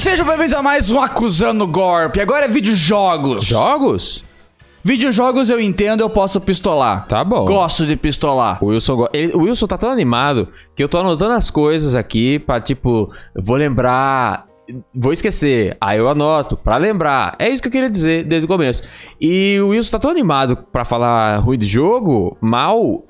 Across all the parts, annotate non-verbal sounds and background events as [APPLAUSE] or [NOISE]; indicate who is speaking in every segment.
Speaker 1: sejam bem-vindos a mais um Acusando Gorp. Agora é videojogos.
Speaker 2: Jogos?
Speaker 1: Videojogos eu entendo, eu posso pistolar.
Speaker 2: Tá bom.
Speaker 1: Gosto de pistolar.
Speaker 2: O Wilson, go- ele- o Wilson tá tão animado que eu tô anotando as coisas aqui pra, tipo, eu vou lembrar, vou esquecer, aí eu anoto pra lembrar. É isso que eu queria dizer desde o começo. E o Wilson tá tão animado pra falar ruim de jogo, mal,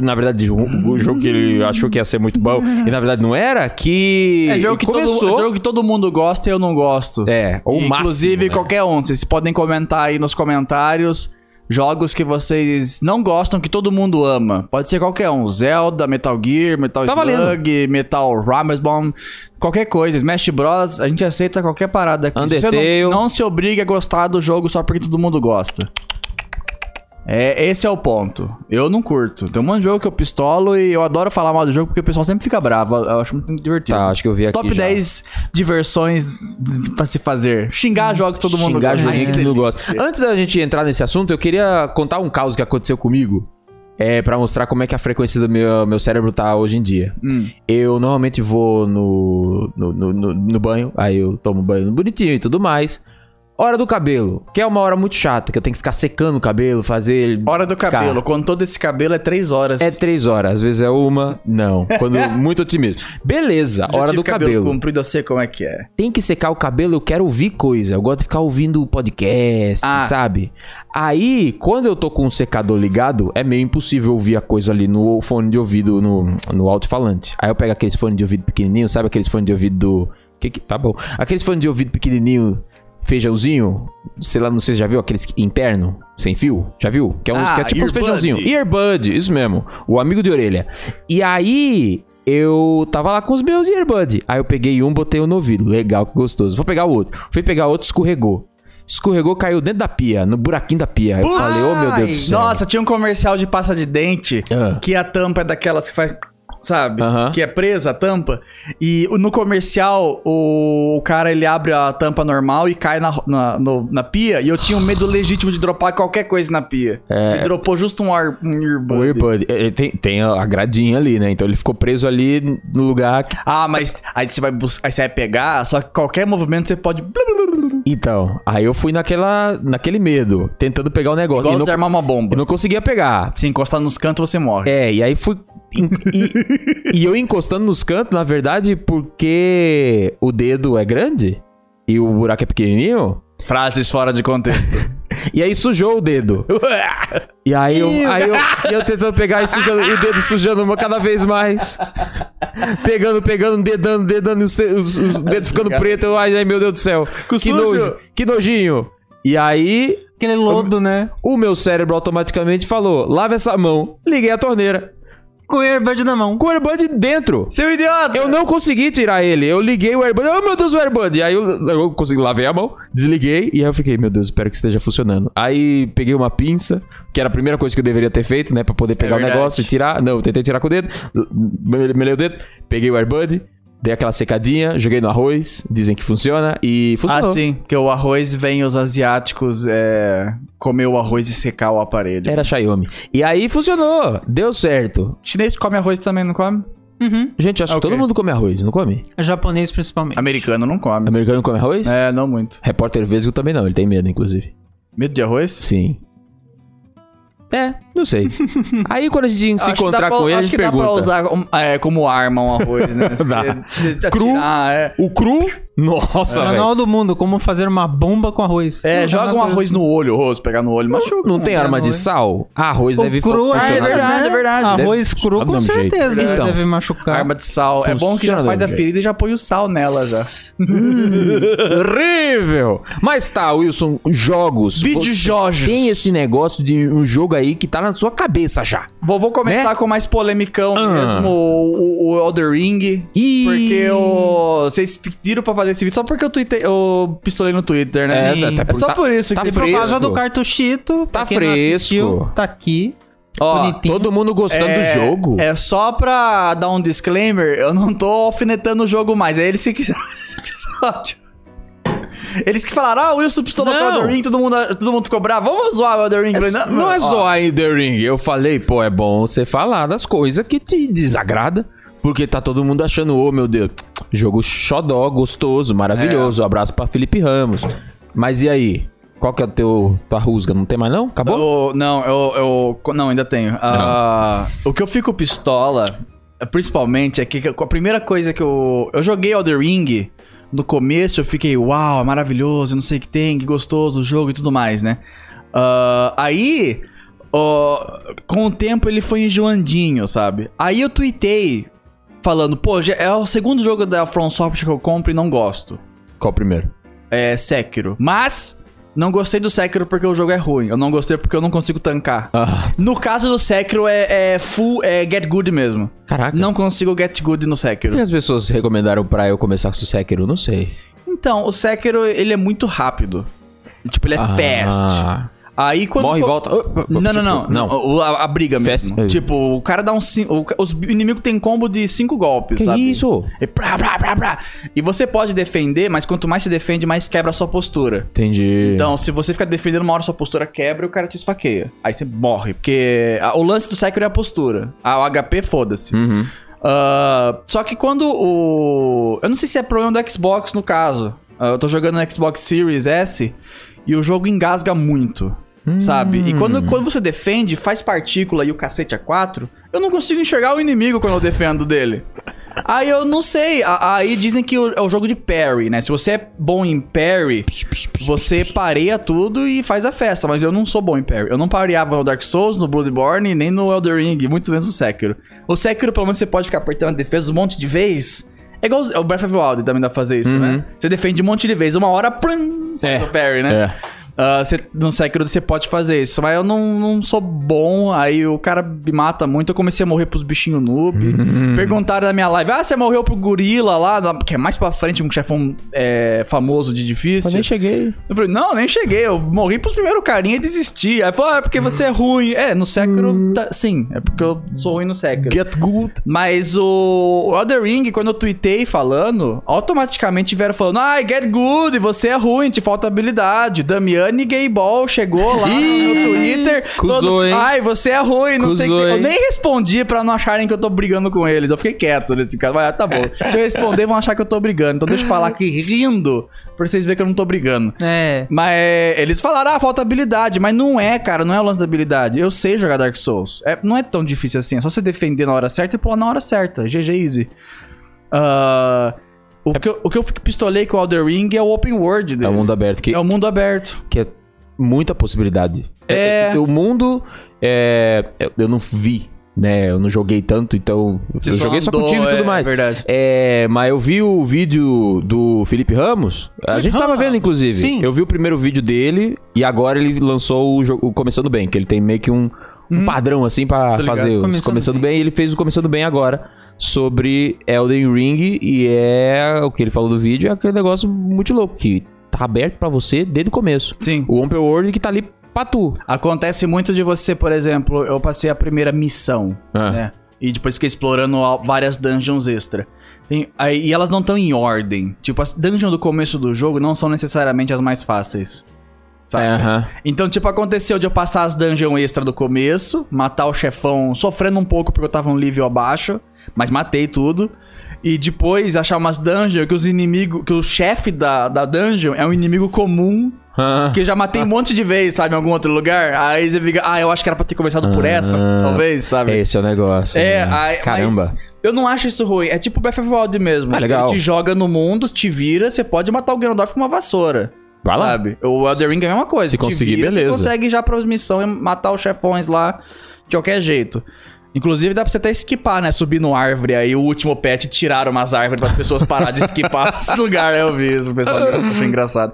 Speaker 2: na verdade, o o jogo que ele achou que ia ser muito bom e na verdade não era, que
Speaker 1: É jogo que, todo,
Speaker 2: começou...
Speaker 1: jogo que todo mundo gosta e eu não gosto.
Speaker 2: É, ou máximo,
Speaker 1: Inclusive,
Speaker 2: né?
Speaker 1: qualquer um. Vocês podem comentar aí nos comentários jogos que vocês não gostam, que todo mundo ama. Pode ser qualquer um. Zelda, Metal Gear, Metal
Speaker 2: Tá
Speaker 1: Slug,
Speaker 2: valendo.
Speaker 1: Metal Ramesbomb, qualquer coisa. Smash Bros, a gente aceita qualquer parada aqui. Se Você
Speaker 2: Undertale.
Speaker 1: não, não se obrigue a gostar do jogo só porque todo mundo gosta. É, esse é o ponto. Eu não curto. Tem um monte de jogo que eu pistolo e eu adoro falar mal do jogo porque o pessoal sempre fica bravo. Eu acho muito divertido.
Speaker 2: Tá, acho que eu vi aqui
Speaker 1: Top
Speaker 2: já.
Speaker 1: 10 diversões pra se fazer. Xingar jogos que todo mundo
Speaker 2: xingar
Speaker 1: gosta. Ai,
Speaker 2: joguinho que não
Speaker 1: delícia.
Speaker 2: gosta. Antes da gente entrar nesse assunto, eu queria contar um caos que aconteceu comigo. É, pra mostrar como é que a frequência do meu, meu cérebro tá hoje em dia.
Speaker 1: Hum.
Speaker 2: Eu normalmente vou no, no, no, no- no banho, aí eu tomo banho bonitinho e tudo mais. Hora do cabelo, que é uma hora muito chata, que eu tenho que ficar secando o cabelo, fazer ele
Speaker 1: Hora do
Speaker 2: ficar-
Speaker 1: cabelo. Quando todo esse cabelo é 3 horas.
Speaker 2: É três horas, às vezes é uma, não. [LAUGHS] Quando muito otimismo. Beleza,
Speaker 1: Já
Speaker 2: hora
Speaker 1: tive
Speaker 2: do cabelo.
Speaker 1: comprido, eu sei como é que é.
Speaker 2: tem que secar o cabelo, eu quero ouvir coisa. Eu gosto de ficar ouvindo podcast,
Speaker 1: Ah.
Speaker 2: sabe? Aí, quando eu tô com o secador ligado, é meio impossível ouvir a coisa ali no fone de ouvido, no, no alto-falante. Aí eu pego aqueles fones de ouvido pequenininho, sabe? Aqueles fones de ouvido do... Que que... Tá bom. Aqueles fones de ouvido pequenininho, feijãozinho, sei lá, não sei se já viu, aqueles que- interno, sem fio, já viu? Que é, um,
Speaker 1: Ah,
Speaker 2: que é tipo uns
Speaker 1: earbud.
Speaker 2: feijãozinho. Earbud, isso mesmo. O amigo de orelha. E aí, eu tava lá com os meus earbud. Aí eu peguei um, botei um no ouvido. Legal, que gostoso. Vou pegar o outro. Fui pegar outro, escorregou. Escorregou, caiu dentro da pia, no buraquinho da pia. Aí eu falei, ô meu Deus do céu.
Speaker 1: Nossa, tinha um comercial de pasta de dente
Speaker 2: Ah.
Speaker 1: que a tampa é daquelas que faz. Sabe?
Speaker 2: Aham.
Speaker 1: Que é presa a tampa. E o- no comercial, o, o cara ele abre a tampa normal e cai na, ro- na, no- na pia. E eu tinha um medo legítimo de dropar qualquer coisa na pia.
Speaker 2: É.
Speaker 1: Você dropou justo um, ar, um earbud.
Speaker 2: O earbud, ele É, tem, tem a gradinha ali, né? Então ele ficou preso ali no lugar. que-
Speaker 1: Ah, mas aí você vai bus- aí você vai pegar, só que qualquer movimento você pode.
Speaker 2: Então, aí eu fui naquela, naquele medo, tentando pegar o negócio.
Speaker 1: Igual
Speaker 2: e, não,
Speaker 1: desarmar uma
Speaker 2: e
Speaker 1: bomba.
Speaker 2: não conseguia pegar.
Speaker 1: Se encostar nos cantos, você morre.
Speaker 2: É, e aí fui. E, e- e eu encostando nos cantos, na verdade, porque o dedo é grande e o buraco é pequenininho.
Speaker 1: Frases fora de contexto.
Speaker 2: [LAUGHS] E aí sujou o dedo. E aí eu,
Speaker 1: Ih.
Speaker 2: aí eu, e eu tentando pegar e, sujando, e o dedo sujando uma cada vez mais. Pegando, pegando, dedando, dedando, e os, os- os dedos ficando preto. Eu, ai, ai, meu Deus do céu.
Speaker 1: Com
Speaker 2: Que,
Speaker 1: sujo.
Speaker 2: nojo, que nojinho. E aí
Speaker 3: Aquele lodo, né?
Speaker 2: o meu cérebro automaticamente falou: lava essa mão. Liguei a torneira.
Speaker 3: Com o earbud na mão.
Speaker 2: Com o airbud dentro.
Speaker 1: Seu idiota!
Speaker 2: Eu não consegui tirar ele. Eu liguei o Airbud. Oh, meu Deus, o Airbud. Aí eu, eu consegui, lavei a mão, desliguei. E aí eu fiquei, meu Deus, espero que esteja funcionando. Aí peguei uma pinça, que era a primeira coisa que eu deveria ter feito, né? Pra poder pegar o
Speaker 1: É verdade.
Speaker 2: negócio e tirar. Não, eu tentei tirar com o dedo. me- Melei o dedo. Peguei o Airbud. Dei aquela secadinha, joguei no arroz. Dizem que funciona. E funcionou.
Speaker 1: Ah, sim, porque o arroz vem os asiáticos é, comer o arroz e secar o aparelho.
Speaker 2: Era Xiaomi. E aí funcionou. Deu certo.
Speaker 1: Chinês come arroz também, não come?
Speaker 3: Uhum.
Speaker 2: Gente, acho
Speaker 1: Ok.
Speaker 2: que todo mundo come arroz, não come?
Speaker 3: Japonês, principalmente.
Speaker 1: Americano não come.
Speaker 2: Americano come arroz?
Speaker 1: É, não muito.
Speaker 2: Repórter Vesgo também não, ele tem medo, inclusive.
Speaker 1: Medo de arroz?
Speaker 2: Sim. É,
Speaker 1: [LAUGHS]
Speaker 2: não sei. Aí quando a gente se
Speaker 1: Acho que
Speaker 2: encontrar
Speaker 1: dá pra-
Speaker 2: com ele, a
Speaker 1: acho
Speaker 2: gente
Speaker 1: que dá pra
Speaker 2: pergunta.
Speaker 1: usar um- é, como arma um arroz, né?
Speaker 2: [LAUGHS] Dá.
Speaker 1: Cê- cê
Speaker 2: Cru?
Speaker 1: atirar, é. [LAUGHS]
Speaker 2: O cru? Nossa, Tá, velho.
Speaker 3: Manual do mundo, como fazer uma bomba com arroz.
Speaker 1: É,
Speaker 3: Não,
Speaker 1: joga
Speaker 3: nas
Speaker 1: um
Speaker 3: coisas
Speaker 1: arroz
Speaker 3: assim.
Speaker 1: no olho, rosto, pegar no olho, machuca.
Speaker 2: Não tem
Speaker 3: Não,
Speaker 2: arma de
Speaker 3: não é.
Speaker 2: sal? Arroz deve
Speaker 3: O cru,
Speaker 2: funcionar.
Speaker 1: Ah, é verdade, é verdade.
Speaker 3: Arroz
Speaker 2: Deve-
Speaker 3: cru,
Speaker 2: do
Speaker 3: com
Speaker 2: mesmo jeito.
Speaker 3: certeza, né?
Speaker 2: Então.
Speaker 3: deve machucar.
Speaker 1: Arma de sal. é bom que já
Speaker 2: Funciona
Speaker 1: faz
Speaker 2: do
Speaker 1: a
Speaker 2: jeito.
Speaker 1: ferida e já põe o sal nela
Speaker 2: [LAUGHS]
Speaker 1: já.
Speaker 2: Horrível! Mas tá, Wilson, jogos.
Speaker 1: Videojogos.
Speaker 2: Você Tem esse negócio de um jogo aí que tá na sua cabeça já.
Speaker 1: Vou, vou começar com o mais polemicão
Speaker 2: Né? Ah.
Speaker 1: mesmo, o, o, o Elder Ring.
Speaker 2: Ih.
Speaker 1: Porque o, vocês pediram pra fazer esse vídeo só porque eu, tuitei, eu pistolei no Twitter, né?
Speaker 2: É, até
Speaker 1: é
Speaker 2: porque
Speaker 1: só
Speaker 2: tá-
Speaker 1: por isso
Speaker 2: tá
Speaker 1: que
Speaker 3: E por
Speaker 2: fresco.
Speaker 3: causa do cartuchito, pra
Speaker 2: Tá
Speaker 3: quem não assistiu,
Speaker 2: fresco.
Speaker 3: tá aqui.
Speaker 1: Ó,
Speaker 3: bonitinho.
Speaker 2: Todo mundo gostando
Speaker 1: é,
Speaker 2: do jogo.
Speaker 1: É só pra dar um disclaimer, eu não tô alfinetando o jogo mais. É eles que quiseram [LAUGHS] esse episódio. Eles que falaram, ah, o Wilson pistolou pro
Speaker 2: Não.
Speaker 1: Elder Ring, todo mundo, todo mundo ficou bravo, vamos zoar o Elder Ring.
Speaker 2: É, não, é
Speaker 1: ó,
Speaker 2: zoar em The Ring. Eu falei, pô, é bom você falar das coisas que te desagrada. Porque tá todo mundo achando, ô meu Deus, jogo xodó, gostoso,
Speaker 1: É.
Speaker 2: maravilhoso. Abraço pra Felipe Ramos. Mas e aí? Qual que é o teu tua rusga? Não tem mais não? Acabou?
Speaker 1: Eu- não, é eu, eu- Não, ainda tenho. Ah, o que eu fico pistola, principalmente, é que a primeira coisa que eu. Eu joguei Elder Ring. No começo eu fiquei, uau, é maravilhoso, não sei o que tem, que gostoso o jogo e tudo mais, né? Ah, aí. ó, com o tempo ele foi enjoandinho, sabe? Aí eu tuitei falando, pô, já é o segundo jogo da From Software que eu compro e não gosto
Speaker 2: Qual o primeiro?
Speaker 1: é, Sekiro. Mas não gostei do Sekiro porque o jogo é ruim. Eu não gostei porque eu não consigo tancar.
Speaker 2: Ah,
Speaker 1: No caso do Sekiro é, é full é get good mesmo.
Speaker 2: caraca.
Speaker 1: Não consigo get good no
Speaker 2: Por que
Speaker 1: Sekiro.
Speaker 2: as pessoas recomendaram pra eu começar com o Sekiro? Não sei.
Speaker 1: Então, o Sekiro ele é muito rápido. Tipo, ele é fast.
Speaker 2: Ah,
Speaker 1: Aí quando
Speaker 2: Morre e
Speaker 1: co-
Speaker 2: volta. Tipo,
Speaker 1: Não, não, não.
Speaker 2: Não.
Speaker 1: O- A, a briga
Speaker 2: Fast
Speaker 1: mesmo.
Speaker 2: mesmo.
Speaker 1: Tipo, o cara dá um. cin- o ca- Os inimigos tem combo de cinco golpes,
Speaker 2: Que
Speaker 1: sabe?
Speaker 2: isso?
Speaker 1: E, prá, prá, prá, prá. e você pode defender, mas quanto mais se defende, mais quebra a sua postura.
Speaker 2: Entendi.
Speaker 1: Então, se você ficar defendendo uma hora sua postura quebra e o cara te esfaqueia. Aí você morre, porque a- o lance do Sekiro é a postura. A, o HP, foda-se.
Speaker 2: Uhum.
Speaker 1: Ah, só que quando o... Eu não sei se é problema do Xbox no caso. Ah, eu tô jogando no Xbox Series S e o jogo engasga muito. Sabe? E quando, quando você defende, faz partícula e o cacete é 4, eu não consigo enxergar o inimigo quando eu defendo dele. Aí eu não sei. a- Aí dizem que o- é o jogo de parry, né? Se você é bom em parry, você pareia tudo e faz a festa. Mas eu não sou bom em parry. Eu não pareava no Dark Souls, no Bloodborne, nem no Elder Ring, muito menos no Sekiro. O Sekiro, pelo menos, você pode ficar apertando a defesa um monte de vez. É igual o Breath of the Wild também dá pra fazer isso,
Speaker 2: Uhum.
Speaker 1: né? Você defende um monte de vez, uma hora, prum, faz
Speaker 2: É.
Speaker 1: o parry, né?
Speaker 2: É.
Speaker 1: Ah, cê, no Sekiro você pode fazer isso, mas eu não, não sou bom, aí o cara me mata muito, eu comecei a morrer pros bichinhos noob.
Speaker 2: Uhum.
Speaker 1: Perguntaram na minha live, ah, você morreu pro gorila lá, na- que é mais pra frente, um chefão é, famoso de difícil.
Speaker 2: Mas nem cheguei.
Speaker 1: Eu falei, não, nem cheguei, eu morri pros primeiros carinha e desisti. Aí falou, ah, é porque você é ruim. É, no Sekiro, tá- sim, é porque eu sou ruim no Sekiro.
Speaker 2: Hum. Get good.
Speaker 1: Mas o o Elder Ring, quando eu tuitei falando, automaticamente vieram falando: Ai, get good, você é ruim, te falta habilidade. Damiani Gayball chegou lá no meu Twitter.
Speaker 2: cuzou,
Speaker 1: todo,
Speaker 2: hein?
Speaker 1: Ai, você é ruim, não sei o que.
Speaker 2: Cuzou,
Speaker 1: tem." Eu
Speaker 2: hein?
Speaker 1: nem respondi pra não acharem que eu tô brigando com eles. Eu fiquei quieto nesse caso. Mas ah, tá bom. Se eu responder, vão achar que eu tô brigando. Então deixa eu falar aqui rindo pra vocês verem que eu não tô brigando.
Speaker 3: É.
Speaker 1: Mas eles falaram, ah, falta habilidade. Mas não é, cara, não é o lance da habilidade. Eu sei jogar Dark Souls. É, não é tão difícil assim. É só você defender na hora certa e pular na hora certa. GG Easy. Ah, o, que eu, o que eu fico pistolei com o Elder Ring é o open world
Speaker 2: É
Speaker 1: dele.
Speaker 2: o mundo aberto. Que,
Speaker 1: É o mundo aberto.
Speaker 2: que é muita possibilidade.
Speaker 1: É.
Speaker 2: O mundo é. Eu, eu não vi, né? Eu não joguei tanto, então.
Speaker 1: Você
Speaker 2: eu joguei só
Speaker 1: andou,
Speaker 2: contigo e
Speaker 1: é-
Speaker 2: tudo mais.
Speaker 1: É verdade.
Speaker 2: É, mas eu vi o vídeo do Felipe Ramos. A gente tava
Speaker 3: Ramos.
Speaker 2: vendo, inclusive.
Speaker 3: Sim.
Speaker 2: Eu vi o primeiro vídeo dele e agora ele lançou o jogo o Começando Bem, que ele tem meio que um, um padrão assim pra
Speaker 1: Hum. Tô ligado.
Speaker 2: fazer o Começando,
Speaker 3: Começando
Speaker 2: bem. e Ele fez o Começando Bem agora sobre Elden Ring e é o que ele falou do vídeo, é aquele negócio muito louco que tá aberto pra você desde o começo.
Speaker 1: Sim.
Speaker 2: O Open World que tá ali pra tu.
Speaker 1: Acontece muito de você, por exemplo, eu passei a primeira missão,
Speaker 2: Ah.
Speaker 1: né? E depois fiquei explorando al- várias dungeons extra. Tem- aí- e elas não estão em ordem. Tipo, as dungeons do começo do jogo não são necessariamente as mais fáceis. Sabe?
Speaker 2: Aham.
Speaker 1: Então, tipo, aconteceu de eu passar as dungeons extra do começo, matar o chefão, sofrendo um pouco porque eu tava um nível abaixo, mas matei tudo. E depois achar umas dungeons que os inimigos. que o chefe da, da dungeon é um inimigo comum
Speaker 2: Ah.
Speaker 1: que eu já matei um monte de vezes, sabe, em algum outro lugar. Aí você fica, ah, eu acho que era pra ter começado por essa,
Speaker 2: Ah,
Speaker 1: talvez, sabe?
Speaker 2: Esse é o negócio.
Speaker 1: É,
Speaker 2: né?
Speaker 1: aí-
Speaker 2: Caramba.
Speaker 1: mas eu não acho isso ruim. É tipo Breath of the Wild mesmo.
Speaker 2: Ah, legal.
Speaker 1: Ele te joga no mundo, te vira, você pode matar o Ganondorf com uma vassoura.
Speaker 2: Vai Ah lá.
Speaker 1: Sabe? O Elder Ring é a mesma coisa.
Speaker 2: Se
Speaker 1: Te
Speaker 2: conseguir,
Speaker 1: Você
Speaker 2: beleza.
Speaker 1: consegue ir já pra missão e matar os chefões lá de qualquer jeito. Inclusive, dá pra você até esquipar, né? Subir no árvore. Aí o último pet tiraram umas árvores as pessoas parar de esquipar [LAUGHS] esse lugar. né? Eu vi isso, o pessoal achei engraçado.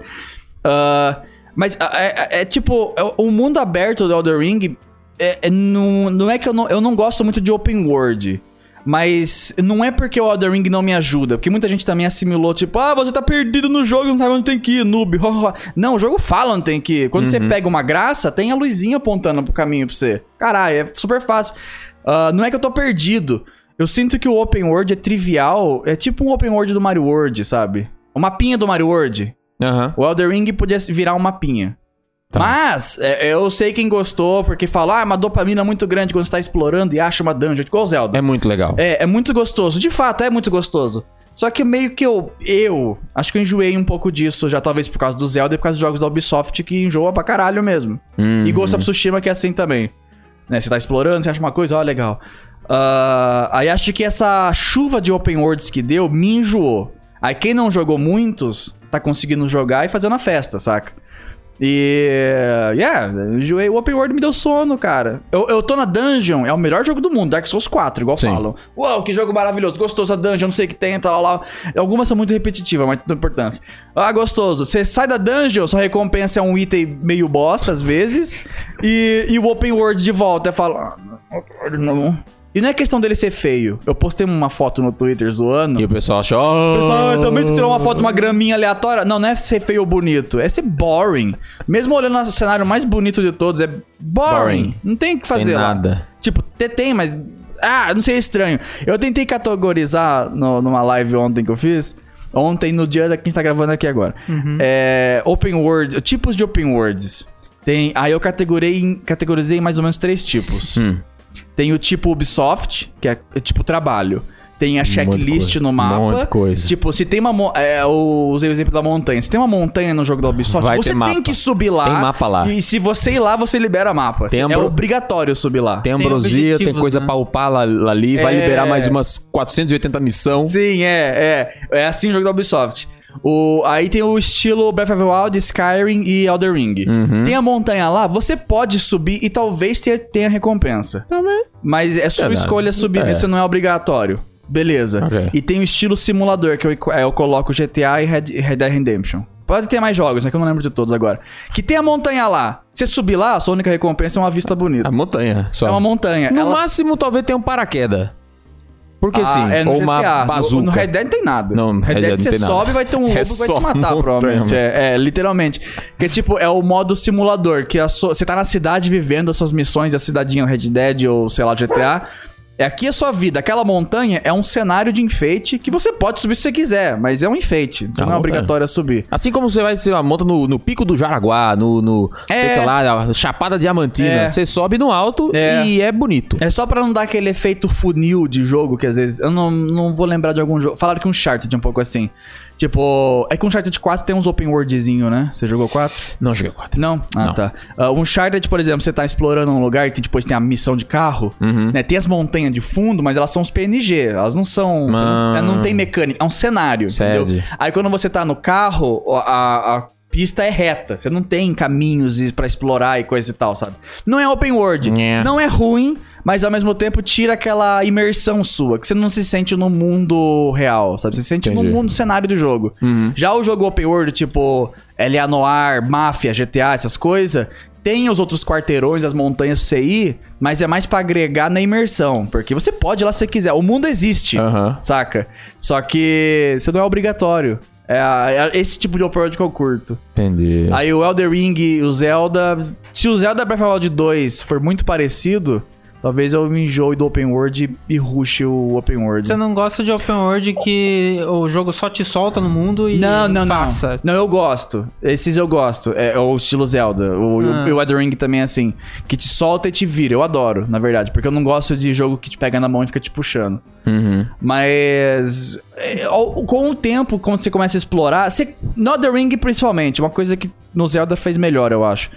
Speaker 1: Ah, mas ah, é, é- é tipo, é o mundo aberto do Elder Ring é, é- não, não é que eu não, eu não gosto muito de open world. Mas não é porque o Elder Ring não me ajuda, porque muita gente também assimilou, tipo, ah, você tá perdido no jogo, não sabe onde tem que ir, noob. [LAUGHS] não, o jogo fala onde tem que ir. Quando você pega uma graça, tem a luzinha apontando pro caminho pra você. Caralho, é super fácil. Ah, não é que eu tô perdido. Eu sinto que o open world é trivial, é tipo um open world do Mario World, sabe? O mapinha do Mario World.
Speaker 2: Aham.
Speaker 1: O Elder Ring podia se virar um mapinha. Mas é, eu sei quem gostou, porque fala, ah, é uma dopamina muito grande quando você tá explorando e acha uma dungeon, igual Zelda.
Speaker 2: É muito legal.
Speaker 1: É, é muito gostoso. De fato, é muito gostoso. Só que meio que eu, eu, acho que eu enjoei um pouco disso, já talvez por causa do Zelda e por causa dos jogos da Ubisoft que enjoa pra caralho mesmo.
Speaker 2: Uhum.
Speaker 1: E Ghost of Tsushima que é assim também. Né, você tá explorando, você acha uma coisa, ó, legal. Ah, aí acho que essa chuva de open worlds que deu me enjoou. Aí quem não jogou muitos, tá conseguindo jogar e fazendo a festa, saca? E. Yeah, eu enjoei. O Open World me deu sono, cara. Eu, eu tô na Dungeon, é o melhor jogo do mundo, Dark Souls 4, igual
Speaker 2: Sim.
Speaker 1: falam. Uau, que jogo maravilhoso, gostoso a Dungeon, não sei o que tem, tal, lá, lá. Algumas são muito repetitivas, mas não tem importância. Ah, gostoso. Você sai da Dungeon, sua recompensa é um item meio bosta, às vezes. e, e o Open World de volta, eu falo. "Ah, Open World não. E não é questão dele ser feio. Eu postei uma foto no Twitter zoando.
Speaker 2: E o pessoal achou. Oh,
Speaker 1: Pessoal, "Ah, também se tirou uma foto de uma graminha aleatória. Não, não é ser feio ou bonito, é ser boring. Mesmo olhando o cenário mais bonito de todos, é boring.
Speaker 2: Boring.
Speaker 1: Não tem o que fazer
Speaker 2: Tem
Speaker 1: lá.
Speaker 2: nada.
Speaker 1: Tipo, te- tem, mas. Ah, não sei, é estranho. Eu tentei categorizar no- numa live ontem que eu fiz. Ontem, no dia da que a gente tá gravando aqui agora. É, open World, tipos de Open Worlds. Tem, aí eu categorei, em- categorizei em mais ou menos três tipos.
Speaker 2: Hum.
Speaker 1: Tem o tipo Ubisoft, que é, é tipo trabalho. Tem a
Speaker 2: de
Speaker 1: checklist
Speaker 2: coisa.
Speaker 1: no
Speaker 2: Um
Speaker 1: mapa.
Speaker 2: monte de coisa.
Speaker 1: Tipo, se tem uma. mo- É, eu usei o exemplo da montanha. Se tem uma montanha no jogo da Ubisoft,
Speaker 2: Vai
Speaker 1: você
Speaker 2: ter
Speaker 1: tem
Speaker 2: mapa.
Speaker 1: que subir lá.
Speaker 2: Tem mapa lá.
Speaker 1: E se você ir lá, você libera mapa.
Speaker 2: Tem
Speaker 1: é
Speaker 2: ambro-
Speaker 1: obrigatório subir lá.
Speaker 2: Tem ambrosia, tem
Speaker 3: objetivos,
Speaker 2: coisa
Speaker 3: né?
Speaker 2: pra upar lá, lá ali, vai
Speaker 1: É.
Speaker 2: liberar mais umas 480 missão.
Speaker 1: Sim, é, é. É assim o jogo da Ubisoft. O, aí tem o estilo Breath of the Wild, Skyrim e Elder Ring.
Speaker 2: Uhum.
Speaker 1: Tem a montanha lá, você pode subir e talvez tenha, tenha recompensa. Mas é sua
Speaker 2: Verdade.
Speaker 1: escolha subir,
Speaker 2: É.
Speaker 1: isso não é obrigatório. Beleza.
Speaker 2: Ok.
Speaker 1: E tem o estilo simulador, que eu, é, eu coloco GTA e Red, Red Dead Redemption. Pode ter mais jogos, né? Que eu não lembro de todos agora. Que tem a montanha lá. Você subir lá, a sua única recompensa é uma vista bonita.
Speaker 2: A montanha, só.
Speaker 1: É uma montanha.
Speaker 2: No
Speaker 1: Ela-
Speaker 2: máximo, talvez tenha um paraquedas. Porque
Speaker 1: Ah,
Speaker 2: sim,
Speaker 1: é no
Speaker 2: ou
Speaker 1: GTA.
Speaker 2: uma
Speaker 1: No-
Speaker 2: bazuca.
Speaker 1: No, Red Dead não tem nada.
Speaker 2: Não,
Speaker 1: No Red,
Speaker 2: Red
Speaker 1: Dead
Speaker 2: Dead
Speaker 1: você
Speaker 2: não tem nada.
Speaker 1: sobe e vai ter um lobo
Speaker 2: É
Speaker 1: que vai te
Speaker 2: só
Speaker 1: matar,
Speaker 2: montanha,
Speaker 1: provavelmente.
Speaker 2: mano.
Speaker 1: É, é, literalmente. Que é tipo, é o modo simulador, que a sua- você tá na cidade vivendo as suas missões, a cidadinha no Red Dead ou, sei lá, GTA. É aqui a sua vida. Aquela montanha é um cenário de enfeite que você pode subir se você quiser, mas é um enfeite. Você
Speaker 2: Ah,
Speaker 1: não é
Speaker 2: montanha.
Speaker 1: obrigatório a subir.
Speaker 2: Assim como você vai, sei lá, monta no, no pico do Jaraguá, no, no
Speaker 1: É.
Speaker 2: sei lá, na Chapada Diamantina.
Speaker 1: É.
Speaker 2: Você sobe no alto
Speaker 1: É.
Speaker 2: e é bonito.
Speaker 1: É só pra não dar aquele efeito funil de jogo que às vezes. Eu não, não vou lembrar de algum jogo. Falaram que um Uncharted é um pouco assim. Tipo, é que um Uncharted 4 tem uns open worldzinho, né? Você jogou 4?
Speaker 2: Não joguei quatro.
Speaker 1: Não? Ah,
Speaker 2: Não.
Speaker 1: tá. Ah, o Uncharted, por exemplo, você tá explorando um lugar que depois tem a missão de carro,
Speaker 2: Uhum.
Speaker 1: né? Tem as montanhas de fundo, mas elas são os PNG, elas não são... você
Speaker 2: Ah.
Speaker 1: Não, não tem mecânica, é um cenário, entendeu?
Speaker 2: Sede.
Speaker 1: Aí quando você tá no carro, ó, a... a pista é reta, você não tem caminhos e- pra explorar e coisa e tal, sabe? Não é open world,
Speaker 2: Nhé.
Speaker 1: não é ruim, mas ao mesmo tempo tira aquela imersão sua, que você não se sente no mundo real, sabe? Você se sente no
Speaker 2: Entendi.
Speaker 1: mundo cenário do jogo. Já o jogo open world, tipo L.A. Noir, Mafia, GTA, essas coisas, tem os outros quarteirões, as montanhas pra você ir, mas é mais pra agregar na imersão, porque você pode ir lá se você quiser. O mundo existe,
Speaker 2: Aham.
Speaker 1: saca? Só que isso não é obrigatório. É, é esse tipo de open world que eu curto.
Speaker 2: Entendi.
Speaker 1: Aí o Elder Ring e o Zelda. Se o Zelda Breath of the Wild 2 for muito parecido, talvez eu me enjoe do Open World e rush o Open World.
Speaker 3: Você não gosta de open world que o jogo só te solta no mundo e
Speaker 1: Não, não, não.
Speaker 3: faça.
Speaker 1: Não, eu gosto. Esses eu gosto. É, é o estilo Zelda. O,
Speaker 3: Ah.
Speaker 1: e o Elden Ring também é assim. Que te solta e te vira. Eu adoro, na verdade. Porque eu não gosto de jogo que te pega na mão e fica te puxando.
Speaker 2: Uhum.
Speaker 1: Mas é, ao- com o tempo, quando você começa a explorar, você, no The Ring principalmente, uma coisa que no Zelda fez melhor, eu acho.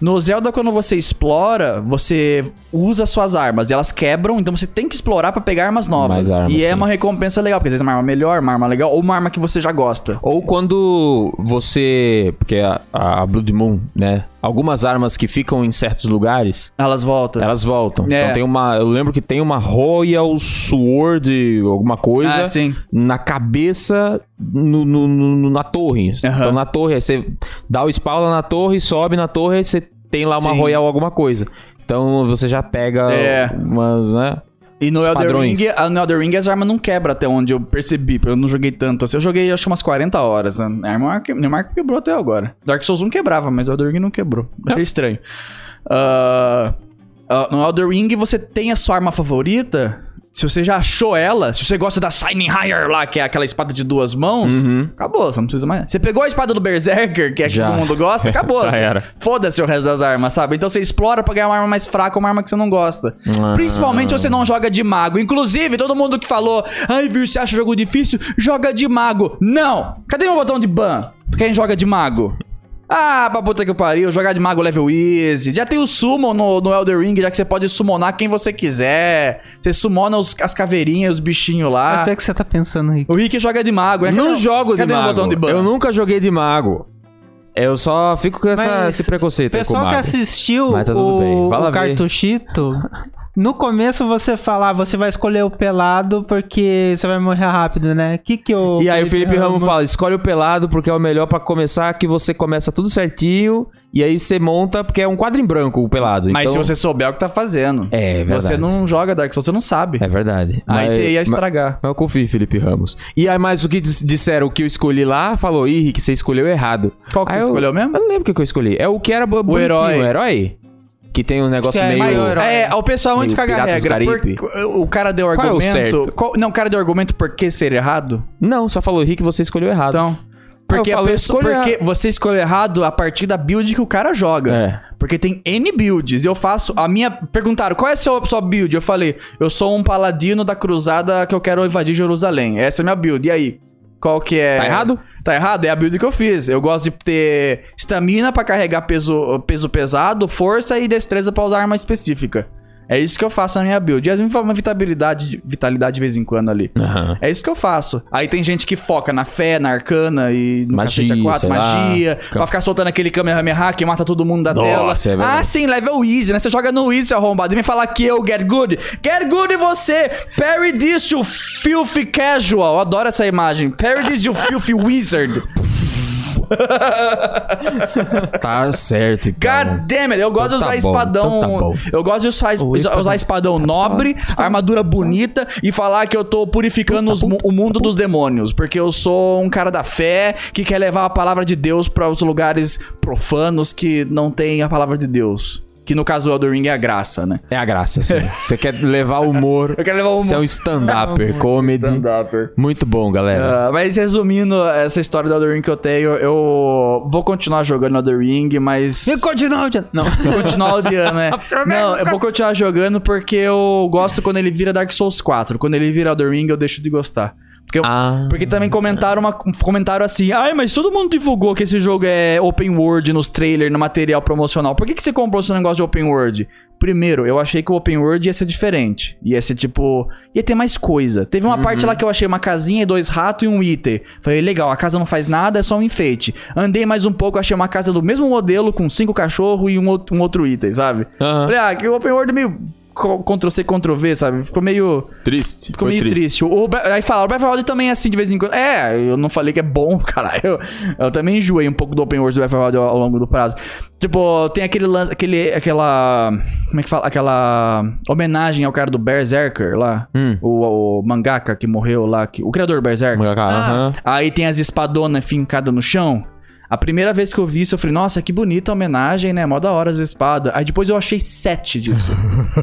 Speaker 1: No Zelda, quando você explora, você usa suas armas e elas quebram, então você tem que explorar pra pegar armas novas.
Speaker 2: Mais armas,
Speaker 1: e é
Speaker 2: sim.
Speaker 1: uma recompensa legal, porque às vezes é uma arma melhor, uma arma legal, ou uma arma que você já gosta.
Speaker 2: Ou quando você. Porque a, a Blood Moon, né? Algumas armas que ficam em certos lugares,
Speaker 1: Elas voltam.
Speaker 2: elas voltam.
Speaker 1: É.
Speaker 2: Então tem uma. Eu lembro que tem uma Royal Sword, alguma coisa.
Speaker 1: Ah, sim.
Speaker 2: Na cabeça, no, no- no- na torre. Então na torre, aí você dá o spawn na torre, sobe na torre, aí você tem lá uma
Speaker 1: Sim.
Speaker 2: Royal alguma coisa. Então você já pega
Speaker 1: É.
Speaker 2: umas, né?
Speaker 1: E no
Speaker 2: Os
Speaker 1: Elder,
Speaker 2: padrões.
Speaker 1: Ring, a- no Elder Ring as armas não quebram até onde eu percebi. porque Eu não joguei tanto assim. Eu joguei acho que umas 40 horas. Né? A arma que- a arma que quebrou até agora. Dark Souls 1 quebrava, mas o Elder Ring não quebrou.
Speaker 2: É.
Speaker 1: Achei estranho. Ah, ah, no Elder Ring você tem a sua arma favorita. Se você já achou ela, se você gosta da Shining Higher lá, que é aquela espada de duas mãos, acabou, você não precisa mais. Você pegou a espada do Berserker, que é que
Speaker 2: Uhum. Já.
Speaker 1: todo mundo
Speaker 2: [LAUGHS]
Speaker 1: gosta, acabou.
Speaker 2: Já
Speaker 1: Você-
Speaker 2: era.
Speaker 1: Foda-se o resto das armas, sabe? Então você explora pra ganhar uma arma mais fraca, uma arma que você não gosta.
Speaker 2: Ah.
Speaker 1: Principalmente se você não joga de mago. Inclusive, todo mundo que falou, ai, Vir, você acha jogo difícil? Joga de mago. Não! Cadê meu botão de ban? Pra quem joga de mago? Ah, pra puta que pariu, jogar de mago level easy. Já tem o summon no, no Elder Ring, já que você pode summonar quem você quiser. Você summona os- as caveirinhas, os bichinhos lá.
Speaker 3: Eu sei o que você tá pensando, Rick.
Speaker 1: O Rick joga de mago, né?
Speaker 2: é Não
Speaker 1: Cadê-
Speaker 2: jogo de
Speaker 1: cadê meu
Speaker 2: mago.
Speaker 1: botão de ban?
Speaker 2: Eu nunca joguei de mago. Eu só fico com essa-
Speaker 3: Mas
Speaker 2: esse preconceito aí com o
Speaker 3: pessoal que
Speaker 2: mago.
Speaker 3: assistiu
Speaker 2: Mas tá tudo bem.
Speaker 3: o,
Speaker 2: Vai lá
Speaker 3: o
Speaker 2: ver.
Speaker 3: cartuchito, no começo você fala, ah, você vai escolher o pelado porque você vai morrer rápido, né? Que que o
Speaker 2: E aí o Felipe Ramos fala, escolhe o pelado porque é o melhor pra começar, que você começa tudo certinho e aí você monta, porque é um quadro em branco o pelado.
Speaker 1: Mas
Speaker 2: então-
Speaker 1: se você souber o que tá fazendo.
Speaker 2: É, verdade.
Speaker 1: Você não joga Dark Souls, você não sabe.
Speaker 2: É verdade.
Speaker 1: Aí
Speaker 2: Mas-
Speaker 1: você ia
Speaker 2: mas-
Speaker 1: estragar.
Speaker 2: Mas eu confio em Felipe Ramos. E aí, mas o que dis- disseram, o que eu escolhi lá, falou, ih, Rick, você escolheu errado.
Speaker 1: Qual que
Speaker 2: Aí
Speaker 1: você
Speaker 2: eu-
Speaker 1: escolheu mesmo?
Speaker 2: Eu não lembro o que que eu escolhi. É o que era bo- bonitinho,
Speaker 1: herói.
Speaker 2: O herói? Que tem um negócio
Speaker 3: Acho que é,
Speaker 2: meio...
Speaker 1: Mas
Speaker 3: Meio-
Speaker 1: é, o pessoal é muito
Speaker 2: meio
Speaker 1: caga a
Speaker 2: Piratas do
Speaker 1: regra.
Speaker 2: Caribe.
Speaker 1: Por- o cara deu
Speaker 2: Qual é o
Speaker 1: argumento.
Speaker 2: certo?
Speaker 1: qual- não, o cara deu argumento por que ser errado.
Speaker 2: Não, só falou, Rick, você escolheu errado.
Speaker 1: Então. Porque,
Speaker 2: eu
Speaker 1: a
Speaker 2: falei,
Speaker 1: pessoa-
Speaker 2: escolha-
Speaker 1: porque você escolheu errado a partir da build que o cara joga.
Speaker 2: É.
Speaker 1: Porque tem N builds. E eu faço. A minha. Perguntaram, qual é a sua, sua build? Eu falei, eu sou um paladino da cruzada que eu quero invadir Jerusalém. Essa é a minha build. E aí? Qual que é.
Speaker 2: Tá errado?
Speaker 1: Tá errado, é a build que eu fiz. Eu gosto de ter estamina pra carregar peso, peso pesado, força e destreza pra usar arma específica. É isso que eu faço na minha build. E às vezes uma vitalidade, vitalidade de vez em quando ali.
Speaker 2: Aham.
Speaker 1: É isso que eu faço. Aí tem gente que foca na fé, na arcana e no
Speaker 2: Magia,
Speaker 1: cacete A4,
Speaker 2: sei lá.
Speaker 1: magia. Pra
Speaker 2: Cam-
Speaker 1: ficar soltando aquele Kamehameha que mata todo mundo da tela.
Speaker 2: Nossa, é verdade.
Speaker 1: ah, sim, level easy, né? Você joga no easy, seu arrombado. E vem falar que eu, get good. Get good você! Parry this, you filthy casual. Eu adoro essa imagem. Parry this, you filthy wizard.
Speaker 2: Tá certo,
Speaker 1: God
Speaker 2: então.
Speaker 1: damn it. Eu gosto
Speaker 2: Então
Speaker 1: de
Speaker 2: tá
Speaker 1: usar
Speaker 2: bom,
Speaker 1: espadão...
Speaker 2: então tá bom.
Speaker 1: eu gosto de usar,
Speaker 2: O espadão. tá
Speaker 1: usar espadão nobre, armadura bonita e falar que eu tô purificando os mu- o mundo dos demônios. Porque eu sou um cara da fé que quer levar a palavra de Deus pra os lugares profanos que não tem a palavra de Deus. Que no caso do Elden Ring é a graça, né?
Speaker 2: É a
Speaker 1: [LAUGHS]
Speaker 2: graça, assim. Você quer levar o humor.
Speaker 1: Eu quero levar o
Speaker 2: Você
Speaker 1: [LAUGHS]
Speaker 2: é um
Speaker 1: humor.
Speaker 2: stand-upper, comedy. Muito bom, galera.
Speaker 1: Ah, mas resumindo essa história do Elden Ring que eu tenho, eu vou continuar jogando Elden Ring, mas...
Speaker 3: Continua, Jean. não.
Speaker 1: Vou continuar odiando, né? Não, eu vou continuar jogando porque eu gosto quando ele vira Dark Souls 4. Quando ele vira Elden Ring, eu deixo de gostar. Porque, eu-
Speaker 2: Ah.
Speaker 1: porque também comentaram, uma, comentaram assim, ai, mas todo mundo divulgou que esse jogo é open world nos trailers, no material promocional. Por que, que você comprou esse negócio de open world? Primeiro, eu achei que o open world ia ser diferente. Ia ser tipo. ia ter mais coisa. Teve uma parte lá que eu achei uma casinha, dois ratos e um item. Falei, legal, a casa não faz nada, é só um enfeite. Andei mais um pouco, achei uma casa do mesmo modelo, com cinco cachorros e um outro, um outro item, sabe?
Speaker 2: Aham.
Speaker 1: Falei, ah, que o open world é meio. co- Ctrl-C, Ctrl-V, sabe? Ficou meio.
Speaker 2: Triste.
Speaker 1: Ficou meio triste. O, o Bre- aí fala, o Breath of the Wild também é assim de vez em quando. É, eu não falei que é bom, [LAUGHS] caralho. Eu, eu também enjoei um pouco do Open World do Breath of the Wild ao, ao longo do prazo. Tipo, tem aquele lance, aquele, aquela... Como é que fala? Aquela homenagem ao cara do Berserker lá.
Speaker 2: Hum.
Speaker 1: O, o mangaka que morreu lá. Que, o criador do Berserker.
Speaker 2: Aham.
Speaker 1: Aí tem as espadonas fincadas no chão. A primeira vez que eu vi isso, eu falei, nossa, que bonita homenagem, né? Mó da hora as espadas. Aí depois eu achei sete disso.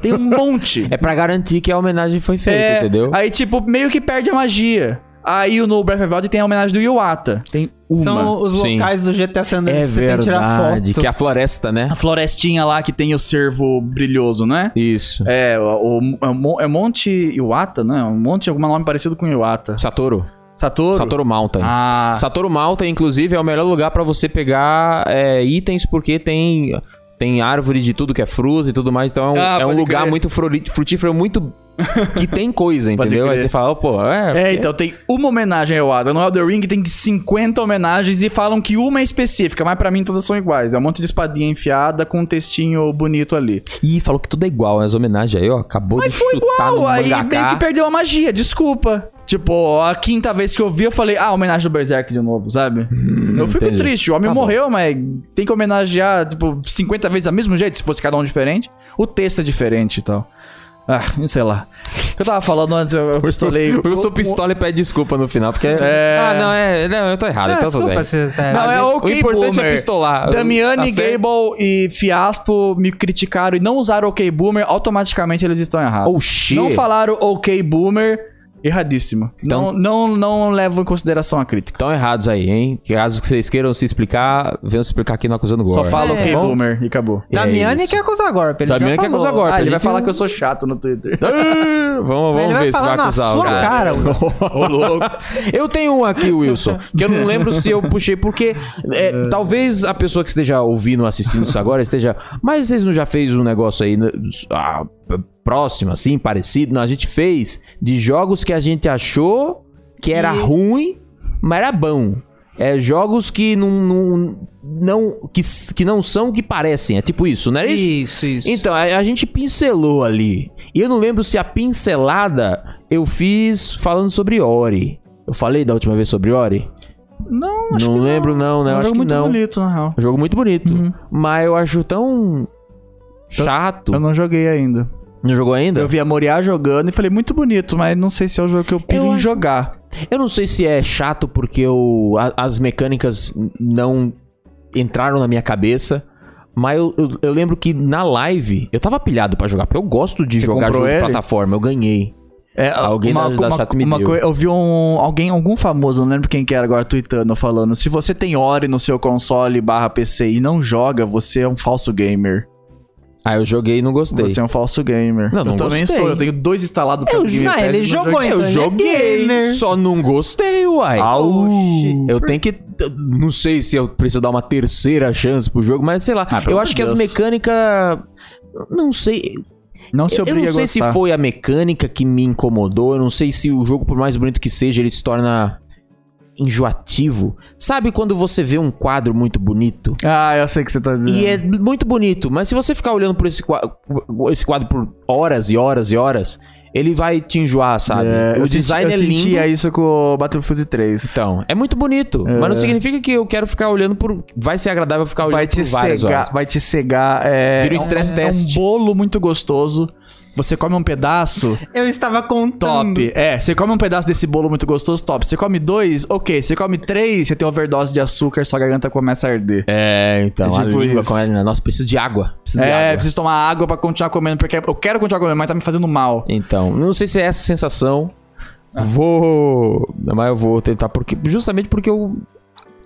Speaker 1: tem um monte.
Speaker 2: É pra garantir que a homenagem foi feita,
Speaker 1: É,
Speaker 2: entendeu?
Speaker 1: Aí, tipo, meio que perde a magia. Aí no Breath of the Wild tem a homenagem do Iwata. Tem uma.
Speaker 3: São os
Speaker 2: Sim.
Speaker 3: locais do GTA San Andreas
Speaker 2: É
Speaker 3: que você tem que tirar
Speaker 2: verdade,
Speaker 3: foto.
Speaker 2: que é a floresta, né?
Speaker 1: A florestinha lá que tem o cervo brilhoso, não é?
Speaker 2: Isso.
Speaker 1: É, o, o- é Mon- é Monte Iwata, né? Um monte, algum nome parecido com Iwata.
Speaker 2: Satoru.
Speaker 1: Satoru?
Speaker 2: Satoru Mountain.
Speaker 1: Ah,
Speaker 2: Satoru Mountain, inclusive, é o melhor lugar pra você pegar é, itens, porque tem, tem árvore de tudo que é fruta e tudo mais. Então é um,
Speaker 1: Ah,
Speaker 2: é um
Speaker 1: pode
Speaker 2: lugar
Speaker 1: crer.
Speaker 2: muito frori- frutífero, muito.
Speaker 1: [LAUGHS]
Speaker 2: que tem coisa,
Speaker 1: Pode
Speaker 2: entendeu? Aí
Speaker 1: crer.
Speaker 2: você fala, "Oh, pô, é.
Speaker 1: É, então tem uma homenagem ao Adam. No Elder Ring tem 50 homenagens e falam que uma é específica, mas pra mim todas são iguais. É um monte de espadinha enfiada com um textinho bonito ali.
Speaker 2: Ih, falou que tudo é igual, as homenagens aí, ó. Acabou de
Speaker 1: Foi
Speaker 2: chutar
Speaker 1: igual,
Speaker 2: no
Speaker 1: aí meio
Speaker 2: mangaká. [LAUGHS]
Speaker 1: que perdeu a magia, desculpa. Tipo, a quinta vez que eu vi, eu falei, ah, homenagem do Berserk de novo, sabe? eu fico
Speaker 2: entendi.
Speaker 1: triste, o homem
Speaker 2: Tá bom.
Speaker 1: morreu, mas tem que homenagear, tipo, 50 vezes do mesmo jeito, se fosse cada um diferente. O texto é diferente e tal. Ah, sei lá. que eu tava falando antes? Eu eu pistolei.
Speaker 2: O Wilson pistola e pede desculpa no final, porque.
Speaker 1: É.
Speaker 2: Ah, não, é. Não, eu tô errado, então tudo bem.
Speaker 3: desculpa se... é,
Speaker 1: Não, é
Speaker 2: gente-
Speaker 1: ok,
Speaker 2: o importante
Speaker 1: boomer.
Speaker 2: é pistolar.
Speaker 1: Damiani,
Speaker 2: Tá certo?
Speaker 1: Gable e Fiaspo me criticaram e não usaram OK Boomer, automaticamente eles estão errados.
Speaker 2: Oh, shit.
Speaker 1: Não falaram OK Boomer, erradíssimo.
Speaker 2: Então-
Speaker 1: não, não, não levam em consideração a crítica.
Speaker 2: Estão errados aí, hein? Caso que vocês queiram se explicar, venham se explicar aqui no Acusando Gore.
Speaker 1: Só fala
Speaker 3: É,
Speaker 1: OK
Speaker 3: bom.
Speaker 1: Boomer e acabou.
Speaker 2: É
Speaker 3: Damiani
Speaker 2: isso.
Speaker 3: quer acusar golpe. Ele
Speaker 2: Damiani
Speaker 3: já
Speaker 2: quer
Speaker 3: falou.
Speaker 2: acusar golpe.
Speaker 1: Ah, ele vai
Speaker 2: gente- né?
Speaker 1: falar que eu sou chato no Twitter.
Speaker 2: Ah, [LAUGHS] Vamos,
Speaker 3: Ele
Speaker 2: vamos
Speaker 3: vai
Speaker 2: ver se
Speaker 3: falar
Speaker 2: vai
Speaker 3: na
Speaker 2: acusar o
Speaker 3: sua cara,
Speaker 2: [LAUGHS] Ô, louco. Eu tenho um aqui, Wilson, que eu não lembro se eu puxei, porque é, talvez a pessoa que esteja ouvindo ou assistindo isso agora esteja. Mas vocês não já fez um negócio aí né, ah, próximo, assim, parecido? Não, a gente fez de jogos que a gente achou que era
Speaker 3: E-
Speaker 2: ruim, mas era bom. É jogos que não. não, não- que, s- que não são o que parecem. É tipo isso, não é isso?
Speaker 3: Isso, isso.
Speaker 2: Então, a, a gente pincelou ali. E eu não lembro se a pincelada eu fiz falando sobre Ori. Eu falei da última vez sobre Ori?
Speaker 1: Não,
Speaker 2: não lembro, não, né?
Speaker 1: É
Speaker 2: Eu
Speaker 1: um
Speaker 2: acho
Speaker 1: jogo
Speaker 2: que
Speaker 1: muito
Speaker 2: não.
Speaker 1: bonito, na real.
Speaker 2: É um jogo muito bonito.
Speaker 1: Uhum.
Speaker 2: Mas eu acho tão chato.
Speaker 1: Eu
Speaker 2: Não...
Speaker 1: não joguei ainda.
Speaker 2: jogou ainda?
Speaker 1: Eu
Speaker 2: Eu...
Speaker 1: vi a Moriá jogando e falei, muito bonito, mas não sei se é o jogo que eu piro
Speaker 2: Eu
Speaker 1: em
Speaker 2: acho-
Speaker 1: jogar.
Speaker 2: não sei se é chato porque eu, a- as mecânicas não entraram na minha cabeça. Mas eu, eu- eu lembro que na live eu tava pilhado pra jogar, porque eu gosto de
Speaker 1: Você
Speaker 2: jogar
Speaker 1: comprou
Speaker 2: jogo de
Speaker 1: ele?
Speaker 2: plataforma, eu ganhei.
Speaker 1: É,
Speaker 2: Alguém
Speaker 1: uma,
Speaker 2: da- da
Speaker 1: uma,
Speaker 2: chat me
Speaker 1: uma
Speaker 2: deu.
Speaker 1: coi- Eu vi um, alguém, algum famoso, não lembro quem que era agora, tweetando, falando: se você tem Ori no seu console barra PC e não joga, você é um falso gamer.
Speaker 2: Ah, eu joguei e não gostei.
Speaker 1: Você é um falso gamer.
Speaker 2: Não,
Speaker 1: eu
Speaker 2: não
Speaker 1: também
Speaker 2: gostei.
Speaker 1: sou, eu tenho dois
Speaker 2: Tá
Speaker 1: instalados
Speaker 3: Eu-
Speaker 1: Game
Speaker 3: ah,
Speaker 1: Pass
Speaker 3: ele
Speaker 1: e não
Speaker 3: jogou,
Speaker 1: joguei.
Speaker 3: então.
Speaker 2: Eu
Speaker 3: Ele é
Speaker 2: joguei,
Speaker 3: gamer.
Speaker 2: só não gostei, uai.
Speaker 3: Au.
Speaker 2: Eu tenho que. Não sei se eu preciso dar uma terceira chance pro jogo, mas sei lá.
Speaker 1: Ah, pelo
Speaker 2: eu
Speaker 1: amor
Speaker 2: acho
Speaker 1: de
Speaker 2: que as
Speaker 1: Deus.
Speaker 2: mecânicas. Não sei.
Speaker 1: Não se
Speaker 2: eu
Speaker 1: obriga
Speaker 2: não sei
Speaker 1: a
Speaker 2: se
Speaker 1: gostar.
Speaker 2: foi a mecânica que me incomodou. Eu não sei se o jogo, por mais bonito que seja, ele se torna enjoativo. Sabe quando você vê um quadro muito bonito?
Speaker 1: Ah, eu sei o que você tá dizendo.
Speaker 2: E é muito bonito, mas se você ficar olhando por esse quadro, esse quadro por horas e horas e horas, ele vai te enjoar, sabe?
Speaker 1: É,
Speaker 2: o
Speaker 1: eu senti-
Speaker 2: design é
Speaker 1: Eu
Speaker 2: lindo.
Speaker 1: sentia isso com o Battlefield 3.
Speaker 2: Então, é muito bonito, mas não significa que eu quero ficar olhando por. Vai ser agradável ficar olhando
Speaker 1: vai
Speaker 2: por
Speaker 1: te
Speaker 2: várias
Speaker 1: cegar,
Speaker 2: horas.
Speaker 1: vai te cegar. É,
Speaker 2: Vira um
Speaker 1: é
Speaker 2: stress
Speaker 1: é
Speaker 2: test.
Speaker 1: um bolo muito gostoso. Você come um
Speaker 2: [LAUGHS]
Speaker 1: pedaço,
Speaker 3: Eu estava contando.
Speaker 1: top. É, você come um pedaço desse bolo muito gostoso, top. Você come dois, ok. Você come três, você tem overdose de açúcar, sua garganta começa a arder.
Speaker 2: É, então,
Speaker 1: É
Speaker 2: a
Speaker 1: tipo
Speaker 2: língua
Speaker 1: isso.
Speaker 2: com ela. Nossa, preciso de água. Preciso de
Speaker 1: É,
Speaker 2: água.
Speaker 1: preciso tomar água pra continuar comendo, porque eu quero continuar comendo, mas tá me fazendo mal.
Speaker 2: Então, não sei se é essa a sensação.
Speaker 1: Ah.
Speaker 2: Vou. Mas eu vou tentar, porque justamente porque eu.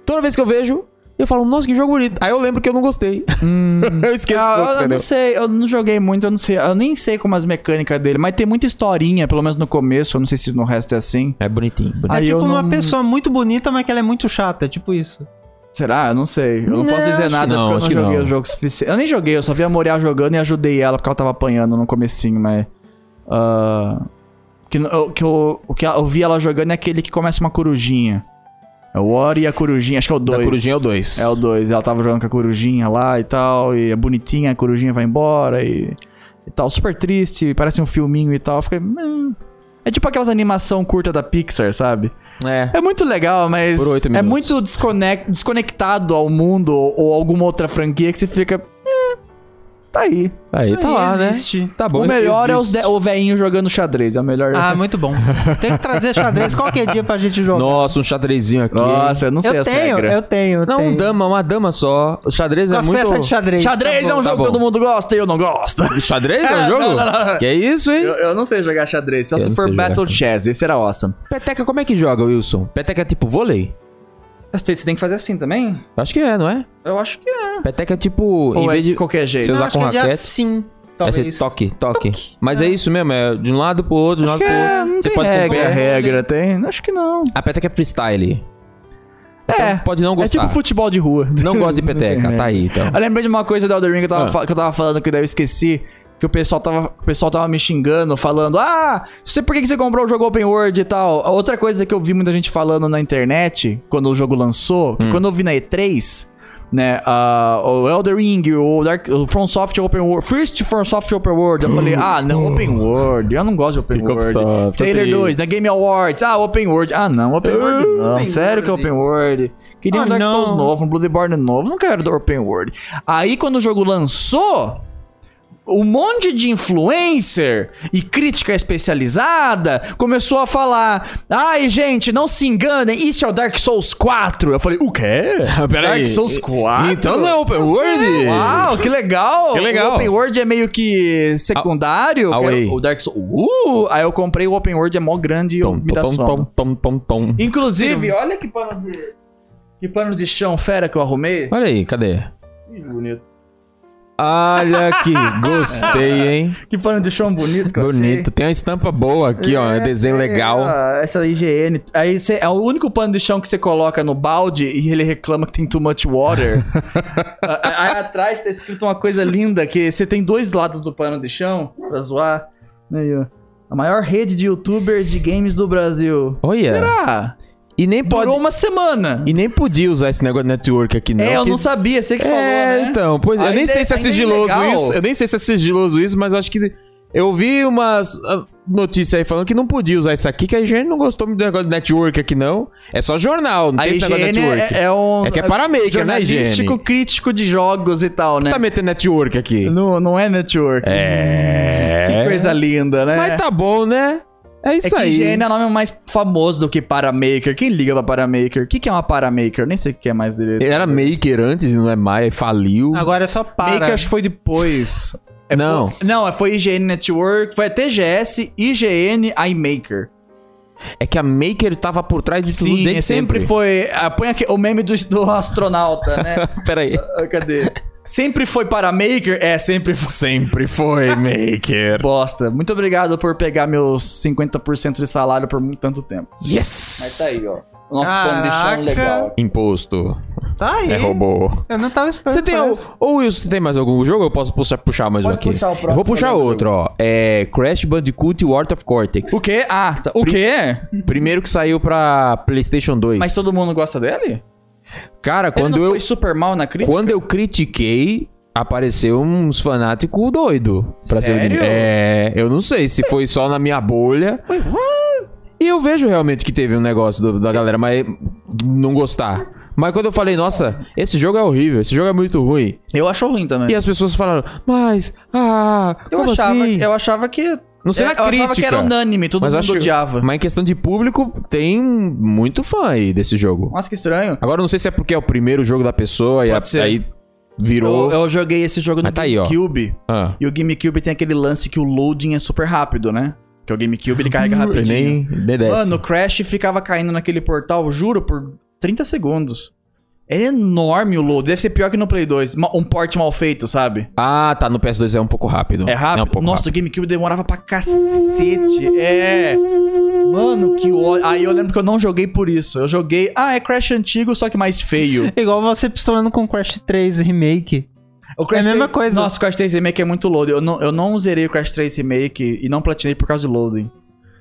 Speaker 2: Toda vez que eu vejo, eu falo, nossa, que jogo bonito. Aí eu lembro que eu não gostei.
Speaker 3: Hum. É
Speaker 2: eu esqueço. um
Speaker 1: Ah,
Speaker 2: pouco,
Speaker 1: eu, eu
Speaker 2: entendeu?
Speaker 1: não sei, eu não joguei muito, eu não sei, eu nem sei como as mecânicas dele, mas tem muita historinha, pelo menos no começo, eu não sei se no resto é assim.
Speaker 2: É bonitinho. bonitinho.
Speaker 3: É
Speaker 1: Aí
Speaker 3: tipo
Speaker 1: eu
Speaker 3: uma
Speaker 1: não-
Speaker 3: pessoa muito bonita, mas que ela é muito chata. É tipo isso.
Speaker 1: Será? Eu não sei. Eu não,
Speaker 2: Não,
Speaker 1: posso
Speaker 2: acho
Speaker 1: dizer
Speaker 2: que
Speaker 1: nada
Speaker 2: não, acho
Speaker 1: porque
Speaker 2: que
Speaker 1: eu não joguei
Speaker 2: não.
Speaker 1: o jogo suficiente. Eu nem joguei, eu só vi a Moriá jogando e ajudei ela porque ela tava apanhando no comecinho, mas. ah, que, no- eu- que eu, o que eu vi ela jogando é aquele que começa uma corujinha. É o Ori e a corujinha, acho que é o 2.
Speaker 2: Da corujinha é o 2.
Speaker 1: É o 2. Ela tava jogando com a corujinha lá e tal, e é bonitinha, a corujinha vai embora e, e tal. Super triste, parece um filminho e tal. Eu Fiquei. "Hum." É tipo aquelas animação curta da Pixar, sabe?
Speaker 2: É.
Speaker 1: É muito legal, mas
Speaker 2: Por oito
Speaker 1: é
Speaker 2: minutos.
Speaker 1: muito desconec- desconectado ao mundo ou, ou alguma outra franquia que você fica. "É, tá aí.
Speaker 2: Aí tá lá, né?
Speaker 3: existe.
Speaker 2: Tá bom.
Speaker 1: o melhor é
Speaker 2: Existe.
Speaker 1: os de- o velhinho jogando xadrez. É o melhor.
Speaker 3: Ah, muito bom. Tem que trazer xadrez qualquer dia pra gente jogar.
Speaker 2: Nossa, um xadrezinho aqui.
Speaker 1: Nossa, eu não sei
Speaker 3: eu,
Speaker 1: essa é
Speaker 3: tenho,
Speaker 1: regra.
Speaker 3: eu tenho, eu
Speaker 2: Não,
Speaker 3: tenho.
Speaker 2: um dama, uma dama só. O xadrez é
Speaker 3: As
Speaker 2: muito...
Speaker 3: peças de xadrez.
Speaker 1: Xadrez
Speaker 3: tá
Speaker 1: é um
Speaker 3: bom.
Speaker 2: tá
Speaker 1: jogo que
Speaker 2: bom.
Speaker 1: todo mundo gosta e eu não gosto.
Speaker 2: Xadrez é
Speaker 1: É,
Speaker 2: um jogo?
Speaker 1: não, não, não.
Speaker 2: Que é isso, hein?
Speaker 1: Eu, eu não sei jogar xadrez, só
Speaker 2: Eu
Speaker 1: se
Speaker 2: não
Speaker 1: for
Speaker 2: sei jogar
Speaker 1: Battle Chess. Esse era awesome.
Speaker 2: Peteca, como é que joga, Wilson? Peteca é tipo vôlei?
Speaker 1: Você tem que fazer assim também?
Speaker 2: Eu Acho que é, não é?
Speaker 1: Eu acho que é.
Speaker 2: Peteca é tipo...
Speaker 1: Ou
Speaker 2: em
Speaker 1: é
Speaker 2: vez
Speaker 1: de
Speaker 2: de...
Speaker 1: qualquer jeito.
Speaker 2: Você
Speaker 3: Não,
Speaker 2: usar
Speaker 3: acho
Speaker 2: com
Speaker 3: que é de
Speaker 2: raquete?
Speaker 3: assim.
Speaker 2: É
Speaker 3: Talvez.
Speaker 2: ser toque, toque, Mas é. isso mesmo, é de um lado pro outro, de um lado pro
Speaker 1: É,
Speaker 2: outro.
Speaker 1: não
Speaker 2: Você
Speaker 1: tem
Speaker 2: pode com o
Speaker 1: regra.
Speaker 2: pé.
Speaker 1: regra, tem? Acho que não.
Speaker 2: A peteca é freestyle.
Speaker 1: É.
Speaker 2: Então pode não
Speaker 1: É
Speaker 2: gostar.
Speaker 1: tipo futebol de rua.
Speaker 2: Não gosto
Speaker 1: [LAUGHS]
Speaker 2: de peteca, tá aí então.
Speaker 1: Eu lembrei de uma coisa do Elden Ring que eu tava,
Speaker 2: Ah.
Speaker 1: fa- que eu tava falando que daí eu esqueci. Que o pessoal tava, o pessoal tava me xingando, falando: Ah, você, por que que você comprou o jogo Open World e tal? A Outra coisa que eu vi muita gente falando na internet, quando o jogo lançou,
Speaker 2: Hum.
Speaker 1: que quando eu vi na E3, né, ah, o Elder Ring, o, Dark, o From Software Open World, First From Software Open World, eu falei: Ah, não, Open World, eu não gosto de Open
Speaker 2: Ficou é
Speaker 1: World.
Speaker 2: pistola, tô
Speaker 1: Trailer
Speaker 2: triste.
Speaker 1: 2, na Game Awards, ah, Open World, ah, não, Open World não,
Speaker 3: Open
Speaker 1: sério que é
Speaker 3: World.
Speaker 1: Open World. Queria
Speaker 3: Ah,
Speaker 1: um Dark
Speaker 3: não.
Speaker 1: Souls novo, um Bloodborne novo. Não quero do Open World. Aí, quando o jogo lançou, um monte de influencer e crítica especializada começou a falar: ai, gente, não se enganem, isso é o Dark Souls 4. Eu falei: o quê?
Speaker 2: [LAUGHS] Peraí.
Speaker 1: Dark Souls 4?
Speaker 2: Então não é open world?
Speaker 1: Uau, que legal!
Speaker 2: Que legal.
Speaker 1: O Open World é meio que secundário.
Speaker 2: Au-
Speaker 1: que era
Speaker 2: Away.
Speaker 1: o Dark Souls. Uh! Aí eu comprei o Open World, é mó grande e eu
Speaker 2: Pom,
Speaker 1: me dá
Speaker 2: pom,
Speaker 1: sono.
Speaker 2: pom, pom, pom, pom.
Speaker 1: Inclusive, olha que pano de. Que pano de chão fera que eu arrumei.
Speaker 2: Olha aí, cadê?
Speaker 1: Que bonito.
Speaker 2: Olha [LAUGHS] que gostei, hein?
Speaker 1: Que pano de chão bonito que eu achei.
Speaker 2: Bonito. Tem uma estampa boa aqui, ó. um
Speaker 1: É,
Speaker 2: Desenho legal.
Speaker 1: Ah, essa IGN. Aí cê- é o único pano de chão que você coloca no balde e ele reclama que tem too much
Speaker 2: [LAUGHS]
Speaker 1: water. Ah, aí atrás tá escrito uma coisa linda que você tem dois lados do pano de chão pra zoar. Aí, ó. A maior rede de youtubers de games do Brasil.
Speaker 2: Olha.
Speaker 1: Será?
Speaker 2: E nem pode.
Speaker 1: Durou uma semana.
Speaker 2: E nem podia usar esse negócio de network aqui, não.
Speaker 1: é, eu
Speaker 2: que-
Speaker 1: não sabia, você que falou,
Speaker 2: É,
Speaker 1: né?
Speaker 2: então, pois eu nem
Speaker 1: Ainda-
Speaker 2: sei se é
Speaker 1: ainda é
Speaker 2: sigiloso
Speaker 1: ilegal.
Speaker 2: isso. Eu nem sei se é sigiloso isso, mas eu acho que. Eu vi umas ah, notícias aí falando que não podia usar isso aqui, que a gente não gostou muito do negócio de network aqui, não. É só jornal, não
Speaker 1: A
Speaker 2: tem esse negócio de
Speaker 1: IGN
Speaker 2: network.
Speaker 1: é, é um...
Speaker 2: É que é paramaker, né,
Speaker 1: jornalístico
Speaker 2: IGN?
Speaker 1: crítico de jogos e tal, né?
Speaker 2: Tá metendo network aqui.
Speaker 1: Não, não é network.
Speaker 2: É.
Speaker 1: Que coisa linda, né?
Speaker 2: Mas tá bom, né? É
Speaker 1: é
Speaker 2: isso
Speaker 1: que
Speaker 2: aí.
Speaker 1: IGN é o nome mais famoso do que Paramaker. Quem liga pra Paramaker? O que, que é uma Paramaker? Nem sei o que é mais direito.
Speaker 2: Era maker antes, não é mais, faliu.
Speaker 3: Agora é só para.
Speaker 1: Maker acho que foi
Speaker 2: [LAUGHS]
Speaker 1: depois.
Speaker 2: não.
Speaker 1: Foi- Não, foi IGN Network, foi a TGS, IGN, iMaker.
Speaker 2: É que a maker tava por trás de tudo
Speaker 1: Sim, é
Speaker 2: desde
Speaker 1: sempre, foi... ah, põe aqui o meme do, do astronauta,
Speaker 2: [LAUGHS]
Speaker 1: né?
Speaker 2: Peraí.
Speaker 1: Ah, Cadê? Sempre foi Paramaker? É, sempre foi.
Speaker 2: Sempre [LAUGHS] foi maker.
Speaker 1: Bosta. Muito obrigado por pegar meus 50% de salário por muito tanto tempo.
Speaker 2: Yes!
Speaker 1: Mas tá aí, ó. O nosso pão de
Speaker 3: Caraca.
Speaker 1: chão legal.
Speaker 2: Imposto.
Speaker 3: Tá aí.
Speaker 2: É robô.
Speaker 3: Eu não tava esperando.
Speaker 2: Você tem.
Speaker 3: por
Speaker 2: Ou,
Speaker 3: essa.
Speaker 2: ou Wilson, você tem mais algum jogo? Eu posso puxar, puxar mais um
Speaker 1: Pode
Speaker 2: aqui.
Speaker 1: puxar o próximo,
Speaker 2: Eu vou puxar
Speaker 1: eu lembro.
Speaker 2: outro, ó. É Crash Bandicoot War of Cortex.
Speaker 1: O quê? Ah, tá. o quê?
Speaker 2: Primeiro que saiu pra PlayStation 2.
Speaker 1: Mas todo mundo gosta dele?
Speaker 2: Cara,
Speaker 1: Quando
Speaker 2: quando
Speaker 1: Ele não
Speaker 2: eu.
Speaker 1: foi super mal na crítica?
Speaker 2: Quando eu critiquei, apareceu uns fanáticos doido. Pra ser
Speaker 1: Sério?
Speaker 2: o- É, eu não sei se foi só na minha bolha. E eu vejo realmente que teve um negócio do- da galera, mas não gostar. Mas quando eu falei, nossa, esse jogo é horrível, esse jogo é muito ruim.
Speaker 1: Eu acho ruim também.
Speaker 2: E as pessoas falaram, mas, ah,
Speaker 1: Eu
Speaker 2: como
Speaker 1: achava,
Speaker 2: assim?
Speaker 1: eu achava que... um
Speaker 2: Não sei
Speaker 1: É, eu,
Speaker 2: na
Speaker 1: eu achava que
Speaker 2: crítica.
Speaker 1: era unânime, todo
Speaker 2: mas
Speaker 1: mundo
Speaker 2: acho-
Speaker 1: odiava.
Speaker 2: Mas em questão de público, tem muito fã aí desse jogo.
Speaker 1: Nossa, que estranho.
Speaker 2: Agora eu não sei se é porque é o primeiro jogo da pessoa e
Speaker 1: Pode
Speaker 2: a-
Speaker 1: ser.
Speaker 2: aí
Speaker 1: Eu,
Speaker 2: virou...
Speaker 1: eu joguei esse jogo no
Speaker 2: Mas tá aí, ó.
Speaker 1: GameCube.
Speaker 2: Ah.
Speaker 1: E o GameCube tem aquele lance que o loading é super rápido, né? Que o GameCube Hum, ele carrega rapidinho.
Speaker 2: Nem, nem desce.
Speaker 1: Mano, o Crash ficava caindo naquele portal, juro, por 30 segundos. É enorme o load. Deve ser pior que no Play 2. Ma- Um port mal feito, sabe?
Speaker 2: Ah, tá. No PS2 é um pouco rápido.
Speaker 1: É rápido.
Speaker 2: um pouco
Speaker 1: Nossa, o GameCube demorava pra cacete. É. Mano, que ódio. Aí eu lembro que eu não joguei por isso. Eu joguei. Ah, é Crash antigo, só que mais feio.
Speaker 3: Igual você pistolando com Crash 3 Remake.
Speaker 1: O Crash
Speaker 3: É a mesma
Speaker 1: 3
Speaker 3: coisa.
Speaker 1: Nossa, o Crash 3 Remake é muito load. Eu não, eu não zerei o Crash 3 Remake e não platinei por causa do loading.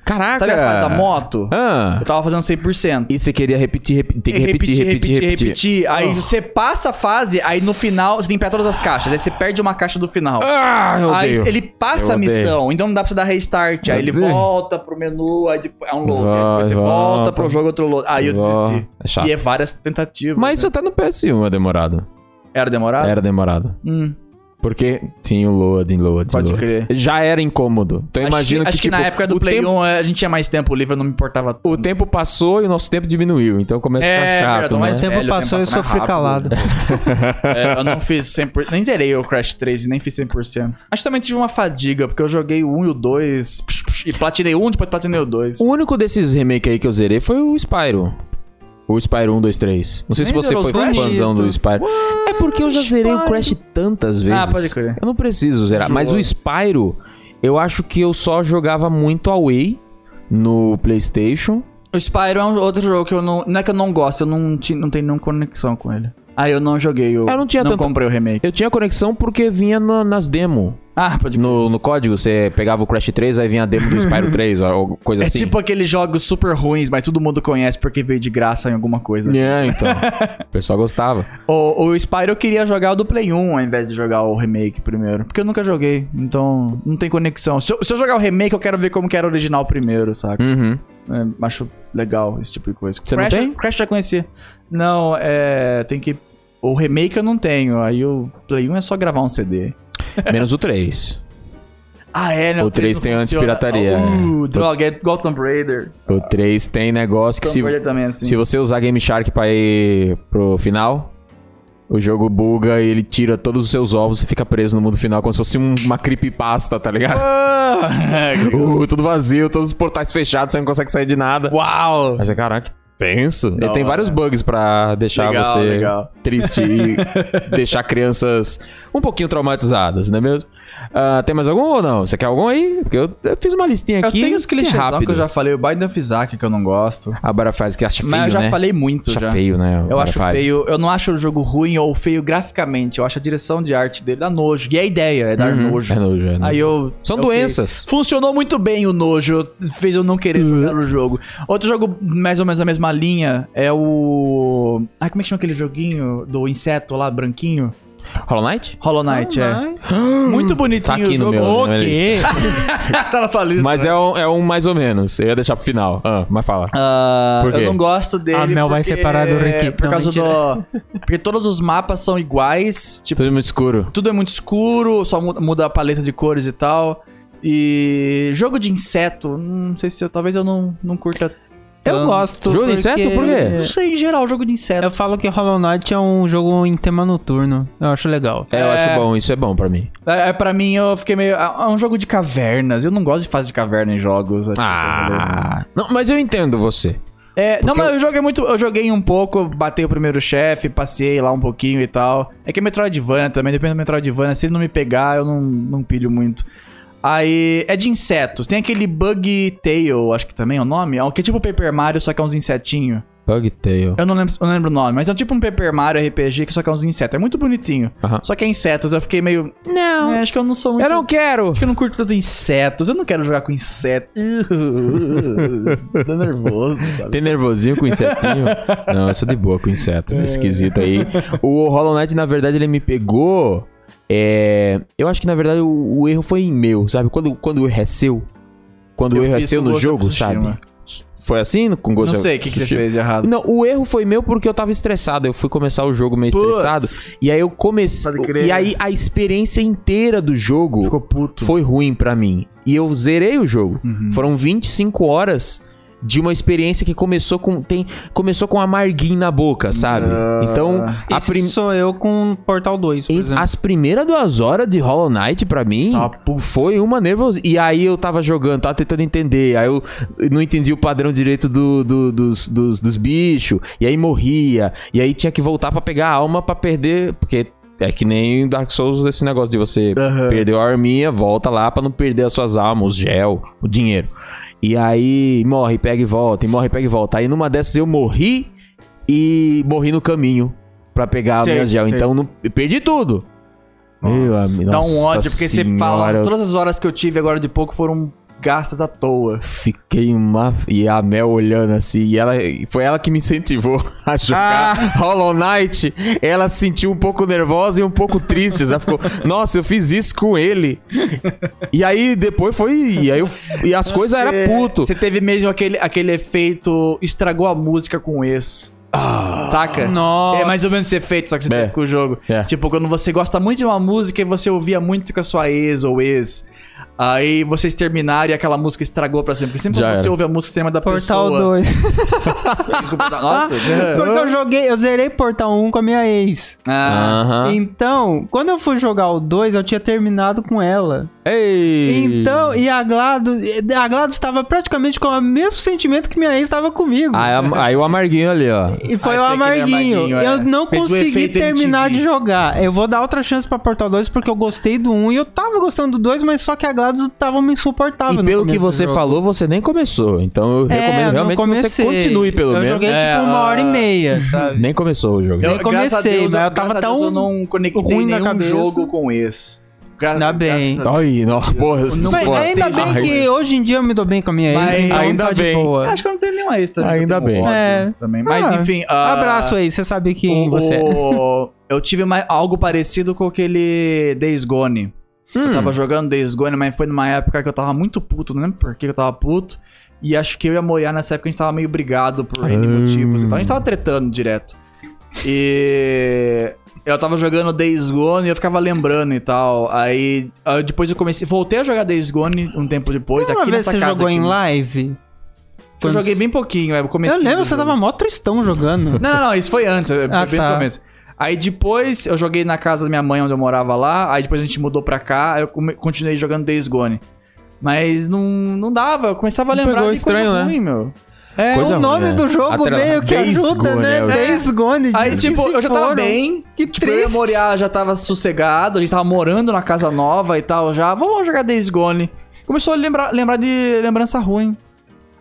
Speaker 2: Caraca.
Speaker 1: Sabe a fase da moto?
Speaker 2: Ah.
Speaker 1: Eu tava fazendo 100%.
Speaker 2: E você queria repetir, repetir, tem que repetir, repetir, repetir. Oh.
Speaker 1: Aí você passa a fase, aí no final você tem que pegar todas as caixas. Aí você perde uma caixa do final.
Speaker 2: Ah, eu
Speaker 1: aí
Speaker 2: odeio.
Speaker 1: ele passa
Speaker 2: Eu
Speaker 1: a
Speaker 2: odeio.
Speaker 1: missão, então não dá pra você dar restart. Aí
Speaker 2: Eu
Speaker 1: ele
Speaker 2: odeio.
Speaker 1: volta pro menu, aí depois- é um load. aí
Speaker 2: Vai,
Speaker 1: depois você
Speaker 2: volta.
Speaker 1: volta pro jogo outro load. Aí eu desisti.
Speaker 2: É chato.
Speaker 1: E é várias tentativas.
Speaker 2: Mas
Speaker 1: né?
Speaker 2: É.
Speaker 1: Ah.
Speaker 2: isso tá no PS1, é demorado.
Speaker 1: era demorado?
Speaker 2: Era demorado.
Speaker 1: Hum.
Speaker 2: Porque tinha o loading, loading,
Speaker 1: Pode
Speaker 2: loading.
Speaker 1: crer.
Speaker 2: Já era incômodo. Então eu
Speaker 1: Acho
Speaker 2: imagino que,
Speaker 1: acho que
Speaker 2: tipo,
Speaker 1: na época do
Speaker 2: o,
Speaker 1: Play
Speaker 2: tempo,
Speaker 1: 1 a gente tinha mais tempo livre, eu não me importava
Speaker 2: o tempo passou e o nosso tempo diminuiu. Então começa a
Speaker 1: É,
Speaker 2: ficar chato,
Speaker 1: verdade,
Speaker 2: né?
Speaker 1: mas-
Speaker 3: O tempo
Speaker 1: Velho, o
Speaker 3: passou e eu
Speaker 1: tempo passa mais
Speaker 3: sofri
Speaker 1: rápido.
Speaker 3: calado.
Speaker 1: [LAUGHS] É, eu não fiz 100%. Nem zerei o Crash 3 e nem fiz 100%. Acho que também tive uma fadiga, porque eu joguei o 1 e o 2. psh, psh, E platinei o 1, depois platinei o 2.
Speaker 2: O único desses remake aí que eu zerei foi o Spyro. O Spyro 1, 2, 3. Não sei se
Speaker 1: Nem
Speaker 2: você
Speaker 1: zerou
Speaker 2: foi
Speaker 1: os dois?
Speaker 2: fãzão do Spyro. É porque eu já zerei o
Speaker 3: Spyro.
Speaker 2: Crash tantas vezes.
Speaker 1: Ah, pode crer.
Speaker 2: Eu não preciso zerar. Mas o
Speaker 1: Zoou.
Speaker 2: Spyro, eu acho que eu só jogava muito away no PlayStation.
Speaker 1: O Spyro é um outro jogo que eu não. Não é que eu não gosto, eu não, ti- não tenho nenhuma conexão com ele. Ah, eu não joguei o.
Speaker 2: Eu não tinha tanta-
Speaker 1: comprei o remake.
Speaker 2: Eu tinha conexão porque vinha na- nas demos.
Speaker 1: Ah, pode
Speaker 2: No, no código, você pegava o Crash 3, aí vinha a demo
Speaker 1: [LAUGHS]
Speaker 2: do Spyro 3, ó, ou coisa
Speaker 1: É
Speaker 2: assim.
Speaker 1: tipo aqueles jogos super ruins, mas todo mundo conhece porque veio de graça em alguma coisa.
Speaker 2: É, então. O pessoal gostava.
Speaker 1: O, o Spyro eu queria jogar o do Play 1 ao invés de jogar o remake primeiro. Porque eu nunca joguei, então não tem conexão. Se eu, se eu jogar o remake, eu quero ver como que era o original primeiro, saca?
Speaker 2: Uhum.
Speaker 1: É, acho legal esse tipo de coisa.
Speaker 2: Você não
Speaker 1: Crash,
Speaker 2: tem?
Speaker 1: Crash já conhecia. Não, é. Tem que. O remake eu não tenho. Aí o Play 1 é só gravar um CD.
Speaker 2: Menos o 3.
Speaker 1: Ah, é, né?
Speaker 2: O três tem
Speaker 1: não funciona.
Speaker 2: antipirataria,
Speaker 1: Uh,
Speaker 2: é.
Speaker 1: droga, é igual Tomb Raider.
Speaker 2: O 3 tem negócio que
Speaker 1: Tomb
Speaker 2: se,
Speaker 1: Raider também, é assim.
Speaker 2: se você usar Game Shark pra ir pro final, o jogo buga e ele tira todos os seus ovos e fica preso no mundo final como se fosse um- uma creepypasta, tá ligado?
Speaker 1: Ah, [LAUGHS]
Speaker 2: [LAUGHS] Uh, tudo vazio, todos os portais fechados, você não consegue sair de nada.
Speaker 1: Uau!
Speaker 2: Mas é caraca, que tenso.
Speaker 1: Da
Speaker 2: Ele tem
Speaker 1: hora.
Speaker 2: vários bugs pra deixar
Speaker 1: Legal,
Speaker 2: você
Speaker 1: legal.
Speaker 2: triste e
Speaker 1: [LAUGHS]
Speaker 2: deixar crianças um pouquinho traumatizadas, não é mesmo? Ah, tem mais algum ou não? Você quer algum aí? Porque eu, eu fiz uma listinha
Speaker 1: Eu
Speaker 2: aqui.
Speaker 1: tenho os
Speaker 2: que é
Speaker 1: clichês
Speaker 2: rápido.
Speaker 1: que eu já falei, o Biden of Isaac que eu não gosto.
Speaker 2: Agora faz que acha feio,
Speaker 1: Mas eu já
Speaker 2: né?
Speaker 1: falei muito
Speaker 2: acha
Speaker 1: já.
Speaker 2: feio, né?
Speaker 1: Eu
Speaker 2: Agora
Speaker 1: acho
Speaker 2: faz.
Speaker 1: feio, eu não acho o jogo ruim ou feio graficamente, eu acho a direção de arte dele dá nojo. E a ideia é dar
Speaker 2: Uhum,
Speaker 1: nojo.
Speaker 2: É nojo, é nojo.
Speaker 1: Aí eu.
Speaker 2: São
Speaker 1: eu
Speaker 2: doenças.
Speaker 1: fiquei- Funcionou muito bem o nojo, fez eu não querer
Speaker 2: Uhum.
Speaker 1: jogar o jogo. Outro jogo, mais ou menos na mesma linha, é o. Ah, como é que chama aquele joguinho do inseto lá, branquinho?
Speaker 2: Hollow Knight?
Speaker 1: Hollow Knight, é.
Speaker 3: Ai,
Speaker 1: Muito bonitinho
Speaker 2: Tá aqui
Speaker 1: o jogo.
Speaker 2: no meu- na
Speaker 1: ok.
Speaker 2: minha
Speaker 1: [LAUGHS] tá na sua lista.
Speaker 2: Mas
Speaker 1: né?
Speaker 2: é um, é um mais ou menos. Eu ia deixar pro final. Ah, mas fala.
Speaker 1: Ah,
Speaker 2: Por quê?
Speaker 1: eu não gosto dele.
Speaker 3: A Mel vai
Speaker 1: porque- é
Speaker 3: separar do Rick. né?
Speaker 1: Por
Speaker 3: Não,
Speaker 1: causa do. [LAUGHS] Porque todos os mapas são iguais. Tipo,
Speaker 2: Tudo muito escuro.
Speaker 1: tudo é muito escuro, só mu- muda a paleta de cores e tal. E. Jogo de inseto, hum, não sei se eu. Talvez eu não, não curta.
Speaker 3: eu
Speaker 1: tanto.
Speaker 3: gosto.
Speaker 2: Jogo de
Speaker 3: porque-
Speaker 2: inseto? Por
Speaker 1: Não
Speaker 2: quê?
Speaker 1: sei, em geral, jogo de inseto.
Speaker 3: Eu falo que Hollow Knight é um jogo em tema noturno. Eu acho legal.
Speaker 2: É, eu
Speaker 1: É.
Speaker 2: acho bom, isso é bom pra mim.
Speaker 1: É, é, pra mim, eu fiquei meio. É um jogo de cavernas. Eu não gosto de fase de caverna em jogos. acho que isso é um problema.
Speaker 2: Ah, não, mas eu entendo você.
Speaker 1: É, não,
Speaker 2: Porque
Speaker 1: mas eu joguei muito. Eu joguei um pouco, batei o primeiro chefe, passei lá um pouquinho e tal. É que é Metroidvania também, depende do Metroidvania. Se ele não me pegar, eu não, não pilho muito. Aí. É de insetos. Tem aquele Bug Tail, acho que também é o nome. É um- Que é tipo Paper Mario, só que é uns insetinhos.
Speaker 2: Bugtail.
Speaker 1: Eu não lembro, eu não lembro o nome, mas é tipo um Paper Mario RPG que só que é uns insetos. É muito bonitinho.
Speaker 2: Aham.
Speaker 1: Só que é insetos. Eu fiquei meio.
Speaker 2: Não,
Speaker 1: "É, acho que eu não sou muito.
Speaker 2: eu não quero.
Speaker 1: Acho que eu não curto tanto insetos. Eu não quero jogar com insetos. Tô nervoso, sabe?
Speaker 2: Tem nervosinho com insetinho? não, eu sou de boa com inseto. né? Esquisito aí. O Hollow Knight, na verdade, ele me pegou. É, eu acho que, na verdade, o, o erro foi meu, sabe? Quando, quando o erro é seu. Quando
Speaker 1: Eu
Speaker 2: o erro é
Speaker 1: fiz
Speaker 2: seu
Speaker 1: com
Speaker 2: no
Speaker 1: Ghost of
Speaker 2: jogo,
Speaker 1: Tsushima.
Speaker 2: sabe? Foi assim com Ghost
Speaker 1: Não
Speaker 2: of
Speaker 1: sei o que, que você
Speaker 2: Tsushima?
Speaker 1: fez de errado.
Speaker 2: Não, o erro foi meu porque eu tava estressado. Eu fui começar o jogo meio
Speaker 1: Putz.
Speaker 2: estressado. E aí eu comecei.
Speaker 1: Pode crer. né?
Speaker 2: E aí a experiência inteira do jogo
Speaker 1: Ficou puto. Uhum.
Speaker 2: foi ruim pra mim. E eu zerei o jogo.
Speaker 1: Hum.
Speaker 2: Foram 25 horas de uma experiência que começou com tem começou com amarguinho na boca, sabe?
Speaker 1: Ah.
Speaker 2: Então, a
Speaker 3: Esse
Speaker 2: prim-
Speaker 3: sou eu com Portal 2, por
Speaker 2: em-
Speaker 3: exemplo.
Speaker 2: as primeiras duas horas de Hollow Knight pra mim
Speaker 1: Tá puto.
Speaker 2: foi uma nervosa. E aí eu tava jogando, tava tentando entender. Aí eu não entendi o padrão direito do- do- dos, dos, dos bichos. E aí morria. E aí tinha que voltar pra pegar a alma pra perder. Porque é que nem Dark Souls esse negócio de você
Speaker 1: Aham.
Speaker 2: perdeu a arminha, volta lá pra não perder as suas almas, os gel, o dinheiro. E aí morre, pega e volta, e morre, pega e volta. Aí numa dessas eu morri e morri no caminho pra pegar as
Speaker 1: Sei,
Speaker 2: minhas gel.
Speaker 1: sei.
Speaker 2: Então não, eu perdi tudo. Meu amigo,
Speaker 1: Dá um
Speaker 2: nossa
Speaker 1: ódio, porque você
Speaker 2: senhora,
Speaker 1: fala.
Speaker 2: eu
Speaker 1: Todas as horas que eu tive agora de pouco foram gastas à toa.
Speaker 2: Fiquei uma. E a Mel olhando assim. E ela. Foi ela que me incentivou [LAUGHS] a jogar
Speaker 3: Ah!
Speaker 2: Hollow Knight. Ela se sentiu um pouco nervosa e um pouco triste. Ela
Speaker 3: [LAUGHS]
Speaker 2: ficou, nossa, eu fiz isso com ele. e aí depois foi. E aí eu. E as coisas
Speaker 1: Você-
Speaker 2: era
Speaker 3: É,
Speaker 2: puto.
Speaker 1: Você teve mesmo aquele, aquele efeito. Estragou a música com esse. Saca?
Speaker 3: Nossa.
Speaker 1: É mais ou menos esse efeito, só que você
Speaker 2: Ah. É.
Speaker 1: teve com o jogo.
Speaker 2: É.
Speaker 1: Tipo, quando você gosta muito de uma música e você ouvia muito com a sua ex ou ex. Aí vocês terminaram e aquela música estragou pra sempre. Porque sempre
Speaker 2: Já
Speaker 1: quando você
Speaker 2: era.
Speaker 1: ouve a música, você lembra da
Speaker 3: Portal
Speaker 1: pessoa.
Speaker 3: 2.
Speaker 1: Desculpa, tá,
Speaker 2: [LAUGHS]
Speaker 3: tá,
Speaker 1: nossa.
Speaker 2: Ah,
Speaker 3: né?
Speaker 2: então,
Speaker 3: Porque eu joguei, eu zerei Portal 1 com a minha ex.
Speaker 1: ah,
Speaker 2: Aham.
Speaker 3: Então, quando eu fui jogar o 2, eu tinha terminado com ela.
Speaker 2: Ei.
Speaker 3: Então, e a Glado, a Glado estava praticamente com o mesmo sentimento que minha ex estava comigo.
Speaker 2: Aí, a- aí o amarguinho ali, ó.
Speaker 3: E foi
Speaker 1: Aí tem aquele
Speaker 3: o amarguinho.
Speaker 1: amarguinho,
Speaker 3: eu
Speaker 1: é.
Speaker 3: não
Speaker 1: Fez o
Speaker 3: consegui
Speaker 1: efeito
Speaker 3: terminar
Speaker 1: MTV.
Speaker 3: de jogar. Eu vou dar outra chance pra Portal 2 porque eu gostei do 1 e eu tava gostando do 2, mas só que a GLaDOS tava me
Speaker 2: E
Speaker 3: insuportável. no
Speaker 2: pelo
Speaker 3: começo
Speaker 2: que
Speaker 3: do
Speaker 2: você
Speaker 3: jogo.
Speaker 2: falou, você nem começou. Então eu
Speaker 3: É,
Speaker 2: recomendo
Speaker 3: eu não
Speaker 2: realmente que você
Speaker 3: comecei.
Speaker 2: continue, pelo
Speaker 3: eu
Speaker 2: menos.
Speaker 3: joguei
Speaker 1: É,
Speaker 3: tipo
Speaker 2: ah,
Speaker 3: uma hora e meia, sabe?
Speaker 2: Nem começou o jogo.
Speaker 3: Eu-
Speaker 1: graças a
Speaker 3: comecei,
Speaker 1: Deus,
Speaker 3: mas né? eu
Speaker 1: graças
Speaker 3: tava
Speaker 1: a
Speaker 3: tão
Speaker 1: Deus, eu não conectei
Speaker 3: ruim na
Speaker 1: nenhum
Speaker 3: cabeça.
Speaker 1: jogo com esse. Gra
Speaker 3: Ainda bem.
Speaker 1: graças a
Speaker 2: Ai, não, porra.
Speaker 1: Não,
Speaker 3: Mas
Speaker 2: porra.
Speaker 3: ainda bem
Speaker 2: Ai,
Speaker 3: que hoje em dia eu me dou bem com a minha
Speaker 1: Mas
Speaker 3: ex, então
Speaker 2: ainda
Speaker 3: tá
Speaker 2: bem.
Speaker 3: de boa.
Speaker 1: Acho que eu não tenho nenhuma extra.
Speaker 2: Ainda bem.
Speaker 3: É.
Speaker 1: Também. Mas
Speaker 3: Ah,
Speaker 1: enfim.
Speaker 3: Abraço aí, você sabe quem você é.
Speaker 1: o- [LAUGHS] Eu tive mais- algo parecido com aquele Days Gone.
Speaker 2: Hum.
Speaker 1: Eu
Speaker 3: Hum.
Speaker 1: tava jogando Days Gone, mas foi numa época que eu tava muito puto, não lembro por que eu tava puto. E acho que eu e a Moiá nessa época a gente tava meio brigado por N
Speaker 2: Ah.
Speaker 1: motivos e tal. A gente tava tretando direto. E eu tava jogando Days Gone e eu ficava lembrando e tal. Aí, aí depois eu comecei. Voltei a jogar Days Gone um tempo depois.
Speaker 3: Uma
Speaker 1: aqui
Speaker 3: vez
Speaker 1: nessa
Speaker 3: você
Speaker 1: casa
Speaker 3: jogou
Speaker 1: aqui.
Speaker 3: em live?
Speaker 1: Eu joguei bem pouquinho, é, comecei.
Speaker 3: Eu lembro, você tava mó tristão
Speaker 1: Não,
Speaker 3: jogando.
Speaker 1: não, não, isso foi antes, é,
Speaker 3: Ah,
Speaker 1: bem
Speaker 3: tá.
Speaker 1: no começo. Aí depois eu joguei na casa da minha mãe, onde eu morava lá. Aí depois a gente mudou pra cá, aí eu come- continuei jogando Days Gone. Mas não, não dava, eu começava a
Speaker 2: Não
Speaker 1: lembrar
Speaker 2: pegou
Speaker 1: de
Speaker 2: estranho,
Speaker 1: coisa
Speaker 2: né?
Speaker 1: ruim, meu. É,
Speaker 2: Coisa
Speaker 3: o
Speaker 2: ruim,
Speaker 3: nome
Speaker 2: né?
Speaker 3: do jogo
Speaker 2: Atrela-
Speaker 3: meio que
Speaker 2: Days
Speaker 3: ajuda,
Speaker 2: Gone,
Speaker 3: né?
Speaker 2: é o-
Speaker 3: Days Gone.
Speaker 1: Aí,
Speaker 3: diz que
Speaker 1: tipo,
Speaker 3: se
Speaker 1: eu já tava
Speaker 3: foram.
Speaker 1: bem.
Speaker 3: Que
Speaker 1: Tipo, eu ia
Speaker 3: triste.
Speaker 1: morar, já tava sossegado, a gente tava morando na casa nova e tal já. Vamos jogar Days Gone. Começou a lembrar, lembrar de lembrança ruim.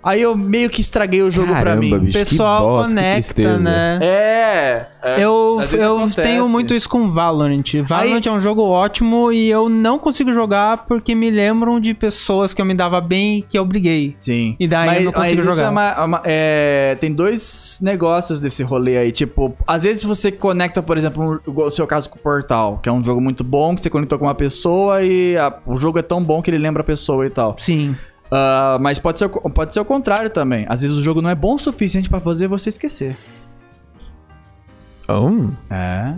Speaker 1: Aí eu meio que estraguei o jogo pra
Speaker 2: Caramba,
Speaker 1: mim.
Speaker 3: O
Speaker 2: bicho.
Speaker 3: pessoal
Speaker 2: Que bosta, que
Speaker 3: conecta,
Speaker 2: tristeza.
Speaker 3: né?
Speaker 1: É, é.
Speaker 3: Eu,
Speaker 1: às vezes
Speaker 3: eu
Speaker 1: acontece.
Speaker 3: tenho muito isso com Valorant. Valorant
Speaker 1: Aí-
Speaker 3: é um jogo ótimo e eu não consigo jogar porque me lembram de pessoas que eu me dava bem e que eu briguei.
Speaker 1: Sim.
Speaker 3: E daí eu não consigo
Speaker 1: isso
Speaker 3: jogar.
Speaker 1: é uma- uma- é, tem dois negócios desse rolê aí. Tipo, às vezes você conecta, por exemplo, um- o seu caso com o Portal, que é um jogo muito bom, que você conectou com uma pessoa e a- o jogo é tão bom que ele lembra a pessoa e tal.
Speaker 3: Sim.
Speaker 1: Ah, mas pode ser, o co- pode ser o contrário também. Às vezes o jogo não é bom o suficiente pra fazer você esquecer.
Speaker 2: Hum.
Speaker 1: É.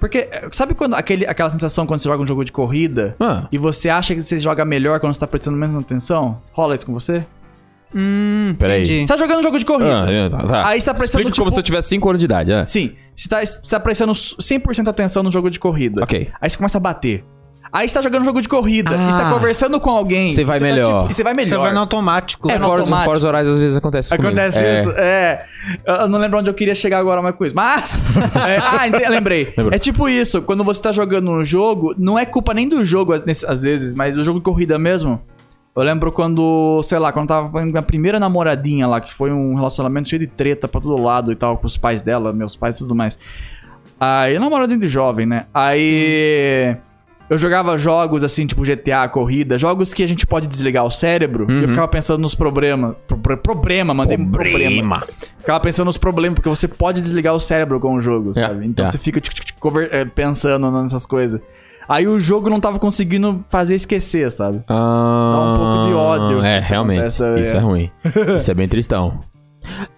Speaker 1: Porque, é, sabe quando aquele, aquela sensação quando você joga um jogo de corrida
Speaker 2: Ah,
Speaker 1: e você acha que você joga melhor quando você tá prestando menos atenção? Rola isso com você?
Speaker 3: Hum,
Speaker 2: Peraí.
Speaker 3: entendi.
Speaker 1: Você tá jogando um jogo de corrida.
Speaker 2: ah, é, tá, tá.
Speaker 1: Aí você tá prestando,
Speaker 2: Explica como
Speaker 1: tipo-
Speaker 2: se eu tivesse 5 anos de idade. É.
Speaker 1: Sim, você tá, você tá prestando 100% atenção no jogo de corrida.
Speaker 2: Ok.
Speaker 1: Aí você começa a bater. Aí você tá jogando um jogo de corrida,
Speaker 2: Ah.
Speaker 1: e você tá conversando com alguém.
Speaker 2: Você vai
Speaker 1: tá,
Speaker 2: melhor.
Speaker 1: tipo, e você vai melhor.
Speaker 3: Você vai no automático.
Speaker 2: É,
Speaker 1: no
Speaker 2: Forza,
Speaker 1: automático.
Speaker 2: Forza Horizon às vezes acontece comigo.
Speaker 1: Acontece
Speaker 2: É.
Speaker 1: isso, é. Eu não lembro onde eu queria chegar agora mais com isso.
Speaker 2: [LAUGHS]
Speaker 1: Mas. É, ah, ente- lembrei.
Speaker 2: Lembrou.
Speaker 1: É tipo isso, quando você tá jogando um jogo, não é culpa nem do jogo às nesse- às vezes, mas do jogo de corrida mesmo. Eu lembro quando, sei lá, quando eu tava com a minha primeira namoradinha lá, que foi um relacionamento cheio de treta pra todo lado e tal, com os pais dela, meus pais e tudo mais. Aí, namoradinha de jovem, né? Aí. Eu jogava jogos assim, tipo GTA, corrida, jogos que a gente pode desligar o cérebro. E eu ficava pensando nos problemas. Pro, pro- problema, mandei um problema.
Speaker 2: Uhum. Problema.
Speaker 1: Ficava pensando nos problemas, porque você pode desligar o cérebro com o jogo, sabe? então
Speaker 2: é.
Speaker 1: você fica tic, tic, tic, conver- eh, pensando nessas coisas. Aí o jogo não tava conseguindo fazer esquecer, sabe?
Speaker 2: Ah,
Speaker 1: um pouco de ódio
Speaker 2: É,
Speaker 1: quando isso
Speaker 2: realmente.
Speaker 1: acontece, é.
Speaker 2: isso
Speaker 1: [LAUGHS]
Speaker 2: é ruim. isso é bem tristão.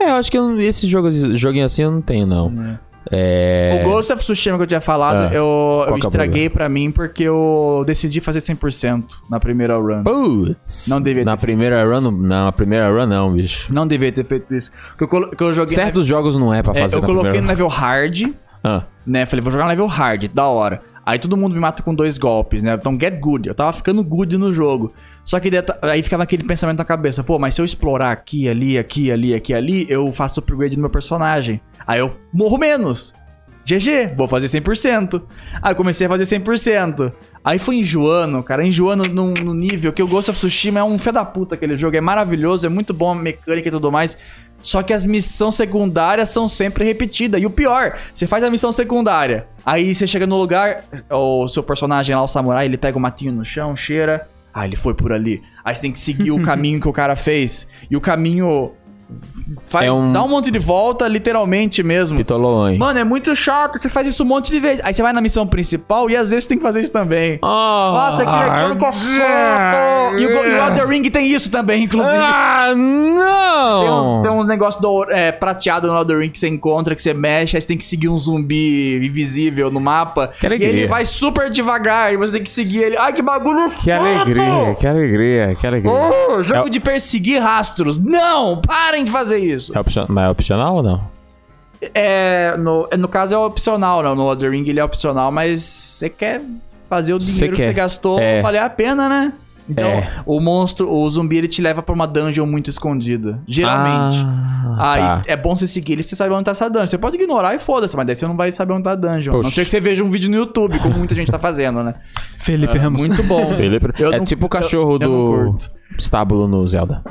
Speaker 2: É, eu acho que eu não- esses jogos, joguinho assim eu não tenho, não. É.
Speaker 1: O Ghost of Tsushima que eu tinha falado,
Speaker 2: É.
Speaker 1: eu,
Speaker 2: que é
Speaker 1: eu
Speaker 2: o
Speaker 1: estraguei pra mim porque eu decidi fazer 100% na primeira run.
Speaker 2: Putz.
Speaker 1: Não devia
Speaker 2: Na
Speaker 1: ter
Speaker 2: primeira run, não, não, a primeira run não, bicho.
Speaker 1: Não devia ter feito isso. Que eu, colo- que eu joguei. na-
Speaker 2: Certos jogos não é pra
Speaker 1: é,
Speaker 2: fazer
Speaker 1: eu
Speaker 2: na
Speaker 1: coloquei
Speaker 2: primeira
Speaker 1: no
Speaker 2: run.
Speaker 1: level hard,
Speaker 2: Ah,
Speaker 1: né? Falei, vou jogar no level hard, da hora. Aí todo mundo me mata com dois golpes, né? Então get good. Eu tava ficando good no jogo. Só que deta- aí ficava aquele pensamento na cabeça, pô, mas se eu explorar aqui, ali, aqui, ali, aqui, ali, eu faço upgrade no meu personagem. Aí eu morro menos. GG, vou fazer 100%. Aí eu comecei a fazer 100%. Aí foi enjoando, cara, enjoando num, num nível que o Ghost of Tsushima é um fé da puta aquele jogo, é maravilhoso, é muito bom a mecânica e tudo mais. Só que as missões secundárias são sempre repetidas. E o pior, você faz a missão secundária, aí você chega no lugar, o seu personagem lá, o samurai, ele pega o matinho no chão, cheira. Ah, ele foi por ali. Aí você tem que seguir
Speaker 2: [LAUGHS]
Speaker 1: o caminho que o cara fez. E o caminho faz,
Speaker 2: É um-
Speaker 1: dá um monte de volta, literalmente mesmo.
Speaker 2: pitolou, hein?
Speaker 1: Mano, é muito chato, você faz isso um monte de vezes. Aí você vai na missão principal e às vezes tem que fazer isso também.
Speaker 2: Ah,
Speaker 1: Nossa, que mecânico
Speaker 2: é.
Speaker 1: chato! E o, Go- e o Elden Ring tem isso também, inclusive.
Speaker 2: Ah,
Speaker 1: Tem uns,
Speaker 2: não!
Speaker 1: tem um uns negócios do- é, prateado no Elden Ring que você encontra, que você mexe, aí você tem que seguir um zumbi invisível no mapa. e
Speaker 2: Que alegria.
Speaker 1: ele vai super devagar e você tem que seguir ele. Ai, que bagulho
Speaker 2: Que
Speaker 1: chato! Ah,
Speaker 2: alegria, que alegria, que alegria.
Speaker 1: Oh, jogo
Speaker 2: É-
Speaker 1: de perseguir rastros. Não! Parem de fazer isso!
Speaker 2: É opcion- Mas é opcional ou não?
Speaker 1: É, no, é, no caso é opcional, né? No Elden Ring ele é opcional, mas você quer fazer o
Speaker 2: Você
Speaker 1: dinheiro que
Speaker 2: quer.
Speaker 1: você gastou
Speaker 2: É.
Speaker 1: valer a pena, né? Então,
Speaker 2: É.
Speaker 1: o monstro, o zumbi, ele te leva pra uma dungeon muito escondida. Geralmente.
Speaker 2: Ah,
Speaker 1: Ah,
Speaker 2: tá.
Speaker 1: isso- é bom você seguir ele pra você saber onde tá essa dungeon. Você pode ignorar e foda-se, mas daí você não vai saber onde tá a dungeon. A não
Speaker 2: Poxa.
Speaker 1: ser que você veja um vídeo no YouTube, como muita gente tá fazendo, né?
Speaker 3: Felipe Ramos.
Speaker 1: Muito bom.
Speaker 2: [LAUGHS] Felipe-
Speaker 1: um- Eu
Speaker 2: é
Speaker 1: não-
Speaker 2: tipo o
Speaker 1: eu-
Speaker 2: cachorro
Speaker 1: eu não
Speaker 2: do
Speaker 1: curto.
Speaker 2: estábulo no Zelda.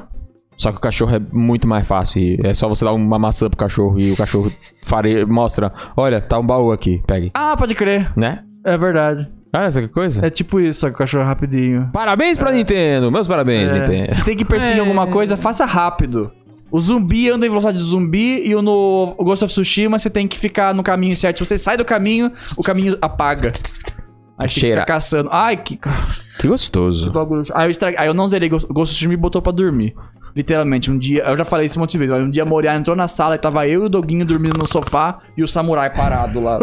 Speaker 2: Só que o cachorro é muito mais fácil. e É só você dar uma maçã pro cachorro e o cachorro fare... mostra: olha, tá um baú aqui, pegue.
Speaker 1: Ah, pode crer.
Speaker 2: Né?
Speaker 1: É verdade.
Speaker 2: Olha essa que coisa.
Speaker 1: É tipo isso, só que o cachorro é rapidinho.
Speaker 2: Parabéns pra Nintendo! Meus parabéns, Nintendo.
Speaker 1: É. Se tem que perseguir
Speaker 3: É.
Speaker 1: alguma coisa, faça rápido. O zumbi anda em velocidade de zumbi e o no Ghost of Tsushima você tem que ficar no caminho certo. Se você sai do caminho, o caminho apaga. Aí você
Speaker 2: Cheira.
Speaker 1: fica caçando. Ai, que.
Speaker 2: Que gostoso.
Speaker 1: bagulho- Aí eu, estraguei, aí eu não zerei Ghost Ghost of Tsushima e botou pra dormir. Literalmente, um dia. Eu já falei isso um monte de vezes, mas um dia a Moriana entrou na sala e tava eu e o Doguinho dormindo no sofá e o samurai parado lá.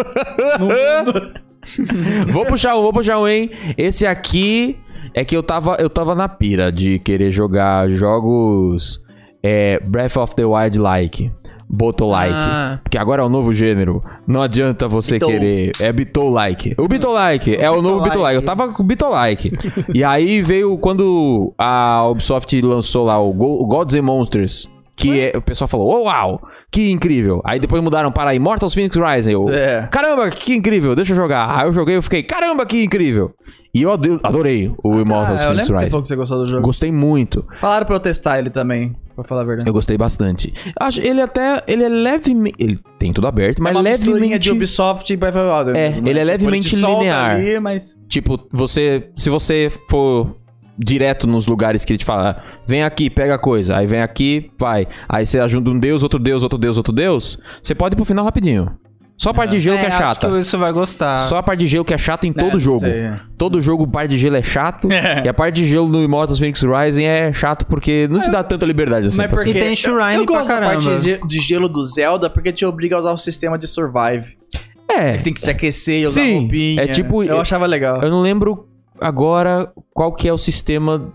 Speaker 2: Vou puxar um, vou puxar um, hein? Esse aqui é que eu tava, eu tava na pira de querer jogar jogos é, Breath of the Wild like, Boto like.
Speaker 3: Ah.
Speaker 2: Porque agora é o novo gênero. Não adianta você
Speaker 1: Bitou.
Speaker 2: querer. É Bitou like. O Bitou like é o novo Bitou like. Eu tava com o Bitou like. e aí veio quando a Ubisoft lançou lá o Go- Gods and Monsters. Que é- o pessoal falou, "Oh, uau, que incrível. Aí depois mudaram para Immortals Phoenix Rising. Eu,
Speaker 1: É.
Speaker 2: Caramba, que incrível, deixa eu jogar. Aí eu joguei e fiquei, caramba, que incrível. E eu ade- adorei o Immortals
Speaker 1: Ah, É, eu
Speaker 2: Phoenix
Speaker 1: lembro que você
Speaker 2: Rising.
Speaker 1: falou que você gostou do jogo.
Speaker 2: Gostei muito.
Speaker 1: Falaram pra eu testar ele também, pra falar a verdade.
Speaker 2: Eu gostei bastante. Acho ele até. Ele é levemente. Ele tem tudo aberto, mas
Speaker 1: é uma misturinha
Speaker 2: levemente.
Speaker 1: de Ubisoft e Breath of the Wild
Speaker 2: É,
Speaker 1: mesmo,
Speaker 2: ele é
Speaker 1: Tipo,
Speaker 2: levemente
Speaker 1: te solta
Speaker 2: linear.
Speaker 1: ali, mas...
Speaker 2: Tipo, você. Se você for direto nos lugares que ele te fala, "Ah, vem aqui, pega a coisa. Aí vem aqui, vai. Aí você ajuda um deus, outro deus, outro deus, outro deus. Você pode ir pro final rapidinho. Só a parte de gelo que é
Speaker 3: acho
Speaker 2: chata.
Speaker 3: que você vai gostar.
Speaker 2: Só a parte de gelo que é chata em
Speaker 1: É,
Speaker 2: todo
Speaker 1: não
Speaker 2: jogo.
Speaker 1: sei, é.
Speaker 2: Todo jogo, parte de gelo é chato.
Speaker 1: [LAUGHS] É.
Speaker 2: E a parte de gelo no Immortals Phoenix Rising é chato porque não te dá tanta liberdade assim.
Speaker 1: Mas
Speaker 2: pra-
Speaker 1: porque
Speaker 3: E tem shrine
Speaker 1: eu, eu
Speaker 3: pra
Speaker 1: gosto da
Speaker 3: caramba.
Speaker 1: parte de ge- de gelo do Zelda porque te obriga a usar o sistema de survive.
Speaker 2: É,
Speaker 1: Você tem que se aquecer e usar
Speaker 2: Sim,
Speaker 1: roupinha.
Speaker 2: é tipo-
Speaker 1: Eu achava legal.
Speaker 2: eu não lembro agora qual que é o sistema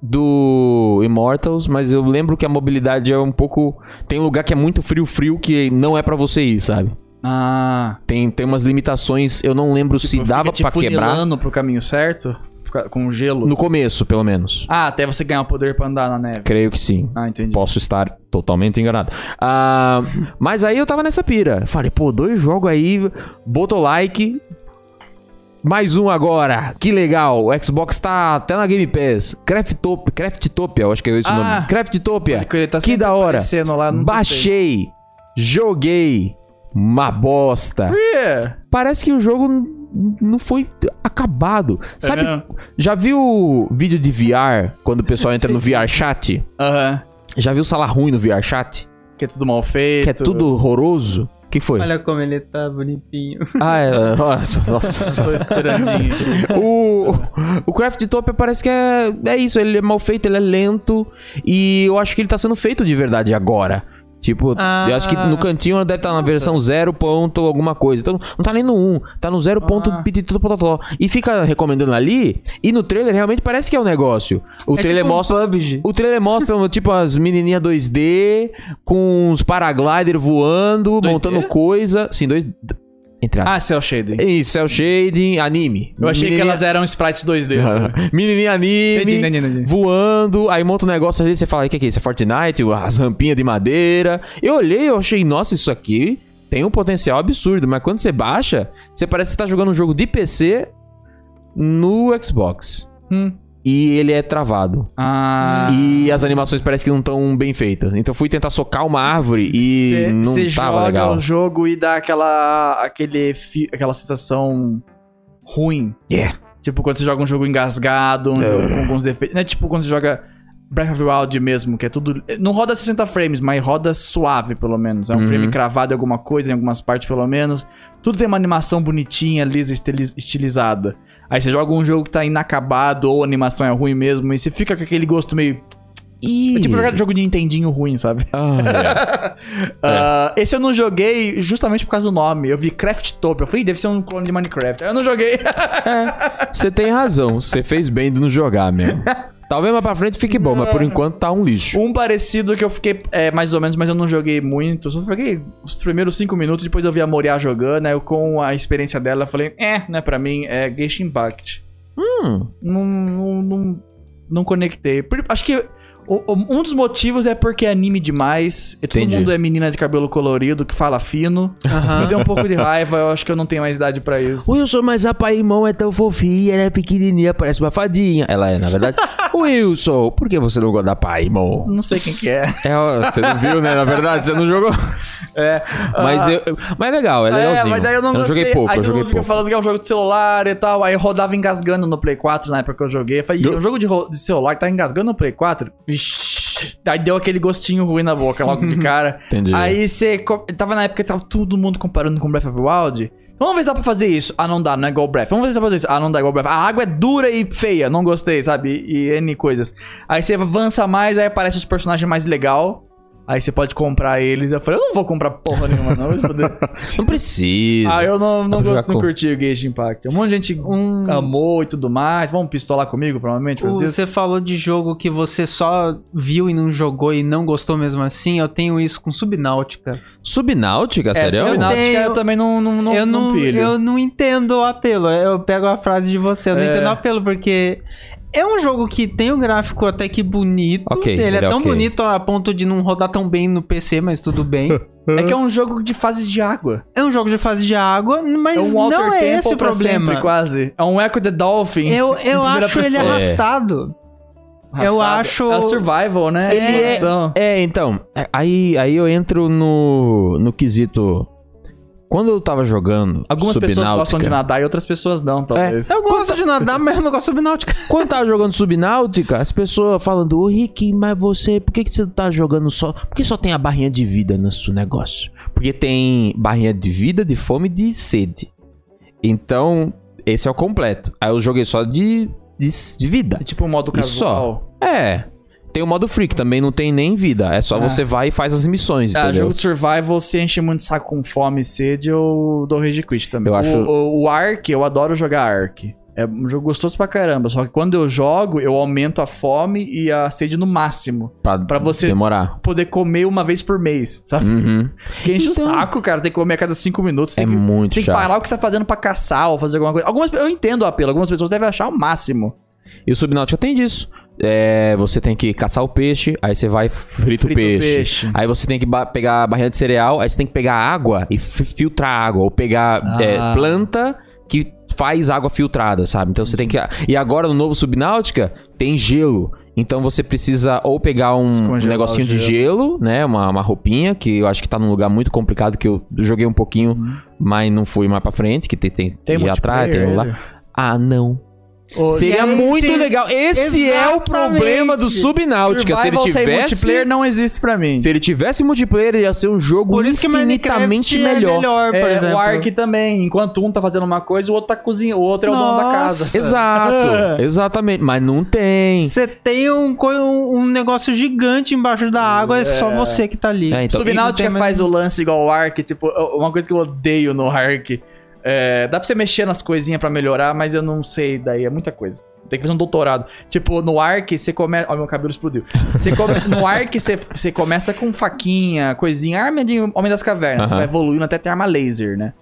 Speaker 2: do Immortals, mas eu lembro que a mobilidade é um pouco... Tem lugar que é muito frio-frio que não é pra você ir, sabe?
Speaker 1: Ah...
Speaker 2: Tem, tem umas limitações, eu não lembro se
Speaker 1: Tipo,
Speaker 2: dava
Speaker 1: fica te
Speaker 2: pra quebrar.
Speaker 1: funilando pro caminho certo? Por ca- Com gelo?
Speaker 2: No começo, pelo menos.
Speaker 1: Ah, até você ganhar o poder pra andar na neve.
Speaker 2: Creio que sim.
Speaker 1: Ah, entendi.
Speaker 2: Posso estar totalmente enganado. Ah, mas aí eu tava nessa pira. Falei, pô, dois jogos aí, botou like. Mais um agora. Que legal. O Xbox tá até na Game Pass. Craftop, Craftopia, eu acho que é esse o
Speaker 1: Ah,
Speaker 2: nome. Craftopia.
Speaker 1: Porque ele tá
Speaker 2: que
Speaker 1: sempre
Speaker 2: da hora.
Speaker 1: aparecendo lá, não
Speaker 2: Baixei, joguei. Uma bosta.
Speaker 1: gostei. Yeah.
Speaker 2: Parece que o jogo n- não foi acabado. Sabe?
Speaker 1: mesmo?
Speaker 2: Já viu vídeo de VR quando o pessoal entra no
Speaker 1: [LAUGHS]
Speaker 2: VR chat?
Speaker 1: Aham.
Speaker 2: Já viu sala ruim no VR chat?
Speaker 1: Que é tudo mal feito.
Speaker 2: Que é tudo horroroso? O que foi?
Speaker 3: Olha como ele tá bonitinho.
Speaker 2: Ah, é, [LAUGHS] nossa, nossa.
Speaker 1: Tô esperandinho.
Speaker 2: [LAUGHS] O, o Craft Topia parece que é, é isso, ele é mal feito, ele é lento. E eu acho que ele tá sendo feito de verdade agora. Tipo,
Speaker 3: Ah.
Speaker 2: eu acho que no cantinho deve estar na versão 0. ponto alguma coisa. Então não tá nem no 1, tá no 0. ponto
Speaker 1: Ah.
Speaker 2: pitituto, pototó. E fica recomendando ali. E no trailer realmente parece que é um negócio. O trailer
Speaker 3: tipo um
Speaker 2: mostra.
Speaker 3: PUBG.
Speaker 2: O trailer mostra, tipo, as menininhas 2D com uns paraglider voando,
Speaker 1: 2D?
Speaker 2: montando coisa. Sim, 2D. Entre aspas.
Speaker 1: ah, Cell Shading.
Speaker 2: Isso, cel shading, anime.
Speaker 1: Eu achei que
Speaker 2: Menininha-
Speaker 1: elas eram sprites
Speaker 2: [LAUGHS]
Speaker 1: 2D. sabe?
Speaker 2: Menininha anime,
Speaker 1: Entendi, né, entendi, entendi.
Speaker 2: voando, aí monta um negócio ali, você fala, o que que é isso? É Fortnite? As rampinhas de madeira. Eu olhei, eu achei, nossa, isso aqui tem um potencial absurdo, mas quando você baixa, você parece que tá jogando um jogo de PC no Xbox.
Speaker 1: Hum.
Speaker 2: E ele é travado.
Speaker 1: Ah.
Speaker 2: E as animações parecem que não estão bem feitas. Então eu fui tentar socar uma árvore e
Speaker 1: Cê-
Speaker 2: não
Speaker 1: cê
Speaker 2: tava
Speaker 1: joga
Speaker 2: legal.
Speaker 1: o jogo e dá aquela aquele fi- aquela sensação ruim.
Speaker 2: Yeah.
Speaker 1: Tipo quando você joga um jogo engasgado, um jogo com alguns defeitos, não é tipo quando você joga Breath of the Wild mesmo, que é tudo não roda 60 frames, mas roda suave pelo menos. É um
Speaker 2: Uhum.
Speaker 1: frame cravado em alguma coisa, em algumas partes pelo menos. Tudo tem uma animação bonitinha, lisa, estiliz- estilizada. Aí você joga um jogo que tá inacabado ou a animação é ruim mesmo, e você fica com aquele gosto meio.
Speaker 2: Ih.
Speaker 1: É tipo jogar jogo de Nintendinho ruim, sabe?
Speaker 2: Ah,
Speaker 1: Ah, esse eu não joguei justamente por causa do nome. Eu vi Craft Top. Eu falei, "Ih, deve ser um clone de Minecraft. Aí eu não joguei.
Speaker 2: [LAUGHS] Você tem razão, você fez bem de não jogar mesmo. Talvez mais pra frente fique bom, mas por enquanto tá um lixo.
Speaker 1: um parecido que eu fiquei é, mais ou menos, mas eu não joguei muito. Só joguei os primeiros cinco minutos, depois eu vi a Moriá jogando. Aí eu, com a experiência dela, eu falei, é, não é pra mim, é Genshin Impact.
Speaker 2: Hum.
Speaker 1: Não, não, não, não conectei. Por- acho que. o- o- Um dos motivos é porque é anime demais. E todo
Speaker 2: Entendi.
Speaker 1: mundo é menina de cabelo colorido que fala fino.
Speaker 3: Aham.
Speaker 1: Me deu um pouco de raiva, eu acho que eu não tenho mais idade pra isso.
Speaker 2: Wilson, mas a pai irmão é tão fofinha, ela é pequenininha, parece uma fadinha. Ela é, na [LAUGHS] verdade. Wilson, por que você não gosta da pai irmão?
Speaker 1: Não sei quem que é.
Speaker 2: É, ó, você não viu, né? Na verdade, você não jogou.
Speaker 1: É.
Speaker 2: [LAUGHS] Mas,
Speaker 1: ah,
Speaker 2: eu, eu- mas é legal, é legalzinho.
Speaker 1: mas daí eu não gostei.
Speaker 2: joguei pouco,
Speaker 1: aí
Speaker 2: eu
Speaker 1: todo
Speaker 2: joguei
Speaker 1: mundo fica
Speaker 2: pouco.
Speaker 1: falando que é um jogo de celular e tal. Aí eu rodava engasgando no Play 4 na época que eu joguei. Eu falei, "Ih,
Speaker 2: Eu-
Speaker 1: um jogo de, ro- de celular que tá engasgando no Play 4? Ixi. Aí deu aquele gostinho ruim na
Speaker 2: [LAUGHS]
Speaker 1: boca logo de cara.
Speaker 2: Entendi.
Speaker 1: Aí você. co- Tava na época que tava todo mundo comparando com Breath of the Wild. Vamos ver se dá pra fazer isso. Ah, não dá, não é igual o Breath. Vamos ver se dá pra fazer isso. Ah, não dá igual o Breath. A água é dura e feia, não gostei, sabe? E, e N coisas. Aí você avança mais, aí aparece os personagens mais legal. Aí você pode comprar eles. Eu falei, eu não vou comprar porra nenhuma, não. Eu vou poder-
Speaker 2: Não precisa.
Speaker 1: ah, eu não, não
Speaker 2: Dá pra jogar
Speaker 1: gosto, não
Speaker 2: com-
Speaker 1: curti o Gage Impact. Um monte de gente
Speaker 3: Um-
Speaker 1: amou e tudo mais. Vamos pistolar comigo, provavelmente, é por
Speaker 3: O-
Speaker 1: causa disso.
Speaker 3: Você falou de jogo que você só viu e não jogou e não gostou mesmo assim. Eu tenho isso com Subnáutica.
Speaker 2: Subnáutica,
Speaker 1: É,
Speaker 2: sério?
Speaker 1: Subnáutica eu,
Speaker 3: tenho-
Speaker 1: também não, não, não,
Speaker 3: eu, não,
Speaker 1: pilho.
Speaker 3: eu não entendo o apelo. Eu pego a frase de você, eu não
Speaker 1: É.
Speaker 3: entendo o apelo, porque é um jogo que tem um gráfico até que bonito.
Speaker 2: Ok,
Speaker 3: ele,
Speaker 2: ele
Speaker 3: é
Speaker 2: é
Speaker 3: tão
Speaker 2: ok.
Speaker 3: bonito a ponto de não rodar tão bem no PC, mas
Speaker 1: [LAUGHS]
Speaker 3: tudo bem.
Speaker 1: É que é um jogo de fase de água.
Speaker 3: é um jogo de fase de água, mas
Speaker 1: é um Walter
Speaker 3: não é
Speaker 1: Temple
Speaker 3: esse o
Speaker 1: pra
Speaker 3: problema.
Speaker 1: sempre, quase. É um Echo the Dolphin.
Speaker 3: Eu,
Speaker 1: em
Speaker 3: eu
Speaker 1: primeira
Speaker 3: acho ele
Speaker 1: pessoa.
Speaker 3: arrastado. eu acho-
Speaker 1: É o survival, né?
Speaker 3: Ele é-
Speaker 1: Exploração.
Speaker 2: É, então, é, aí, aí eu entro no, no quesito. Quando eu tava jogando
Speaker 1: Algumas pessoas
Speaker 2: Subnáutica-
Speaker 1: gostam de nadar e outras pessoas não, talvez.
Speaker 3: É, Eu gosto de
Speaker 1: [LAUGHS]
Speaker 3: nadar, mas eu não gosto de Subnáutica.
Speaker 2: Quando eu tava jogando Subnáutica, as pessoas falando, ô Rick, mas você, por que, que você tá jogando só? Por que só tem a barrinha de vida no seu negócio? Porque tem barrinha de vida, de fome e de sede. Então, esse é o completo. Aí eu joguei só de, de, de vida.
Speaker 1: É tipo um modo
Speaker 2: E só?
Speaker 1: casual.
Speaker 2: É. Tem o modo free, que também não tem nem vida. É só
Speaker 1: Ah.
Speaker 2: você vai e faz as missões,
Speaker 1: Ah,
Speaker 2: entendeu?
Speaker 1: jogo de survival, se enche muito o saco com fome e sede, eu dou rage quit também.
Speaker 2: Eu acho-
Speaker 1: O, o, o Ark, eu adoro jogar Ark. É um jogo gostoso pra caramba, só que quando eu jogo, eu aumento a fome e a sede no máximo. pra você-
Speaker 2: Demorar.
Speaker 1: Poder comer uma vez por mês, sabe?
Speaker 2: Uhum.
Speaker 1: Porque enche
Speaker 2: Então-
Speaker 1: o saco, cara. Tem que comer a cada cinco minutos. Tem
Speaker 2: É
Speaker 1: que,
Speaker 2: muito
Speaker 1: tem que
Speaker 2: chato.
Speaker 1: parar o que você tá fazendo pra caçar ou fazer alguma coisa. Algumas, eu entendo o apelo. Algumas pessoas devem achar o máximo.
Speaker 2: E o Subnáutica tem disso. É, você tem que caçar o peixe, aí você vai e frita,
Speaker 1: Frita
Speaker 2: o
Speaker 1: o
Speaker 2: peixe.
Speaker 1: peixe.
Speaker 2: Aí você tem que ba- pegar a barrinha de cereal, aí você tem que pegar água e fi- filtrar água. Ou pegar
Speaker 1: Ah.
Speaker 2: é, planta que faz água filtrada, sabe? Então você tem que. E agora no novo Subnáutica tem gelo. Então você precisa ou pegar um, um
Speaker 1: Descongelar
Speaker 2: negocinho
Speaker 1: o
Speaker 2: de gelo, né? Uma, uma roupinha, que eu acho que tá num lugar muito complicado, que eu joguei um pouquinho,
Speaker 1: Uhum.
Speaker 2: mas não fui mais pra frente, que tem, tem, que ir atrás, tem lá. Ah, não. Seria
Speaker 3: esse-
Speaker 2: muito legal. Esse é o
Speaker 3: Exatamente.
Speaker 2: problema do Subnáutica. Se ele
Speaker 1: Survival sem
Speaker 2: tivesse.
Speaker 1: multiplayer não existe pra mim.
Speaker 2: Se ele tivesse multiplayer, ia ser um jogo
Speaker 3: Por isso que
Speaker 2: infinitamente
Speaker 3: Minecraft
Speaker 2: melhor.
Speaker 3: é melhor, por
Speaker 1: É,
Speaker 3: exemplo.
Speaker 1: O Ark também. Enquanto um tá fazendo uma coisa, o outro tá cozinhando. O outro é o dono da
Speaker 3: Nossa.
Speaker 1: casa. [LAUGHS]
Speaker 2: Exato, exatamente. Mas não tem.
Speaker 3: Você tem um, co- um um negócio gigante embaixo da água, é, só você que tá ali.
Speaker 2: É, então,
Speaker 1: Subnáutica
Speaker 3: Não tem um-
Speaker 1: faz o lance igual o Ark. Tipo, uma coisa que eu odeio no Ark. É, dá pra você mexer nas coisinhas pra melhorar, mas eu não sei daí. É muita coisa. Tem que fazer um doutorado. Tipo, no Ark, você começa. Ó, meu cabelo explodiu. Você
Speaker 3: [LAUGHS]
Speaker 1: come- No Ark, você, você começa com faquinha, coisinha, arma de Homem das Cavernas. Você
Speaker 2: Aham.
Speaker 1: vai evoluindo até ter arma laser, né?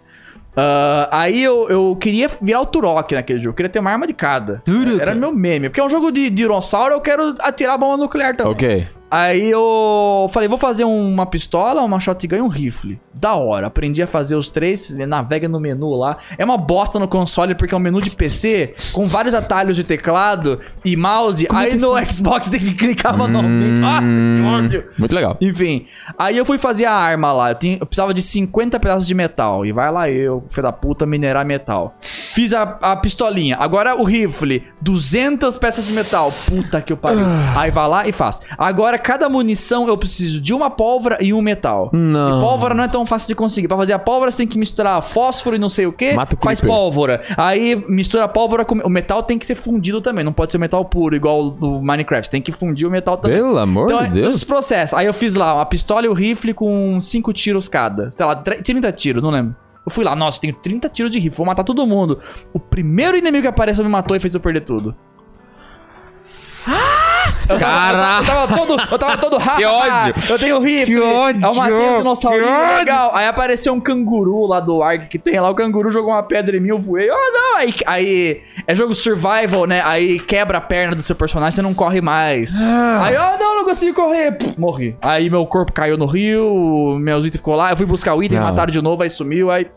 Speaker 1: Ah, aí eu, eu queria virar o Turok naquele jogo. Eu queria ter uma arma de cada.
Speaker 3: Turok.
Speaker 1: Era meu meme. Porque é um jogo de dinossauro, eu quero atirar bomba nuclear também.
Speaker 2: Ok.
Speaker 1: Aí eu falei, vou fazer um, uma pistola, uma shotgun e um rifle. Da hora. Aprendi a fazer os três, navega no menu lá. É uma bosta no console porque é um menu de PC com vários atalhos de teclado e mouse. aí no Xbox tem que clicar
Speaker 2: Hum.
Speaker 1: manualmente. Nossa, Ah, que ódio.
Speaker 2: Muito legal.
Speaker 1: Enfim, aí eu fui fazer a arma lá. Eu, tinha- eu precisava de 50 pedaços de metal. E vai lá eu, filho da puta, minerar metal. Fiz a, a pistolinha. Agora o rifle, 200 peças de metal. Puta que eu pariu.
Speaker 2: Ah.
Speaker 1: aí vai lá e faz. Agora cada munição eu preciso de uma pólvora e um metal.
Speaker 2: Não.
Speaker 1: E pólvora não é tão fácil de conseguir. Pra fazer a pólvora você tem que misturar fósforo e não sei o que.
Speaker 2: Mata o
Speaker 1: Faz
Speaker 2: creeper.
Speaker 1: pólvora. Aí mistura a pólvora com. O metal tem que ser fundido também. Não pode ser metal puro, igual do Minecraft. Tem que fundir o metal também.
Speaker 2: Pelo amor
Speaker 1: Então,
Speaker 2: de
Speaker 1: é
Speaker 2: Deus.
Speaker 1: esses processos. Aí eu fiz lá uma pistola e o rifle com cinco tiros cada. Sei lá, tre- 30 tiros, não lembro. Eu fui lá, nossa, tenho 30 tiros de rifle, vou matar todo mundo. O primeiro inimigo que apareceu me matou e fez eu perder tudo. Ah! Eu tava-
Speaker 2: Caraca.
Speaker 1: Eu tava, todo, eu tava todo rápido.
Speaker 2: [LAUGHS] Que ódio.
Speaker 1: Eu tenho rifle.
Speaker 2: Que ódio.
Speaker 1: Eu matei um dinossaurinho,
Speaker 2: Que ódio.
Speaker 1: legal. Aí apareceu um canguru lá do Ark que tem lá. O canguru jogou uma pedra em mim, eu voei. Ah, não! Aí, aí é jogo survival, né? Aí quebra a perna do seu personagem, você não corre
Speaker 2: [GASPS]
Speaker 1: mais. [GASPS] Aí, ah, não, não consegui correr. Puf, morri. Aí meu corpo caiu no rio, meus itens ficou lá. Eu fui buscar o item,
Speaker 2: Não.
Speaker 1: mataram de novo, aí sumiu, aí...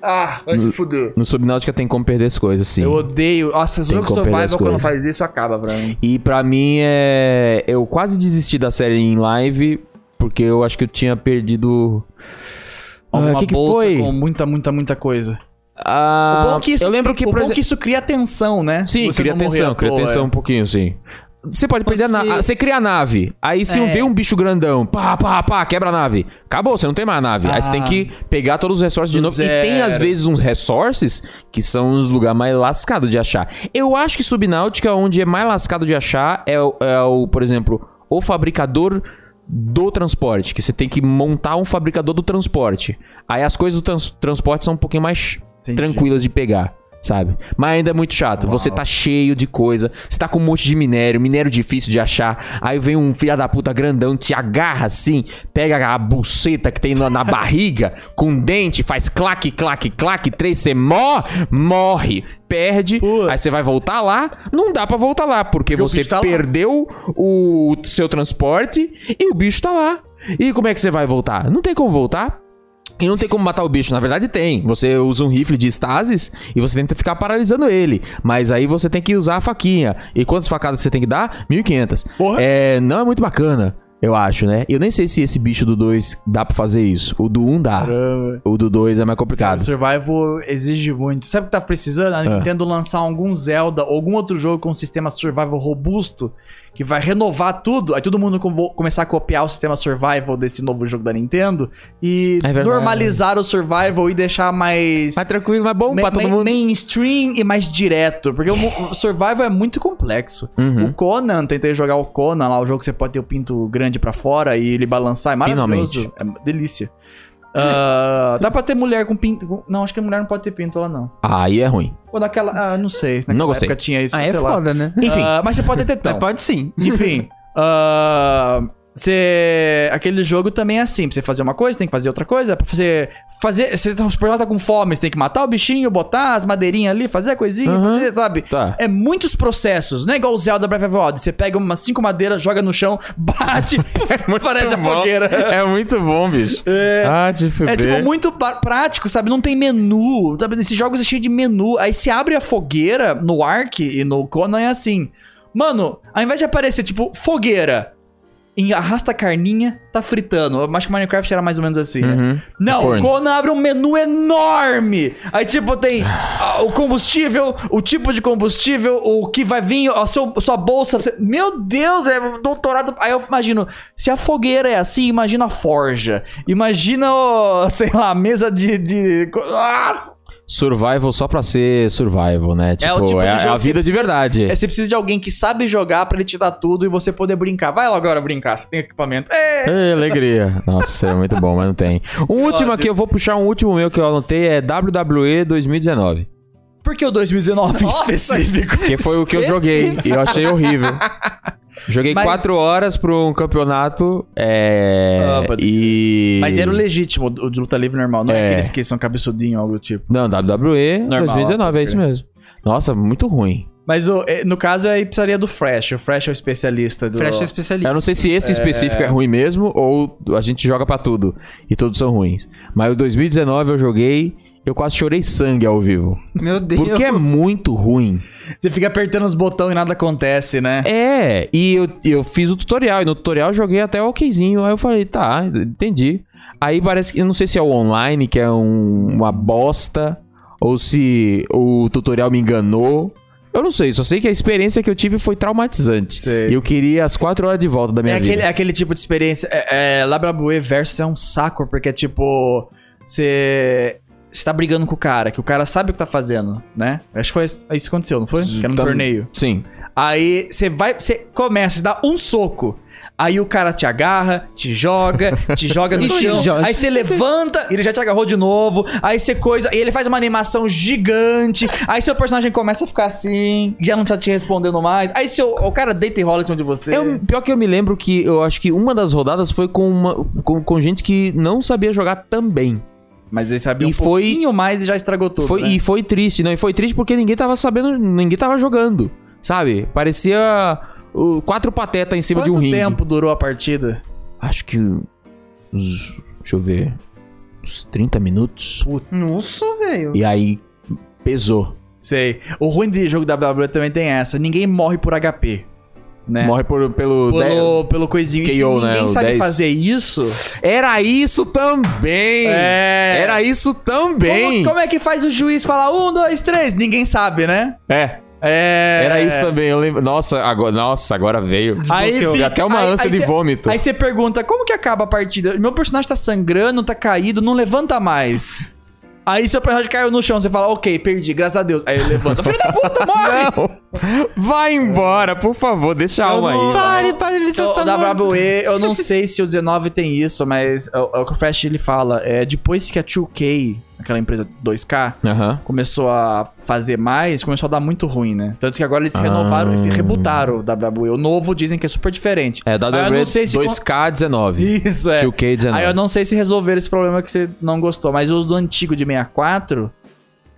Speaker 1: Ah, vai se fuder.
Speaker 2: No Subnáutica tem como perder as coisas, Hum. sim.
Speaker 1: Eu odeio. Nossa,
Speaker 2: Tem
Speaker 1: jogo
Speaker 2: como perder as
Speaker 1: survival, é quando
Speaker 2: coisas.
Speaker 1: faz isso, acaba pra mim.
Speaker 2: E pra mim é. Eu quase desisti da série em live, porque eu acho que eu tinha perdido. Ah,
Speaker 1: Uma
Speaker 2: que que
Speaker 1: bolsa
Speaker 2: foi?
Speaker 1: com muita, muita, muita coisa.
Speaker 2: Ah,
Speaker 1: O bom é que isso-
Speaker 2: eu lembro que,
Speaker 1: o
Speaker 2: por
Speaker 1: bom é
Speaker 2: exemplo-
Speaker 1: que isso cria tensão, né?
Speaker 2: Sim,
Speaker 1: Você
Speaker 2: cria
Speaker 1: não morrer à
Speaker 2: tensão, cria
Speaker 1: toa, é.
Speaker 2: tensão um pouquinho, sim. Você pode perder a
Speaker 3: Você-
Speaker 2: nave. Você cria a nave. Aí se
Speaker 1: É.
Speaker 2: vê um bicho grandão, pá, pá, pá, quebra a nave. Acabou, você não tem mais a nave. Aí você tem que pegar todos os resources de
Speaker 1: Do
Speaker 2: novo. E tem, às
Speaker 1: zero.
Speaker 2: vezes, uns resources que são os lugares mais lascados de achar. Eu acho que Subnáutica, onde é mais lascado de achar, é, o- é o, por exemplo, o fabricador do transporte. Que você tem que montar um fabricador do transporte. Aí as coisas do trans- transporte são um pouquinho mais
Speaker 1: Entendi.
Speaker 2: tranquilas de pegar, sabe? Mas ainda é muito chato. Você tá cheio de coisa, você tá com um monte de minério, minério difícil de achar. Aí vem um filho da puta grandão, te agarra assim, pega a buceta que tem na, na barriga, [LAUGHS] com dente, faz claque, claque, claque, três, você mor morre, perde.
Speaker 1: Putz.
Speaker 2: Aí você vai voltar lá, não dá pra voltar lá, porque
Speaker 1: Porque o
Speaker 2: você
Speaker 1: bicho tá lá.
Speaker 2: perdeu o seu transporte e o bicho tá lá. E como é que você vai voltar? Não tem como voltar. E não tem como matar o bicho. Na verdade, tem. Você usa um rifle de estasis e você tenta ficar paralisando ele. Mas aí você tem que usar a faquinha. E quantas facadas você tem que dar? 1500.
Speaker 1: Porra.
Speaker 2: É, não é muito bacana, eu acho, né? Eu nem sei se esse bicho do 2 dá pra fazer isso. O do 1 um dá.
Speaker 1: Caramba.
Speaker 2: O do 2 é mais
Speaker 1: Cara,
Speaker 2: complicado. Ah.
Speaker 1: survival exige muito. Sabe o que tá precisando? A Nintendo lançar algum Zelda ou algum outro jogo com um sistema survival robusto que vai renovar tudo. Aí todo mundo com- vou começar a copiar o sistema survival desse novo jogo da Nintendo e
Speaker 2: É verdade.
Speaker 1: normalizar o survival e deixar mais
Speaker 2: Mais tranquilo, mais bom
Speaker 1: ma-
Speaker 2: pra todo
Speaker 1: ma-
Speaker 2: mundo.
Speaker 1: mainstream e mais direto. Porque o mo- o survival é muito complexo.
Speaker 2: Uhum.
Speaker 1: O Conan, tentei jogar o Conan lá, o jogo que você pode ter o pinto grande pra fora e ele balançar. É maravilhoso.
Speaker 2: Finalmente.
Speaker 1: É uma delícia. Ah, dá pra ter mulher com pinto. com- Não, acho que a mulher não pode ter pinto lá, não.
Speaker 2: Aí é ruim.
Speaker 1: Ou naquela. Ah, não sei. Naquela
Speaker 2: Não gostei.
Speaker 1: época tinha isso,
Speaker 3: Ah, é
Speaker 1: sei lá.
Speaker 3: foda, né?
Speaker 2: Enfim.
Speaker 1: Ah, mas você pode ter
Speaker 3: [LAUGHS]
Speaker 1: tetão.
Speaker 3: Mas pode sim.
Speaker 1: Enfim. ah, você. Aquele jogo também é assim. Pra você fazer uma coisa, tem que fazer outra coisa. Pra você. Fazer. Você tá, por exemplo, tá com fome, você tem que matar o bichinho, botar as madeirinhas ali, fazer a coisinha,
Speaker 2: Uhum.
Speaker 1: fazer, sabe?
Speaker 2: Tá.
Speaker 1: É muitos processos. Não é igual o Zelda Breath of the Wild. Você pega umas cinco madeiras, joga no chão, bate,
Speaker 2: [LAUGHS]
Speaker 1: parece a
Speaker 2: É bom. [LAUGHS]
Speaker 1: fogueira.
Speaker 2: É muito bom, bicho.
Speaker 1: É.
Speaker 2: Ah, de fuder.
Speaker 1: É tipo muito pra- prático, sabe? Não tem menu. Sabe? Nesses jogos é cheio de menu. Aí você abre a fogueira no Ark e no Conan é assim. Mano, ao invés de aparecer, tipo, fogueira. Em arrasta a carninha, tá fritando. Eu acho que Minecraft era mais ou menos assim,
Speaker 2: Uhum.
Speaker 1: né? Não,
Speaker 2: Forno.
Speaker 1: o Conan abre um menu enorme. Aí, tipo, tem ah, o combustível, o tipo de combustível, o que vai vir, a seu- sua bolsa. Você- Meu Deus, é um doutorado. Aí eu imagino, se a fogueira é assim, imagina a forja. Imagina, o, [LAUGHS] sei lá, a mesa de. de... co- Nossa!
Speaker 2: Survival só pra ser survival, né? Tipo, é,
Speaker 1: o tipo de
Speaker 2: é
Speaker 1: jogo
Speaker 2: a
Speaker 1: que você
Speaker 2: vida de verdade.
Speaker 1: É, você precisa de alguém que sabe jogar pra ele te dar tudo e você poder brincar. Vai lá agora brincar, você tem equipamento. É!
Speaker 2: Ei, alegria. Nossa, isso é muito bom, mas não tem. Um último aqui, eu vou puxar um último meu que eu anotei, é WWE 2019.
Speaker 1: Por que o 2019 em específico?
Speaker 2: Que foi o que eu joguei e eu achei horrível. Joguei
Speaker 1: é Mas-
Speaker 2: quatro horas pra um campeonato é,
Speaker 1: Ah, pode
Speaker 2: e...
Speaker 1: Mas era o legítimo, o de luta livre normal, não é,
Speaker 2: É.
Speaker 1: aqueles que são cabeçudinho ou algo do tipo.
Speaker 2: Não, WWE
Speaker 1: Normal,
Speaker 2: 2019, é isso mesmo. Nossa, muito ruim.
Speaker 1: Mas o- eh, no caso aí precisaria do Fresh. O Fresh é o especialista do.
Speaker 3: Fresh é
Speaker 2: Eu
Speaker 3: especialista.
Speaker 2: não sei se esse específico é ruim mesmo ou a gente joga pra tudo e todos são ruins. Mas o 2019 eu joguei, eu quase chorei sangue ao vivo.
Speaker 3: Meu Deus.
Speaker 2: Porque é muito ruim.
Speaker 1: Você fica apertando os botões e nada acontece, né?
Speaker 2: É, e eu, eu fiz o tutorial, e no tutorial eu joguei até o okzinho. Aí eu falei, tá, entendi. Aí parece que, eu não sei se é o online, que é um- uma bosta, ou se o tutorial me enganou. Eu não sei, só sei que a experiência que eu tive foi traumatizante.
Speaker 1: Sei.
Speaker 2: E eu queria as quatro horas de volta da
Speaker 1: É
Speaker 2: minha vida.
Speaker 1: aquele, é aquele tipo de experiência. É, é, WWE versus é um saco, porque é tipo. Você. Você tá brigando com o cara, que o cara sabe o que tá fazendo, né? Acho que foi isso isso que aconteceu, não foi? Que era um
Speaker 2: Tam-
Speaker 1: torneio.
Speaker 2: Sim.
Speaker 1: Aí você vai, você começa, você dá um soco. Aí o cara te agarra, te
Speaker 2: [LAUGHS]
Speaker 1: joga, te joga no
Speaker 3: Te
Speaker 1: chão.
Speaker 3: joga.
Speaker 1: Aí você levanta, ele já te agarrou de novo. Aí você coisa, e ele faz uma animação gigante. Aí seu personagem começa a ficar assim, já não tá te respondendo mais. Aí seu, o cara deita e rola em cima de você.
Speaker 2: Eu- pior que eu me lembro que eu acho que uma das rodadas foi com, uma- com, com gente que não sabia jogar também.
Speaker 1: Mas ele sabia
Speaker 2: E
Speaker 1: um
Speaker 2: foi-
Speaker 1: pouquinho mais e já estragou tudo.
Speaker 2: foi,
Speaker 1: né?
Speaker 2: E foi triste, não. E foi triste porque ninguém tava sabendo, ninguém tava jogando, sabe? Parecia o, quatro patetas em cima
Speaker 1: Quanto
Speaker 2: de um ringue.
Speaker 1: tempo durou a partida?
Speaker 2: Acho que uns, deixa eu ver, uns 30 minutos.
Speaker 3: Nossa, velho.
Speaker 2: E aí pesou.
Speaker 1: Sei. O ruim de jogo da WWE também tem essa. Ninguém morre por HP. Né?
Speaker 2: Morre por, pelo...
Speaker 1: pelo, pelo coisinho. e se
Speaker 2: KO, né?
Speaker 1: ninguém
Speaker 2: O
Speaker 1: sabe
Speaker 2: 10.
Speaker 1: fazer isso...
Speaker 2: Era isso também!
Speaker 1: É.
Speaker 2: Era isso
Speaker 1: Como,
Speaker 2: também!
Speaker 1: como é que faz o juiz falar um, dois, três? Ninguém sabe, né?
Speaker 2: É.
Speaker 1: É.
Speaker 2: Era isso também, eu lembro. Nossa, agora, nossa, agora veio.
Speaker 1: Aí
Speaker 2: Desbloqueou.
Speaker 1: fica-
Speaker 2: Deu até uma
Speaker 1: aí-
Speaker 2: ânsia
Speaker 1: aí
Speaker 2: de
Speaker 1: cê-
Speaker 2: vômito.
Speaker 1: Aí você pergunta, como que acaba a partida? Meu personagem tá sangrando, tá caído, não levanta mais. Aí seu personagem caiu no chão, você fala, ok, perdi, graças a Deus. Aí ele levanta, filho da
Speaker 2: [LAUGHS]
Speaker 1: puta, morre!
Speaker 2: Não. Vai embora, por favor, deixa a
Speaker 1: Eu
Speaker 2: alma
Speaker 1: não-
Speaker 2: aí.
Speaker 3: Pare, pare, ele tá já
Speaker 1: Eu,
Speaker 3: está
Speaker 1: o
Speaker 3: morto.
Speaker 1: WWE, eu não sei se o 19 tem isso, mas é o é o que o Fast ele fala, é, depois que a 2K, aquela empresa 2K,
Speaker 2: Aham.
Speaker 1: começou a fazer mais, começou a dar muito ruim, né? Tanto que agora eles
Speaker 2: Ah.
Speaker 1: renovaram e rebutaram o WWE. O novo dizem que é super diferente.
Speaker 2: É
Speaker 1: Aí eu
Speaker 2: WWE
Speaker 1: não sei se
Speaker 2: 2K19.
Speaker 1: Isso, é.
Speaker 2: 2K19.
Speaker 1: Aí eu não sei se resolveram esse problema que você não gostou, mas os do antigo de 64.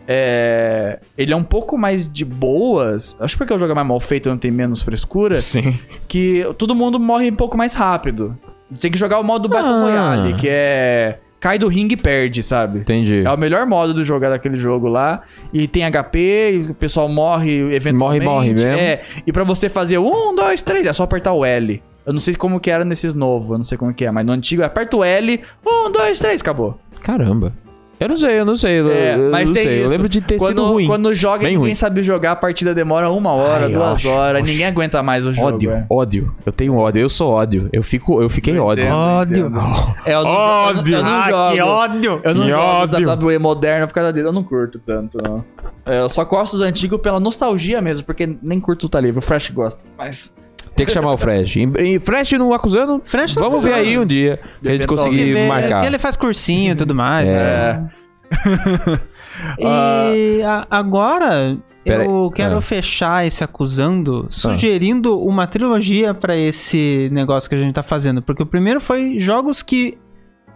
Speaker 1: É. Ele é um pouco mais de boas. Acho que porque o jogo é mais mal feito, não tem menos frescura.
Speaker 2: Sim.
Speaker 1: Que todo mundo morre um pouco mais rápido. Tem que jogar o modo Battle
Speaker 2: Ah.
Speaker 1: Royale, que é. Cai do ringue e perde, sabe?
Speaker 2: Entendi.
Speaker 1: É o melhor modo de jogar daquele jogo lá. E tem HP, e o pessoal morre eventualmente.
Speaker 2: Morre, morre mesmo.
Speaker 1: É, e pra você fazer um, dois, três, é só apertar o L. Eu não sei como que era nesses novos, eu não sei como que é, mas no antigo é aperta o L, um, dois, três, acabou.
Speaker 2: Caramba. Eu não sei, eu não sei. eu-
Speaker 1: É,
Speaker 2: eu
Speaker 1: mas
Speaker 2: não
Speaker 1: tem
Speaker 2: sei. Eu
Speaker 1: isso.
Speaker 2: lembro de ter
Speaker 1: quando,
Speaker 2: sido ruim.
Speaker 1: Quando joga e
Speaker 2: Bem
Speaker 1: ninguém
Speaker 2: ruim.
Speaker 1: sabe jogar, a partida demora uma hora,
Speaker 2: Ai,
Speaker 1: duas
Speaker 2: oxe,
Speaker 1: horas,
Speaker 2: oxe.
Speaker 1: ninguém aguenta mais o jogo.
Speaker 2: Ódio,
Speaker 1: é.
Speaker 2: ódio. Eu tenho ódio, eu sou ódio. Eu, fico, eu fiquei ódio.
Speaker 1: entendo.
Speaker 3: Ódio.
Speaker 1: É, eu não,
Speaker 2: Ódio.
Speaker 1: Eu não, eu não
Speaker 3: Ah,
Speaker 1: jogo.
Speaker 3: que ódio.
Speaker 1: Eu não
Speaker 2: Que
Speaker 1: jogo
Speaker 2: ódio.
Speaker 1: os WWE moderno por causa dele, eu não curto tanto, não. É, eu só gosto dos antigos pela nostalgia mesmo, porque nem curto o Talivre, o Fresh gosta. Mas.
Speaker 2: Tem que chamar o Fresh. E, e Fresh não acusando?
Speaker 3: Fresh não
Speaker 2: Vamos ver
Speaker 3: acusando.
Speaker 2: aí um dia que a
Speaker 1: tá Depende
Speaker 2: gente conseguir
Speaker 1: do né?
Speaker 3: Ele-
Speaker 2: marcar.
Speaker 3: Ele faz cursinho e tudo mais. né?
Speaker 1: É.
Speaker 2: [LAUGHS]
Speaker 3: E a- agora
Speaker 2: Ah. Pera
Speaker 3: eu
Speaker 2: aí.
Speaker 3: quero
Speaker 2: Ah.
Speaker 3: fechar esse acusando sugerindo uma trilogia pra esse negócio que a gente tá fazendo, porque o primeiro foi jogos que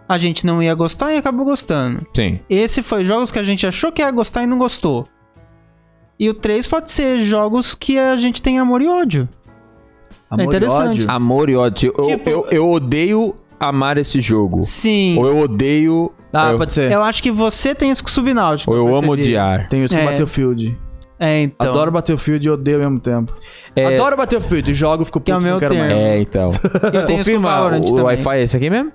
Speaker 3: a gente não ia gostar e acabou gostando.
Speaker 2: Sim.
Speaker 3: Esse foi jogos que a gente achou que ia gostar e não gostou. E o 3 pode ser jogos que a gente tem amor e ódio.
Speaker 1: Amor e
Speaker 3: interessante.
Speaker 1: ódio.
Speaker 2: Amor e ódio. Eu,
Speaker 3: Tipo-
Speaker 2: eu, eu odeio amar esse jogo.
Speaker 3: Sim.
Speaker 2: Ou eu odeio.
Speaker 1: Ah,
Speaker 2: ou eu,
Speaker 1: pode ser.
Speaker 3: Eu acho que você tem isso com o Subnáutica.
Speaker 2: ou eu amo
Speaker 3: percebi.
Speaker 2: odiar.
Speaker 1: Tenho isso com
Speaker 3: É.
Speaker 1: Battlefield.
Speaker 3: É, então.
Speaker 1: Adoro Battlefield e odeio ao mesmo tempo. Adoro Battlefield, jogo, fico
Speaker 3: Que
Speaker 1: puto,
Speaker 3: é o meu
Speaker 1: não quero
Speaker 3: termo.
Speaker 1: mais.
Speaker 2: É, então.
Speaker 3: Eu tenho isso com
Speaker 2: Confirma,
Speaker 3: o Valorant
Speaker 2: o,
Speaker 3: também.
Speaker 2: Wi-Fi é esse aqui mesmo?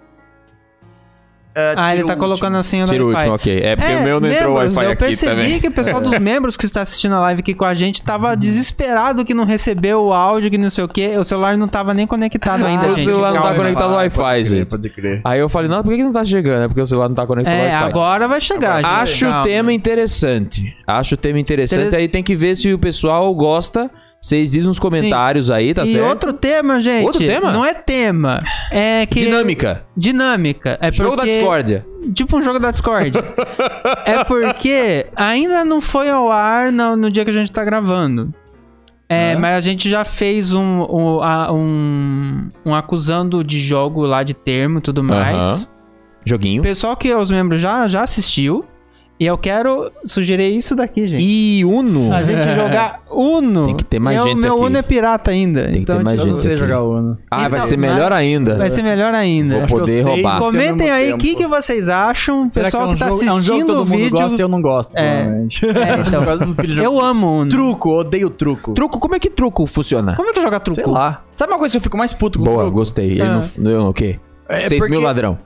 Speaker 1: É,
Speaker 3: Ah,
Speaker 1: um
Speaker 3: ele tá colocando a senha do
Speaker 2: Tira o
Speaker 3: Wi-Fi.
Speaker 2: último, ok. É né? porque o meu não entrou o
Speaker 3: membros,
Speaker 2: Wi-Fi
Speaker 3: Eu
Speaker 2: aqui
Speaker 3: percebi
Speaker 2: também. Uhum.
Speaker 3: que o
Speaker 2: [LAUGHS]
Speaker 3: pessoal dos membros que está assistindo a live aqui com a gente tava desesperado que não recebeu o áudio, que não sei o quê. O celular não tava nem conectado ainda,
Speaker 2: o
Speaker 3: gente.
Speaker 2: celular não tá
Speaker 3: Calma.
Speaker 2: conectado ao Wi-Fi, gente.
Speaker 1: Pode crer.
Speaker 2: Aí eu falei, não, por que que não tá chegando? É porque o celular não tá conectado ao
Speaker 3: É,
Speaker 2: Wi-Fi.
Speaker 3: agora vai chegar, gente.
Speaker 2: Acho
Speaker 3: Calma.
Speaker 2: o tema interessante. Acho o tema interessante.
Speaker 3: Interes-
Speaker 2: Aí tem que ver se o pessoal gosta. Vocês dizem nos comentários aí, tá
Speaker 3: e
Speaker 2: certo?
Speaker 3: outro tema, gente.
Speaker 2: Outro tema?
Speaker 3: Não é tema. É que...
Speaker 2: Dinâmica.
Speaker 3: Dinâmica. É
Speaker 2: Jogo da
Speaker 3: porque-
Speaker 2: discórdia.
Speaker 3: Tipo um jogo da Discord. é porque ainda não foi ao ar no, no dia que a gente tá gravando. É, mas a gente já fez um, um, a- um, um acusando de jogo lá de termo e tudo mais.
Speaker 2: Aham.
Speaker 3: O
Speaker 2: Joguinho.
Speaker 3: pessoal que é os membros já, já assistiu. E eu quero sugerir isso daqui, gente.
Speaker 2: E Uno.
Speaker 3: A gente jogar Uno.
Speaker 2: Tem que ter mais
Speaker 3: meu,
Speaker 2: gente
Speaker 3: Meu
Speaker 2: aqui.
Speaker 3: Uno é pirata ainda.
Speaker 2: Tem que
Speaker 3: então,
Speaker 2: ter mais
Speaker 1: Eu
Speaker 2: gente
Speaker 1: não sei
Speaker 2: aqui.
Speaker 1: jogar Uno.
Speaker 2: Ah, vai
Speaker 3: Então,
Speaker 2: ser
Speaker 3: mas-
Speaker 2: melhor ainda.
Speaker 3: Vai ser melhor
Speaker 2: Vou
Speaker 3: ainda.
Speaker 1: que eu
Speaker 2: poder
Speaker 1: sei,
Speaker 2: roubar.
Speaker 1: mas-
Speaker 3: Comentem
Speaker 1: ao mesmo
Speaker 3: aí o
Speaker 1: tempo.
Speaker 3: que, que vocês acham. O pessoal que,
Speaker 1: é um
Speaker 3: tá
Speaker 1: jogo, é um
Speaker 3: assistindo
Speaker 1: jogo que todo
Speaker 3: o
Speaker 1: mundo
Speaker 3: vídeo.
Speaker 1: gosta e eu não gosto,
Speaker 3: É.
Speaker 1: provavelmente.
Speaker 3: É, então.
Speaker 1: [LAUGHS] Por causa do filho de jogo.
Speaker 3: Eu amo Uno.
Speaker 1: Truco, odeio truco.
Speaker 2: Truco, como é que truco funciona?
Speaker 3: Como é que joga truco?
Speaker 1: Sei lá. Sabe uma coisa que eu fico mais puto com
Speaker 2: Boa,
Speaker 1: truco?
Speaker 2: gostei. Ele
Speaker 3: Ah.
Speaker 2: não, não, o quê?
Speaker 1: É,
Speaker 2: 6 mil
Speaker 1: porque-
Speaker 2: ladrão.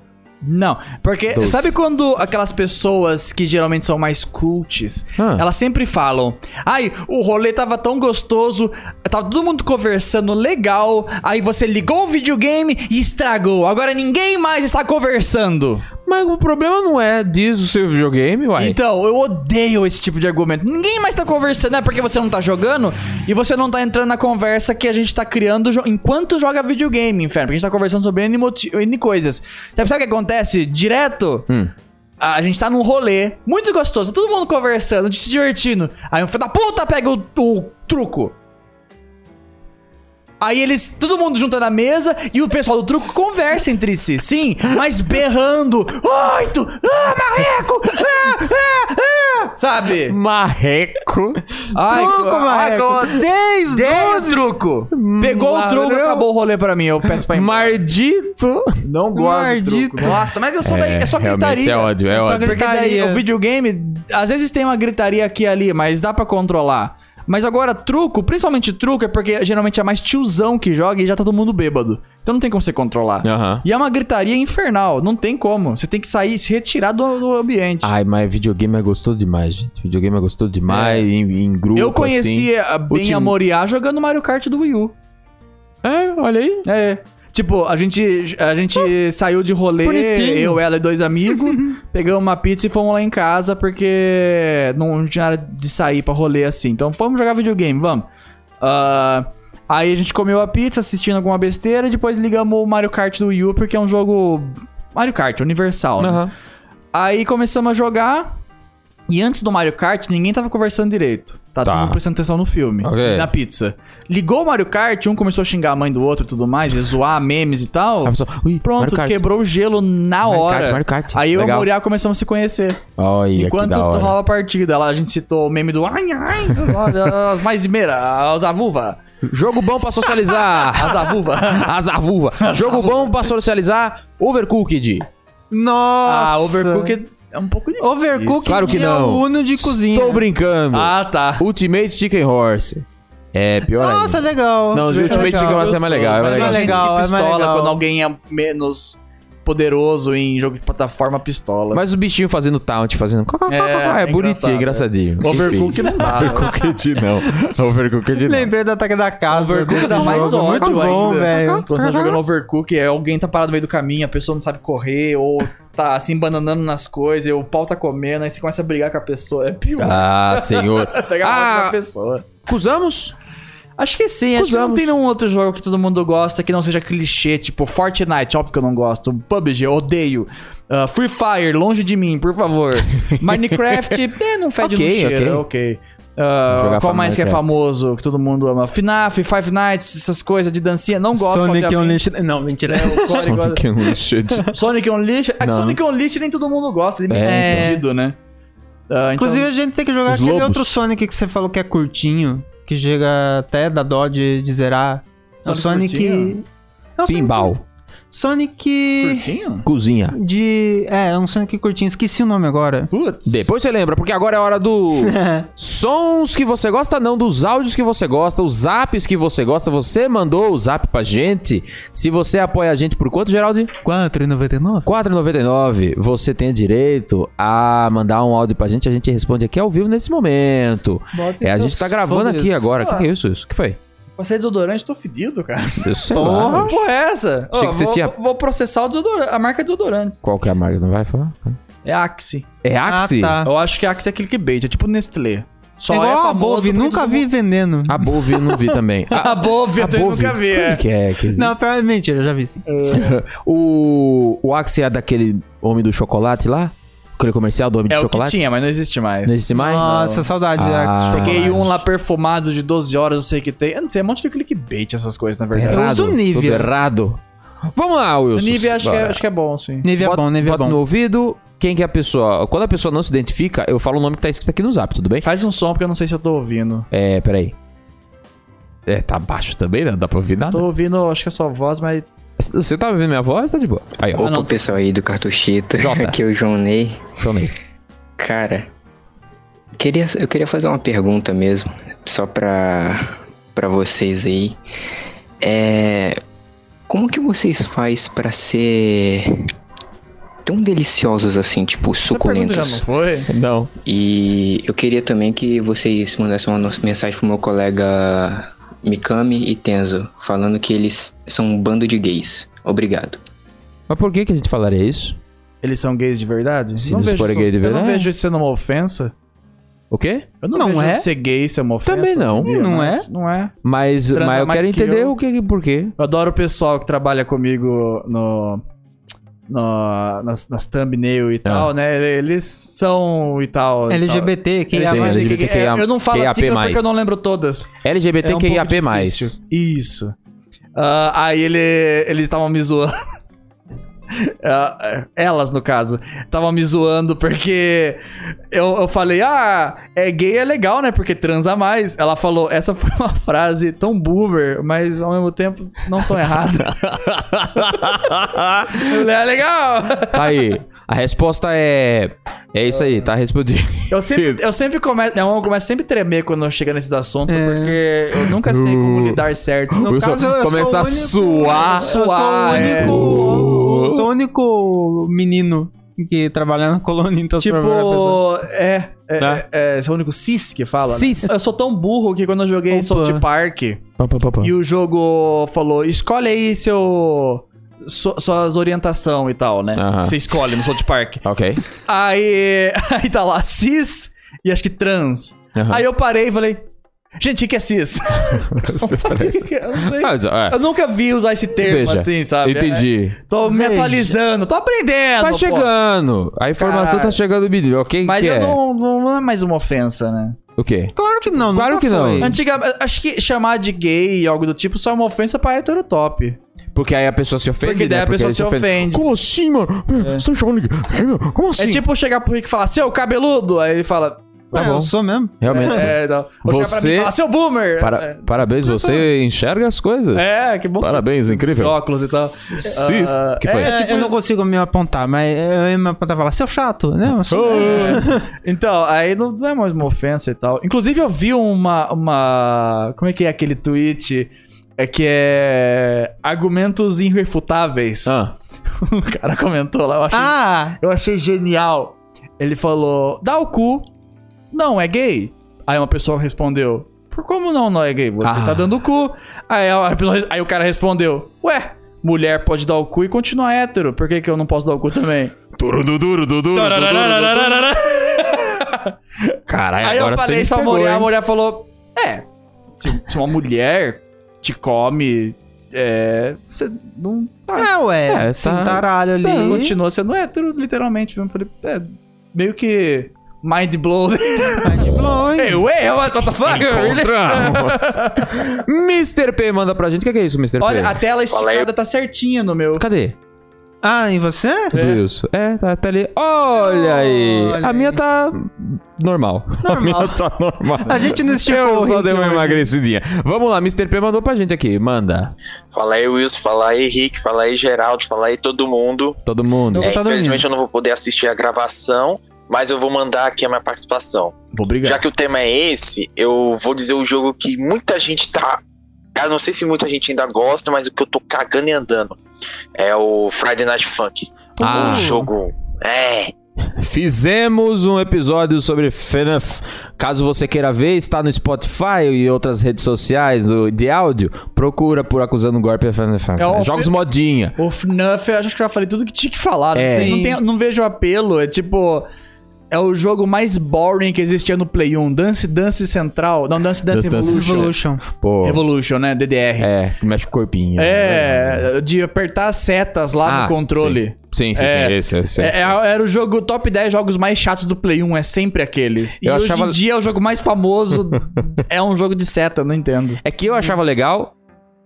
Speaker 1: Não, porque
Speaker 2: Doze.
Speaker 1: sabe quando aquelas pessoas que geralmente são mais cultes,
Speaker 2: Ah.
Speaker 1: elas sempre falam: "Ai, o rolê tava tão gostoso, tava todo mundo conversando legal, aí você ligou o videogame e estragou. Agora ninguém mais está conversando".
Speaker 2: Mas o problema não é diz o seu videogame, uai.
Speaker 1: Então, eu odeio esse tipo de argumento. Ninguém mais tá conversando, é porque você não tá jogando e você não tá entrando na conversa que a gente tá criando jo- enquanto joga videogame, inferno. Porque a gente tá conversando sobre N, moti- N coisas. Sabe, sabe o que acontece direto?
Speaker 2: Hum.
Speaker 1: A gente tá num rolê muito gostoso, tá todo mundo conversando, se divertindo. Aí um filho da puta pega o, o truco. Aí eles, todo mundo junta na mesa e o pessoal do truco conversa entre si, sim, mas berrando. Oito! Ah, marreco! Ah, ah, ah! Sabe?
Speaker 2: Marreco.
Speaker 1: Ai,
Speaker 3: Truco,
Speaker 2: é
Speaker 1: ai,
Speaker 3: marreco.
Speaker 1: como-
Speaker 3: Seis,
Speaker 1: Dei o
Speaker 3: doze.
Speaker 1: truco! Pegou o truco,
Speaker 2: Marão.
Speaker 1: acabou o rolê pra mim, eu peço pra ir embora.
Speaker 2: Mardito.
Speaker 1: Não gosto do
Speaker 3: Mardito.
Speaker 1: truco. [LAUGHS] Nossa, mas eu sou daí, é só
Speaker 2: É, realmente
Speaker 1: gritaria.
Speaker 2: É ódio, é
Speaker 3: Só
Speaker 2: ódio.
Speaker 1: Porque daí
Speaker 3: Gritaria.
Speaker 1: o videogame, às vezes tem uma gritaria aqui e ali, mas dá pra controlar. Mas agora, truco, principalmente truco, é porque geralmente é mais tiozão que joga e já tá todo mundo bêbado. Então não tem como você controlar.
Speaker 2: Aham.
Speaker 1: E é uma gritaria infernal, não tem como. Você tem que sair, se retirar do, do ambiente.
Speaker 2: Ai, mas videogame é gostoso demais, gente. Videogame é gostoso demais, em, em grupo, assim.
Speaker 1: Eu conheci eh, a
Speaker 2: O
Speaker 1: Ben
Speaker 2: time-
Speaker 1: Amoriá jogando Mario Kart do Wii U.
Speaker 2: assim. É, olha aí.
Speaker 1: É. Tipo, a gente, a gente saiu de rolê,
Speaker 2: Bonitinho.
Speaker 1: eu, ela e dois
Speaker 2: [LAUGHS]
Speaker 1: amigos, pegamos uma pizza e fomos lá em casa, porque não tinha nada de sair pra rolê assim. Então vamos jogar videogame, vamos. Ah, aí a gente comeu a pizza, assistindo alguma besteira, e depois ligamos o Mario Kart do Wii U, porque é um jogo. Mario Kart, universal. né?
Speaker 2: Aham.
Speaker 1: Aí começamos a jogar. E antes do Mario Kart, ninguém tava conversando direito. Tá,
Speaker 2: Tá.
Speaker 1: todo mundo prestando atenção no filme.
Speaker 2: Ok.
Speaker 1: Na pizza. Ligou o Mario Kart, um começou a xingar a mãe do outro e tudo mais, e zoar memes e tal.
Speaker 2: A pessoa, ui, Mario
Speaker 1: Pronto,
Speaker 2: Kart.
Speaker 1: quebrou o gelo na
Speaker 2: Mario
Speaker 1: hora.
Speaker 2: Kart, Mario Kart.
Speaker 1: Aí eu e o
Speaker 2: Legal.
Speaker 1: Muriel começamos a se conhecer.
Speaker 2: Olha,
Speaker 1: Enquanto
Speaker 2: que da hora.
Speaker 1: rolava a partida, lá a gente citou o meme do ai, ai, as mais meiras, as avuva,
Speaker 2: Jogo bom pra [LAUGHS] socializar.
Speaker 1: as
Speaker 3: [LAUGHS]
Speaker 1: avuva.
Speaker 2: As avulva. Jogo bom pra socializar. Overcooked.
Speaker 3: Nossa!
Speaker 1: ah, Overcooked é um pouco difícil.
Speaker 3: Overcooked
Speaker 2: Claro que
Speaker 3: é
Speaker 2: não.
Speaker 3: o Uno de cozinha.
Speaker 2: Estou brincando.
Speaker 1: Ah, tá.
Speaker 2: Ultimate Chicken Horse. É, pior
Speaker 3: Nossa,
Speaker 2: ainda.
Speaker 3: legal.
Speaker 2: Não, o Ultimate
Speaker 3: Legal.
Speaker 2: Chicken Horse é mais legal. É mais legal.
Speaker 3: Mas não é
Speaker 1: Tem gente
Speaker 3: legal,
Speaker 1: que
Speaker 3: é mais
Speaker 1: pistola
Speaker 3: legal.
Speaker 1: quando alguém é menos poderoso em jogo de plataforma pistola.
Speaker 2: Mas o bichinho fazendo taunt, fazendo...
Speaker 1: É,
Speaker 2: É,
Speaker 1: é
Speaker 2: bonitinho,
Speaker 1: engraçado,
Speaker 2: engraçadinho.
Speaker 1: Overcooked não dá. né?
Speaker 2: Overcooked não. Overcooked não.
Speaker 3: Lembrei do ataque da casa.
Speaker 1: Overcooked
Speaker 2: é
Speaker 1: dá
Speaker 3: desse
Speaker 1: mais
Speaker 3: jogo.
Speaker 1: ódio
Speaker 3: Muito bom,
Speaker 1: ainda.
Speaker 3: velho.
Speaker 1: Quando você tá jogando Overcook, é alguém tá parado no meio do caminho, a pessoa não sabe correr, ou tá assim, bananando nas coisas, e o pau tá comendo, aí você começa a brigar com a pessoa. É pior.
Speaker 3: [LAUGHS]
Speaker 2: Ah, senhor.
Speaker 1: Pegar
Speaker 2: Ah.
Speaker 1: ah, a pessoa.
Speaker 2: Cusamos?
Speaker 1: Acho que sim, acho que não
Speaker 2: Usamos.
Speaker 1: tem nenhum outro jogo que todo mundo gosta que não seja clichê, tipo Fortnite, óbvio que eu não gosto, PUBG, eu odeio, Ah, Free Fire, longe de mim, por
Speaker 2: [LAUGHS]
Speaker 1: favor, Minecraft, é, não fede
Speaker 2: Ok,
Speaker 1: no cheiro, ok. Ah,
Speaker 2: Vou jogar
Speaker 1: qual mais que é
Speaker 2: Minecraft.
Speaker 1: famoso, que todo mundo ama? FNAF, Five Nights, essas coisas de dancinha, não gosto.
Speaker 3: Sonic
Speaker 1: obviamente.
Speaker 3: Unleashed. Não, mentira.
Speaker 1: É, o Sonic Unleashed. Sonic
Speaker 2: Sonic Unleashed.
Speaker 1: Unleashed. É que
Speaker 2: Não.
Speaker 1: Sonic Unleashed nem todo mundo gosta, ele é meio
Speaker 2: É, então.
Speaker 1: perdido, né? Ah, então-
Speaker 3: Inclusive, a gente tem que jogar
Speaker 2: Os
Speaker 3: aquele
Speaker 2: lobos.
Speaker 3: outro Sonic que você falou que é curtinho, que chega até da dó de, de zerar. É o
Speaker 1: Sonic
Speaker 3: Sonic.
Speaker 1: curtinho?
Speaker 3: É o Sonic-
Speaker 2: Pinball.
Speaker 3: Sonic.
Speaker 1: curtinho?
Speaker 2: Cozinha.
Speaker 3: De. É, é um Sonic curtinho. Esqueci o
Speaker 2: [LAUGHS]
Speaker 3: nome agora.
Speaker 1: Putz.
Speaker 2: Depois você lembra, porque agora é hora do... Sons que você gosta, não, dos áudios que você gosta, os apps que você gosta. Você mandou o zap pra gente. Se você apoia a gente por quanto, Geraldi?
Speaker 3: 4,99?
Speaker 2: 4,99. Você tem direito a mandar um áudio pra gente. A gente responde aqui ao vivo nesse momento.
Speaker 3: Bota
Speaker 2: É, a
Speaker 3: seus
Speaker 2: gente tá gravando
Speaker 3: fones.
Speaker 2: aqui agora. O que, que é isso? isso? que foi?
Speaker 1: Passei é desodorante, tô fedido, cara.
Speaker 2: Eu sei lá.
Speaker 3: Porra!
Speaker 1: Porra, é essa?
Speaker 2: Achei
Speaker 1: Ó,
Speaker 2: que você
Speaker 1: vou,
Speaker 2: tinha-
Speaker 1: vou processar o desodorante, a marca desodorante.
Speaker 2: Qual que é a marca? Não vai falar?
Speaker 1: É Axe.
Speaker 2: É Axi?
Speaker 3: Ah, tá.
Speaker 1: Eu acho que Axe é clickbait, é tipo Nestlé. Só
Speaker 3: é igual a
Speaker 1: famoso
Speaker 3: Bove,
Speaker 1: porque
Speaker 3: nunca
Speaker 1: todo
Speaker 3: vi [LAUGHS]
Speaker 1: mundo-
Speaker 3: vendendo.
Speaker 2: A Bove eu não vi também. A,
Speaker 1: A Bove É, eu também nunca vi. [LAUGHS]
Speaker 2: Onde
Speaker 1: é.
Speaker 2: que é que existe?
Speaker 3: Não, pior, mentira, já vi sim.
Speaker 2: O, o Axi é daquele homem do chocolate lá? Aquele comercial do homem
Speaker 1: É
Speaker 2: do
Speaker 1: o que
Speaker 2: chocolate?
Speaker 1: tinha, mas não existe mais.
Speaker 2: Não existe mais?
Speaker 3: Nossa, saudade de
Speaker 2: Ah.
Speaker 3: Axe Chocolate.
Speaker 1: Peguei
Speaker 2: Ah,
Speaker 1: um lá perfumado de 12 horas, eu sei que tem. Eu não sei, é um monte de clickbait essas coisas, na
Speaker 2: Tudo
Speaker 1: verdade.
Speaker 3: Eu uso
Speaker 2: errado,
Speaker 3: Nivea.
Speaker 2: Tudo errado. Vamos lá,
Speaker 1: O
Speaker 2: Wilson.
Speaker 1: Nivea acho que, é,
Speaker 2: Bora.
Speaker 1: acho que é bom, sim.
Speaker 3: Neve é
Speaker 2: Bota-
Speaker 3: bom, Neve é
Speaker 2: bota no
Speaker 3: bom.
Speaker 2: ouvido. Quem que é a pessoa? Quando a pessoa não se identifica, eu falo o nome que tá escrito aqui no zap, tudo bem?
Speaker 1: Faz um som, porque eu não sei se eu tô ouvindo.
Speaker 2: É, peraí. É, tá baixo também, né? Não dá pra ouvir nada.
Speaker 1: Tô ouvindo, acho que é a sua voz, mas.
Speaker 2: Você tá ouvindo minha voz? Tá de boa. Aí, ó.
Speaker 1: Ah,
Speaker 4: Opa,
Speaker 1: não.
Speaker 4: pessoal aí do Cartuchito,
Speaker 2: Jota.
Speaker 4: [LAUGHS] aqui é o João Ney.
Speaker 2: Chamei.
Speaker 4: Cara, queria, eu queria fazer uma pergunta mesmo, só pra, pra vocês aí. É, como que vocês faz pra ser tão deliciosos assim, tipo,
Speaker 1: Essa pergunta já não
Speaker 4: suculentos?
Speaker 1: foi?
Speaker 2: Não.
Speaker 4: E eu queria também que vocês mandassem uma nos- mensagem pro meu colega Mikami e Tenzo, falando que eles são um bando de gays. Obrigado.
Speaker 2: Mas por que que a gente falaria isso?
Speaker 1: Eles são gays de verdade?
Speaker 2: Se eles forem
Speaker 1: isso-
Speaker 2: gays de
Speaker 1: Eu
Speaker 2: verdade.
Speaker 1: não vejo isso sendo uma ofensa.
Speaker 2: O quê?
Speaker 1: Eu não,
Speaker 3: Não
Speaker 1: vejo
Speaker 3: é?
Speaker 1: ser gay ser uma ofensa.
Speaker 2: Também não.
Speaker 1: sabia?
Speaker 3: Não
Speaker 1: Mas Não é.
Speaker 2: Mas,
Speaker 1: Transa
Speaker 2: mas eu
Speaker 1: mais
Speaker 2: quero
Speaker 1: que
Speaker 2: entender
Speaker 1: eu.
Speaker 2: o que e por quê.
Speaker 1: Eu adoro o pessoal que trabalha comigo no... no- nas, nas thumbnail e tal,
Speaker 2: Ah.
Speaker 1: né? Eles são e tal. e
Speaker 3: LGBT, que
Speaker 1: tal.
Speaker 3: é
Speaker 2: Sim,
Speaker 1: Eles-
Speaker 3: mais-
Speaker 2: LGBT. LGBTQIA+.
Speaker 1: Eu não falo a sigla porque eu não lembro todas. É um pouco
Speaker 2: LGBTQIAP+.
Speaker 1: difícil. Isso. Ah, aí ele, eles estavam me zoando. [LAUGHS] Ah, elas, no caso, estavam me zoando porque eu, eu falei: Ah, é gay é legal, né? Porque transa mais. Ela falou: Essa foi uma [LAUGHS] frase tão boomer, mas ao mesmo tempo não tão errada. eu falei: Ah, legal!
Speaker 2: Tá Aí, a resposta é É isso aí, tá respondido.
Speaker 1: Eu sempre, eu sempre começo. Minha mão começa sempre a tremer quando eu chego nesses assuntos, porque eu nunca sei como lidar certo.
Speaker 3: No
Speaker 2: Eu só-
Speaker 3: caso, eu
Speaker 2: começar a
Speaker 3: sou o único-
Speaker 2: suar,
Speaker 3: Eu
Speaker 1: suar, é. Uh.
Speaker 3: sou o único. Sou o único menino que trabalha na colônia, então sou a primeira pessoa.
Speaker 1: Tipo, é. É,
Speaker 2: Né?
Speaker 1: é, é, esse é o único cis que fala. né?
Speaker 2: Cis.
Speaker 1: Eu sou tão burro que quando eu joguei
Speaker 3: Opa.
Speaker 1: South Park
Speaker 2: Pá, pá, pá, pá.
Speaker 1: e o jogo falou: escolhe aí seu. su- suas orientação e tal, né?
Speaker 2: Aham.
Speaker 1: Você escolhe no South Park.
Speaker 2: Ok.
Speaker 1: Aí, [LAUGHS] aí tá lá cis e acho que trans.
Speaker 2: Aham.
Speaker 1: Aí eu parei e falei: gente, o que que é
Speaker 2: [LAUGHS]
Speaker 1: cis?
Speaker 2: Você parece-
Speaker 1: eu não sei.
Speaker 2: Ah, mas, é,
Speaker 1: Eu nunca vi usar esse termo
Speaker 2: Veja,
Speaker 1: assim, sabe?
Speaker 2: entendi.
Speaker 1: É, tô me
Speaker 3: Veja.
Speaker 1: atualizando, tô aprendendo.
Speaker 2: Tá
Speaker 1: pô.
Speaker 2: chegando. A informação
Speaker 1: Cara.
Speaker 2: tá chegando melhor. Quem
Speaker 1: Ah, Mas
Speaker 2: que
Speaker 1: eu
Speaker 2: é?
Speaker 1: não, não é mais uma ofensa, né?
Speaker 2: O quê?
Speaker 3: Claro que não,
Speaker 2: Claro
Speaker 3: nunca
Speaker 2: que não.
Speaker 3: foi.
Speaker 1: Antiga, acho que chamar de gay e algo do tipo só é uma ofensa pra heterotop.
Speaker 2: Porque aí a pessoa se ofende,
Speaker 1: Porque daí
Speaker 2: né?
Speaker 1: a pessoa
Speaker 2: aí
Speaker 1: se ofende.
Speaker 2: Como assim, mano? Você me chamando de gay, meu? Como
Speaker 1: É
Speaker 2: assim?
Speaker 1: tipo chegar pro Rick e falar, seu cabeludo! Aí ele fala,
Speaker 2: Tá
Speaker 3: É,
Speaker 2: bom.
Speaker 3: Eu sou mesmo.
Speaker 2: Realmente.
Speaker 1: é, não. Ou chegar pra
Speaker 2: Você-
Speaker 1: mim e falar, seu boomer!
Speaker 2: Para- Parabéns, você enxerga as coisas.
Speaker 1: É, que bom que
Speaker 2: Parabéns,
Speaker 1: você-
Speaker 2: incrível.
Speaker 1: Os óculos e tal.
Speaker 2: Cis,
Speaker 1: Ah,
Speaker 2: que foi?
Speaker 1: é,
Speaker 3: É,
Speaker 1: tipo
Speaker 3: eu não
Speaker 1: isso.
Speaker 3: consigo me apontar, mas eu ia me apontar e falar, seu chato, né? Eu sou-
Speaker 1: [LAUGHS] Então, aí não não é mais uma ofensa e tal. Inclusive, eu vi uma. uma como é que é aquele tweet? É que é. Argumentos irrefutáveis.
Speaker 2: Ah,
Speaker 1: [LAUGHS] O cara comentou lá, eu achei,
Speaker 3: Ah!
Speaker 1: eu achei genial. Ele falou: dá o cu, não é gay. Aí uma pessoa respondeu: por como não, não é gay? Você
Speaker 2: Ah.
Speaker 1: tá dando o cu. Aí, a pessoa- aí o cara respondeu: ué. Mulher pode dar o cu e continuar hétero. Por que, que eu não posso dar o cu também?
Speaker 2: caralho,
Speaker 1: Aí
Speaker 2: agora
Speaker 1: eu falei
Speaker 2: você
Speaker 1: isso pra
Speaker 2: me pegou,
Speaker 1: mulher, a
Speaker 2: hein?
Speaker 1: mulher falou: É, se, se uma mulher te come, é. Você não. Ah,
Speaker 3: É, ué,
Speaker 2: É, tá-
Speaker 3: cintaralho
Speaker 1: você
Speaker 3: ali.
Speaker 1: continua sendo hétero, literalmente. Eu falei, é, meio que. Mind blow. hey, ué, what the fuck?
Speaker 2: Encontramos. Mr. P manda pra gente. O que que é isso, Mr. P?
Speaker 1: Olha, a tela esticada tá certinha no meu.
Speaker 2: Cadê?
Speaker 3: Ah, e você?
Speaker 2: Tudo isso. É, tá, tá ali. Olha aí.
Speaker 3: Olha
Speaker 2: A minha
Speaker 3: aí.
Speaker 2: tá normal. A
Speaker 3: Normal.
Speaker 2: minha tá normal.
Speaker 3: A gente não esticou
Speaker 2: Eu
Speaker 3: o
Speaker 2: só
Speaker 3: rim
Speaker 2: dei uma
Speaker 3: hoje.
Speaker 2: emagrecidinha. Vamos lá, Mr. P mandou pra gente aqui. Manda.
Speaker 5: Fala aí, Wilson, fala aí, Rick, fala aí, Geraldo, fala aí todo mundo.
Speaker 2: Todo mundo.
Speaker 3: Não.
Speaker 5: É,
Speaker 3: tá dormindo.
Speaker 5: infelizmente eu não vou poder assistir a gravação, mas eu vou mandar aqui a minha participação. Já
Speaker 2: Obrigado.
Speaker 5: que o tema é esse, eu vou dizer o jogo que muita gente tá. Eu não sei se muita gente ainda gosta, mas o que eu tô cagando e andando. É o Friday Night Funk.
Speaker 2: Ah.
Speaker 5: Um jogo. É.
Speaker 2: Fizemos um episódio sobre FNAF. Caso você queira ver, está no Spotify e outras redes sociais do- de áudio. Procura por Acusando Golpe FNAF.
Speaker 1: É o-
Speaker 2: Jogos modinha.
Speaker 1: O FNUF, eu acho que eu já falei tudo que tinha que falar. assim.
Speaker 2: É.
Speaker 1: Não, tem- não vejo apelo. É tipo. É o jogo mais boring que existia no Play 1. Dance Dance Central. Não, Dance Dance,
Speaker 2: Dance Dance
Speaker 1: Evolution.
Speaker 3: Evolution.
Speaker 2: Pô.
Speaker 1: Evolution, né? DDR.
Speaker 2: É, que mexe com o corpinho.
Speaker 1: É, de apertar as setas lá
Speaker 2: Ah,
Speaker 1: no controle.
Speaker 2: Sim, sim, sim.
Speaker 1: É.
Speaker 2: Esse, esse,
Speaker 1: É, é, era o jogo top 10 jogos mais chatos do Play 1, é sempre aqueles. E
Speaker 2: Eu
Speaker 1: hoje
Speaker 2: achava-
Speaker 1: em dia é o jogo mais
Speaker 2: [LAUGHS]
Speaker 1: famoso é um jogo de seta, eu não entendo.
Speaker 2: É que eu achava legal,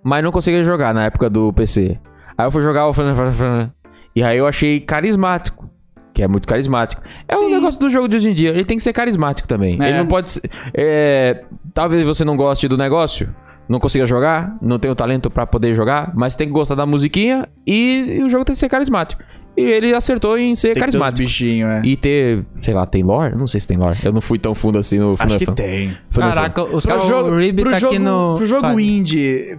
Speaker 2: mas não conseguia jogar na época do PC. Aí eu fui jogar o Final Fantasy e aí eu achei carismático. Que é muito carismático. É o negócio do jogo de hoje em dia. Ele tem que ser carismático também.
Speaker 1: É.
Speaker 2: Ele não pode ser. é, talvez você não goste do negócio, não consiga jogar, não tenha o talento pra poder jogar, mas tem que gostar da musiquinha e, e o jogo tem que ser carismático. E ele acertou em ser
Speaker 1: Tem que ter os
Speaker 2: carismático.
Speaker 1: bichinho, é.
Speaker 2: E ter, sei lá, tem lore? Não sei se tem lore. Eu não fui tão fundo assim no
Speaker 1: Acho
Speaker 2: Final
Speaker 1: que
Speaker 2: Fantasy.
Speaker 1: tem.
Speaker 2: Final
Speaker 3: Caraca, o,
Speaker 1: Pro
Speaker 3: o
Speaker 1: jogo,
Speaker 3: Rib
Speaker 1: pro
Speaker 3: tá
Speaker 1: jogo,
Speaker 3: aqui no.
Speaker 1: pro jogo
Speaker 3: Fale.
Speaker 1: indie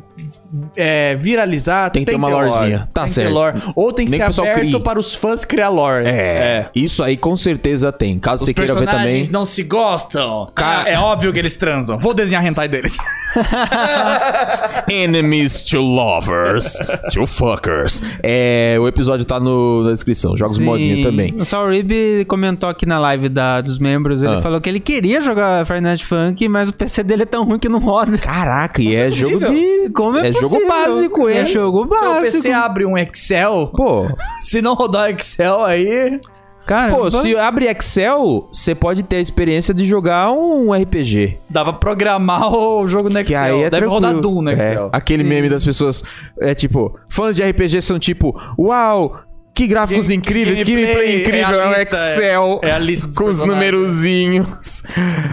Speaker 1: é, viralizar,
Speaker 2: Tem que ter uma
Speaker 1: lore.
Speaker 2: lorezinha. Tá
Speaker 1: tem que
Speaker 2: certo.
Speaker 1: ter lore. Ou tem que
Speaker 2: Nem que o
Speaker 1: ser
Speaker 2: pessoal
Speaker 1: aberto
Speaker 2: crie.
Speaker 1: para os fãs criar lore.
Speaker 2: É, Isso aí com certeza tem. Caso você
Speaker 1: Os
Speaker 2: queira ver também.
Speaker 1: personagens não se gostam.
Speaker 2: Ca-
Speaker 1: É óbvio que eles transam. Vou desenhar hentai [LAUGHS] deles.
Speaker 2: Enemies to lovers, to fuckers.
Speaker 1: né?
Speaker 2: É, o episódio tá no, na descrição. Jogos
Speaker 3: Sim.
Speaker 2: modinha também.
Speaker 3: O Saurib comentou aqui na live da, dos membros, ele
Speaker 2: Ah.
Speaker 3: falou que ele queria jogar Friday Night Funk, mas o PC dele é tão ruim que não roda.
Speaker 2: Caraca, e é jogo
Speaker 1: possível.
Speaker 2: de.
Speaker 3: Como é,
Speaker 2: É jogo
Speaker 3: possível?
Speaker 2: básico, é.
Speaker 3: É jogo
Speaker 1: o
Speaker 3: básico.
Speaker 1: PC abre um Excel.
Speaker 2: Pô,
Speaker 1: Se não rodar Excel aí.
Speaker 3: Cara,
Speaker 2: pô, se abre Excel, você pode ter a experiência de jogar um RPG.
Speaker 1: Dá pra programar o jogo no
Speaker 2: Que
Speaker 1: Excel.
Speaker 2: aí é
Speaker 1: Deve
Speaker 2: tranquilo.
Speaker 1: rodar Doom no
Speaker 2: É,
Speaker 1: Excel.
Speaker 2: aquele meme das pessoas é tipo, fãs de RPG são tipo, uau, que gráficos
Speaker 1: Game-
Speaker 2: incríveis, que
Speaker 1: gameplay,
Speaker 2: gameplay incrível,
Speaker 1: é
Speaker 2: é,
Speaker 1: a
Speaker 2: um
Speaker 1: lista, é-
Speaker 2: Excel
Speaker 1: é a
Speaker 2: [LAUGHS]
Speaker 1: lista dos
Speaker 2: com os
Speaker 1: personagens.
Speaker 2: numerozinhos.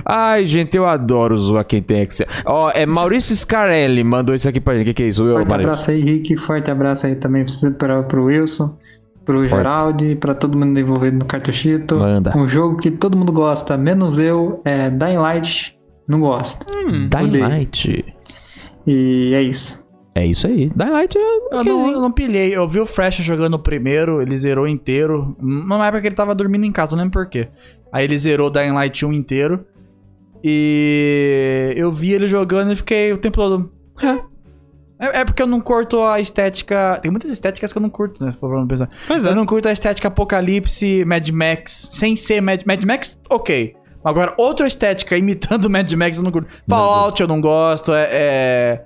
Speaker 2: Ai, gente, eu adoro zoar quem tem Excel. Ó, é Maurício Scarelli mandou isso aqui pra gente. O que, que é isso? Eu,
Speaker 6: Forte
Speaker 2: Maurício.
Speaker 6: abraço aí, Rick. Forte abraço aí também pra, você- pra, pro Wilson.
Speaker 3: pro Geraldi, pra todo mundo envolvido no cartuchito.
Speaker 2: Manda.
Speaker 3: Um jogo que todo mundo gosta, menos eu, é Dying Light, não gosta.
Speaker 2: Dying
Speaker 3: odeio.
Speaker 2: Light.
Speaker 3: E é isso.
Speaker 2: É isso aí. Dying Light é.
Speaker 1: Eu não, eu não pilhei. Eu vi o Fresh jogando o primeiro, ele zerou inteiro. Numa época que ele tava dormindo em casa, não lembro porquê. Aí ele zerou Dying Light 1 inteiro. E eu vi ele jogando e fiquei o tempo todo. "Hã?" É, é porque eu não curto a estética. Tem muitas estéticas que eu não curto, né? Se for pra pensar.
Speaker 3: Pois
Speaker 2: é.
Speaker 3: é,
Speaker 1: Eu não curto a estética apocalipse Mad Max, sem ser Mad, Mad Max, ok. Agora, outra estética imitando Mad Max eu não curto. Fallout eu não gosto, é, é-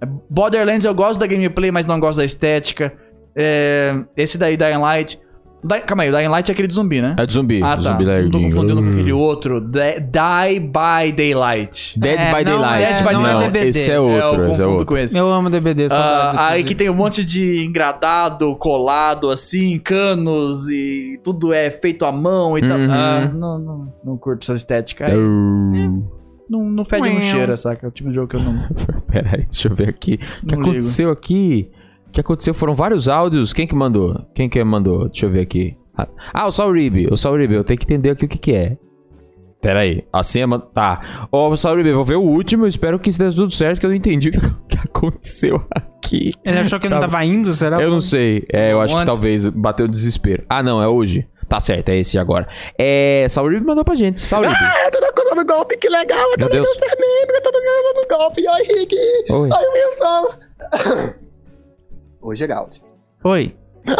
Speaker 1: é Borderlands eu gosto da gameplay, mas não gosto da estética. É, Esse daí, Dying Light... Di- Calma aí, o Dying Light é aquele de zumbi, né?
Speaker 2: É de zumbi. Uh.
Speaker 1: ah,
Speaker 2: de
Speaker 1: tá.
Speaker 2: zumbi
Speaker 1: Não tô
Speaker 2: lerdinho.
Speaker 1: confundindo com aquele outro. Die, Die by Daylight.
Speaker 2: Dead
Speaker 3: É,
Speaker 2: by
Speaker 3: não
Speaker 2: Daylight.
Speaker 1: é- não é
Speaker 3: DBD.
Speaker 2: Esse é
Speaker 3: É,
Speaker 2: outro.
Speaker 1: eu
Speaker 2: esse é
Speaker 1: confundo
Speaker 2: outro.
Speaker 1: com esse.
Speaker 3: Eu amo DBD, saudades,
Speaker 1: Ah, aí
Speaker 3: inclusive.
Speaker 1: que tem um monte de engradado, colado, assim, canos e tudo é feito à mão e tal.
Speaker 2: Uhum.
Speaker 1: Ah, não, não, não curto essa estética. Aí, é,
Speaker 2: Oh.
Speaker 1: não, não fede
Speaker 3: Ué.
Speaker 1: não cheira, saca? É o tipo de jogo que eu não,
Speaker 2: Peraí, [LAUGHS] deixa eu ver aqui. O que
Speaker 1: não ligo.
Speaker 2: aconteceu aqui? O que aconteceu? Foram vários áudios. Quem que mandou? Quem que mandou? Deixa eu ver aqui. Ah, Ah, o Sauribe. O Sauribe, eu tenho que entender aqui o que que é. Pera aí, assim é... man- Tá. Ó, oh, Sauribe, eu vou ver o último. eu Espero que esteja tudo certo, que eu não entendi [LAUGHS] o que o que aconteceu aqui.
Speaker 3: Ele achou que não
Speaker 2: Tá.
Speaker 3: tava indo, será?
Speaker 2: Eu não
Speaker 1: um.
Speaker 2: sei. É, eu acho que
Speaker 1: Onde?
Speaker 2: talvez bateu desespero. Ah, não, é hoje. Tá certo, é esse agora. É. Sauribe mandou pra gente. Sauribe.
Speaker 6: Ah, eu tô dando golpe, que legal. Eu
Speaker 2: Meu
Speaker 6: tô
Speaker 2: Deus.
Speaker 6: dando ser meme, eu tô dando golpe. E aí, Rick?
Speaker 2: Oi.
Speaker 6: Oi, Wilson. Oi, Geraldo.
Speaker 3: Oi.
Speaker 6: Ah,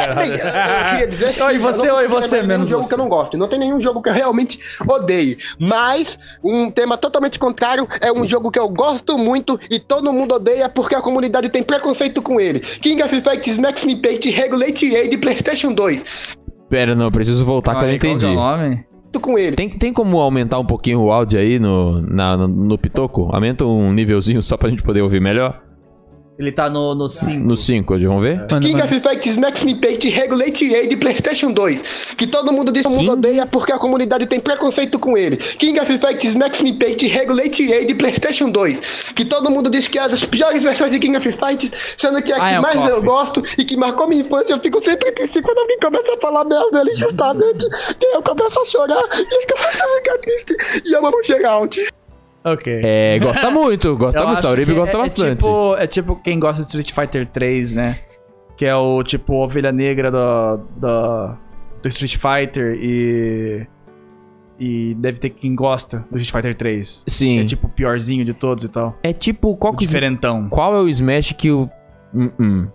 Speaker 6: é Bem, eu queria dizer que
Speaker 1: Oi,
Speaker 6: eu
Speaker 1: você,
Speaker 6: não
Speaker 1: oi,
Speaker 6: consigo
Speaker 1: você,
Speaker 6: lembrar de nenhum
Speaker 1: menos
Speaker 6: jogo
Speaker 1: você.
Speaker 6: que eu não gosto. Não tem nenhum jogo que eu realmente odeie. Mas um tema totalmente contrário é um jogo que eu gosto muito e todo mundo odeia porque a comunidade tem preconceito com ele. King of Fighters Max Impact Regulate A de PlayStation 2.
Speaker 2: Pera, não, eu preciso voltar Tá que eu não
Speaker 1: Olha, qual que
Speaker 2: entendi.
Speaker 1: é o nome?
Speaker 6: Tô com ele.
Speaker 2: Tem, tem como aumentar um pouquinho o áudio aí no, na- no, no Pitoco? Aumenta um nívelzinho só pra gente poder ouvir melhor?
Speaker 1: Ele tá no, no 5.
Speaker 2: No 5, vamos ver?
Speaker 1: É.
Speaker 3: Manda,
Speaker 6: King
Speaker 3: manda.
Speaker 6: of Fighters Max Impact Regulate A de PlayStation 2, que todo mundo diz que o mundo
Speaker 2: King?
Speaker 6: odeia porque a comunidade tem preconceito com ele. King of Fighters Max Impact Regulate A de PlayStation 2, que todo mundo diz que é uma das piores versões de King of Fighters, sendo que é a
Speaker 1: Ah,
Speaker 6: que
Speaker 1: é o
Speaker 6: mais eu
Speaker 1: Coffee.
Speaker 6: gosto e que marcou minha infância. Eu fico sempre triste quando alguém começa a falar merda ali, justamente. e eu começo a chorar e começo a ficar triste. E eu amo Geralt.
Speaker 1: Ok.
Speaker 2: É, gosta muito, gosta
Speaker 1: Eu
Speaker 2: muito.
Speaker 1: acho
Speaker 2: Sauribe
Speaker 1: que
Speaker 2: gosta
Speaker 1: é, É
Speaker 2: bastante.
Speaker 1: tipo, é tipo quem gosta de Street Fighter 3, né? Que é o tipo ovelha negra do, do, do Street Fighter e. E deve ter quem gosta do Street Fighter 3.
Speaker 2: Sim.
Speaker 1: É tipo o piorzinho de todos e tal.
Speaker 2: É tipo, qual,
Speaker 1: O
Speaker 2: que-
Speaker 1: diferentão.
Speaker 2: qual é o Smash que o. Hum, hum.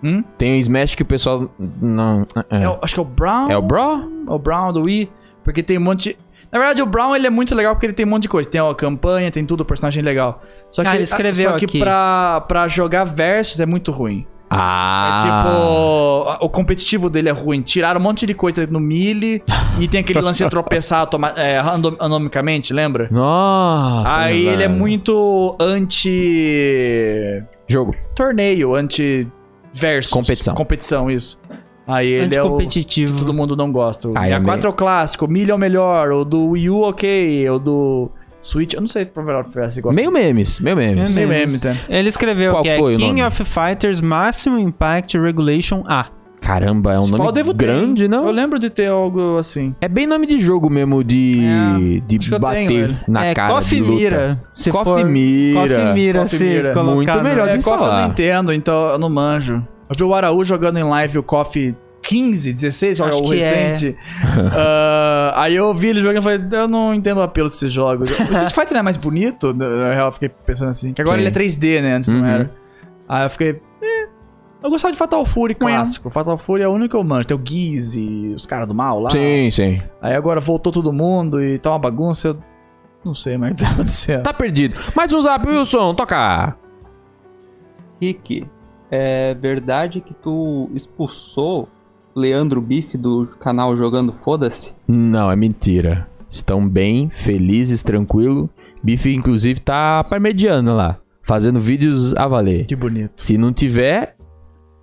Speaker 1: Hum?
Speaker 2: Tem o Smash que o pessoal. Não.
Speaker 1: É
Speaker 2: É,
Speaker 1: o- acho que é o Brown.
Speaker 2: é o Bro?
Speaker 1: o Brown do Wii. Porque tem um monte. de- Na verdade, o Brown ele é muito legal porque ele tem um monte de coisa. Tem ó, a campanha, tem tudo, o personagem é legal. Só que,
Speaker 3: Ah, ele escreveu
Speaker 1: só que
Speaker 3: aqui.
Speaker 1: Pra, pra jogar versus é muito ruim. É
Speaker 2: Ah.
Speaker 1: tipo. a- O competitivo dele é ruim. Tiraram um monte de coisa no
Speaker 2: [LAUGHS]
Speaker 1: melee. e tem aquele lance de tropeçar automa- é, random- anomicamente, lembra?
Speaker 2: Nossa.
Speaker 1: tipo- Aí
Speaker 2: velho.
Speaker 1: ele é muito anti.
Speaker 2: Jogo.
Speaker 1: torneio, anti. versus.
Speaker 2: Competição.
Speaker 1: Competição, isso. Aí ele é o.
Speaker 3: Anticompetitivo.
Speaker 1: Todo mundo não gosta. O
Speaker 2: Ah, é
Speaker 1: A4 é o clássico, o milho é o melhor, o do Wii U ok, o do Switch, eu não sei pra melhor pra você gosta.
Speaker 2: Meio memes, meio memes.
Speaker 1: meio memes, né?
Speaker 3: Ele escreveu
Speaker 2: Qual
Speaker 3: que é
Speaker 2: foi o
Speaker 3: King
Speaker 2: nome?
Speaker 3: of Fighters Maximum Impact Regulation A.
Speaker 2: Caramba, é um
Speaker 1: Qual
Speaker 2: nome
Speaker 1: eu devo ter,
Speaker 2: grande,
Speaker 1: hein?
Speaker 2: não?
Speaker 1: Tipo, Eu lembro de ter algo assim.
Speaker 2: É bem nome de jogo mesmo, de,
Speaker 1: É, acho que
Speaker 2: de
Speaker 1: eu
Speaker 2: bater
Speaker 1: tenho ele.
Speaker 2: na
Speaker 3: é
Speaker 2: cara
Speaker 3: Coffee
Speaker 2: de luta.
Speaker 3: Mira. Se
Speaker 2: Coffee
Speaker 3: for,
Speaker 2: Mira.
Speaker 3: Coffee Mira,
Speaker 1: Coffee
Speaker 3: se
Speaker 1: Mira.
Speaker 3: colocar
Speaker 2: Muito
Speaker 3: no-
Speaker 2: melhor. Pode
Speaker 1: é,
Speaker 2: me
Speaker 1: Coffee
Speaker 2: falar.
Speaker 1: eu não entendo, então eu não manjo. Eu vi o Araú jogando em live o Coffee 15, 16,
Speaker 3: Acho
Speaker 1: o
Speaker 3: que
Speaker 2: [LAUGHS]
Speaker 3: é.
Speaker 1: recente. Ah, aí eu vi ele jogando e falei, eu não entendo o apelo desses jogos. O Street Fighter não é mais bonito, na real eu fiquei pensando assim. Que agora
Speaker 2: Sim.
Speaker 1: ele é 3D, né? Antes
Speaker 2: Uhum.
Speaker 1: não era. Aí eu fiquei. "Eh". Eu gostava de Fatal Fury clássico. Fatal Fury é o único que eu manjo. Tem o Gizzy, os caras do mal lá.
Speaker 2: Sim, sim.
Speaker 1: Aí agora voltou todo mundo e tá uma bagunça. Eu não sei mais o que tá [LAUGHS] acontecendo.
Speaker 2: Tá perdido. Mais um zap, Wilson, toca.
Speaker 7: Rick, é verdade que tu expulsou Leandro Bife do canal Jogando Foda-se?
Speaker 2: Não, é mentira. Estão bem, felizes, tranquilo. Bife, inclusive, tá parmediano lá. Fazendo vídeos a valer.
Speaker 3: Tipo,
Speaker 1: Que bonito.
Speaker 2: Se não tiver,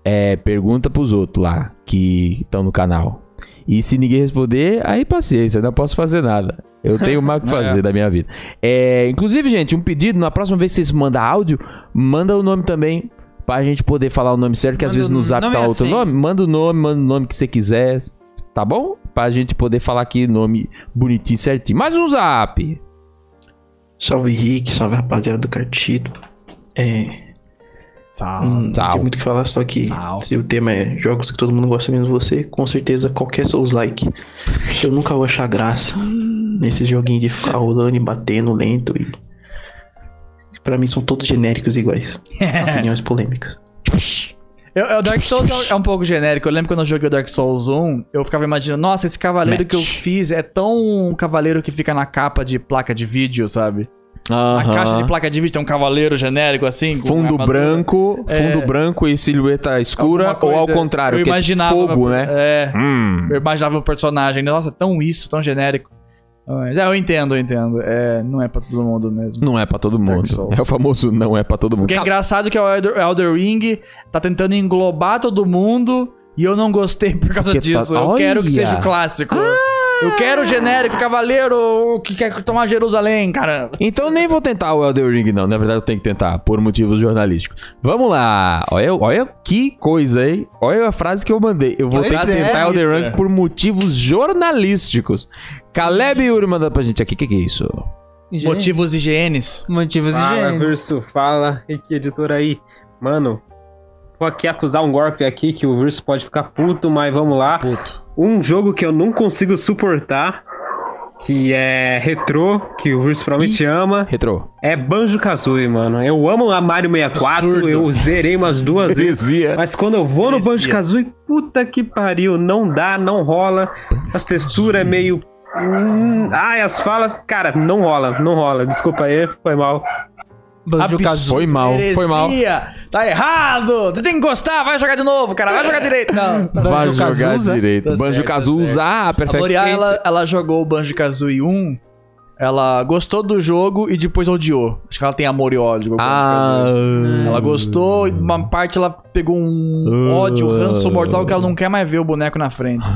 Speaker 2: é, pergunta pros outros lá que estão no canal. E se ninguém responder, aí paciência, eu não posso fazer nada. Eu tenho mais o
Speaker 3: [LAUGHS]
Speaker 2: que fazer da minha É, vida. É, inclusive, gente, um pedido, na próxima vez que vocês mandam áudio, manda o nome também pra gente poder falar o nome certo, que às
Speaker 3: Manda
Speaker 2: vezes no
Speaker 3: o
Speaker 2: zap
Speaker 3: nome
Speaker 2: tá
Speaker 3: é
Speaker 2: outro
Speaker 3: assim.
Speaker 2: nome. Manda o nome, manda o nome que você quiser, tá bom? Pra gente poder falar aqui nome bonitinho, certinho. Mais um zap.
Speaker 8: Salve Rick, salve rapaziada do Cartito. É, hum, não
Speaker 2: Tchau.
Speaker 8: tem muito o que falar, só que
Speaker 2: Tchau.
Speaker 8: se o tema é jogos que todo mundo gosta menos você, com certeza qualquer Souls like. Eu nunca vou achar graça nesses joguinhos de ficar rolando e batendo lento e. Pra mim são todos genéricos
Speaker 1: [LAUGHS]
Speaker 8: iguais. Opiniões polêmicas.
Speaker 1: Eu- eu- o Dark Souls é um pouco genérico. Eu lembro quando eu joguei o Dark Souls 1, eu ficava imaginando, nossa, esse cavaleiro
Speaker 2: Match.
Speaker 1: que eu fiz é tão um cavaleiro que fica na capa de placa de vídeo, sabe? Na
Speaker 2: Aham.
Speaker 1: caixa de placa de vídeo tem um cavaleiro genérico assim. com
Speaker 2: Fundo
Speaker 1: armadura.
Speaker 2: branco,
Speaker 1: É.
Speaker 2: fundo branco e silhueta escura,
Speaker 1: Alguma
Speaker 2: ou ao
Speaker 1: coisa.
Speaker 2: contrário,
Speaker 1: Eu
Speaker 2: que é
Speaker 1: imaginava.
Speaker 2: fogo, né?
Speaker 1: É.
Speaker 2: Hum.
Speaker 1: Eu imaginava o personagem. Nossa, tão isso, tão genérico. Mas, é, eu entendo, eu entendo. É, não é pra todo mundo mesmo.
Speaker 2: Não é pra todo
Speaker 1: Dark
Speaker 2: mundo.
Speaker 1: Souls.
Speaker 2: É o famoso não é pra todo mundo.
Speaker 1: O que é engraçado é que o Elder, Elder Ring tá tentando englobar todo mundo e eu não gostei por causa
Speaker 2: Porque tá-
Speaker 1: disso. Eu
Speaker 2: Olha! Ah!
Speaker 1: quero que seja o clássico. Eu quero o genérico, cavaleiro, que quer tomar Jerusalém, caramba.
Speaker 2: Então nem vou tentar o Elden Ring, não. Na verdade, eu tenho que tentar, por motivos jornalísticos. Vamos lá. Olha, olha que coisa, hein? Olha a frase que eu mandei. Eu vou
Speaker 6: Pois
Speaker 2: tentar
Speaker 6: é,
Speaker 2: tentar Elden
Speaker 1: Itra.
Speaker 2: Ring por motivos jornalísticos. Caleb Yuri mandando pra gente aqui. O que, que é isso?
Speaker 3: Motivos
Speaker 1: Motivos higienes.
Speaker 3: Motivos
Speaker 2: Ah,
Speaker 9: Fala,
Speaker 3: higiênicos.
Speaker 9: Virso, fala. E que editor aí? Mano, vou aqui acusar um golpe aqui que o Virso pode ficar puto, mas vamos
Speaker 6: Ah.
Speaker 9: lá. Um jogo que eu não consigo suportar, que é retrô, que o Virso provavelmente ama,
Speaker 2: Retro.
Speaker 9: é Banjo Kazooie, mano. Eu amo a Mario 64,
Speaker 1: Absurdo.
Speaker 9: eu zerei umas duas vezes.
Speaker 2: Heresia.
Speaker 9: Mas quando eu vou no
Speaker 1: Parecia.
Speaker 2: é.
Speaker 9: Banjo Kazooie, puta que pariu, não dá, não rola. As texturas é meio. Hum, ai, as falas. Cara, não rola, não rola. Desculpa aí, foi mal.
Speaker 2: Ah, Foi mal, foi mal.
Speaker 1: Heresia. Tá errado. Você tem que gostar, vai jogar de novo, cara. Vai jogar direito. Não.
Speaker 2: Vai
Speaker 3: Banjo
Speaker 2: jogar
Speaker 3: Kazooie.
Speaker 2: direito.
Speaker 1: Tá
Speaker 2: Banjo ah,
Speaker 1: certo, tá
Speaker 2: Kazoo
Speaker 1: certo.
Speaker 2: usar a
Speaker 1: A
Speaker 2: Perfect
Speaker 1: L'Oreal,
Speaker 2: Eight.
Speaker 1: ela, ela jogou o Banjo-Kazooie 1, ela gostou do jogo e depois odiou. Acho que ela tem amor e ódio. com o
Speaker 2: Ah,
Speaker 1: Banjo-Kazooie. Ela gostou e uma parte ela pegou um
Speaker 2: Ah.
Speaker 1: ódio, um ranço mortal que ela não quer mais ver o boneco na frente,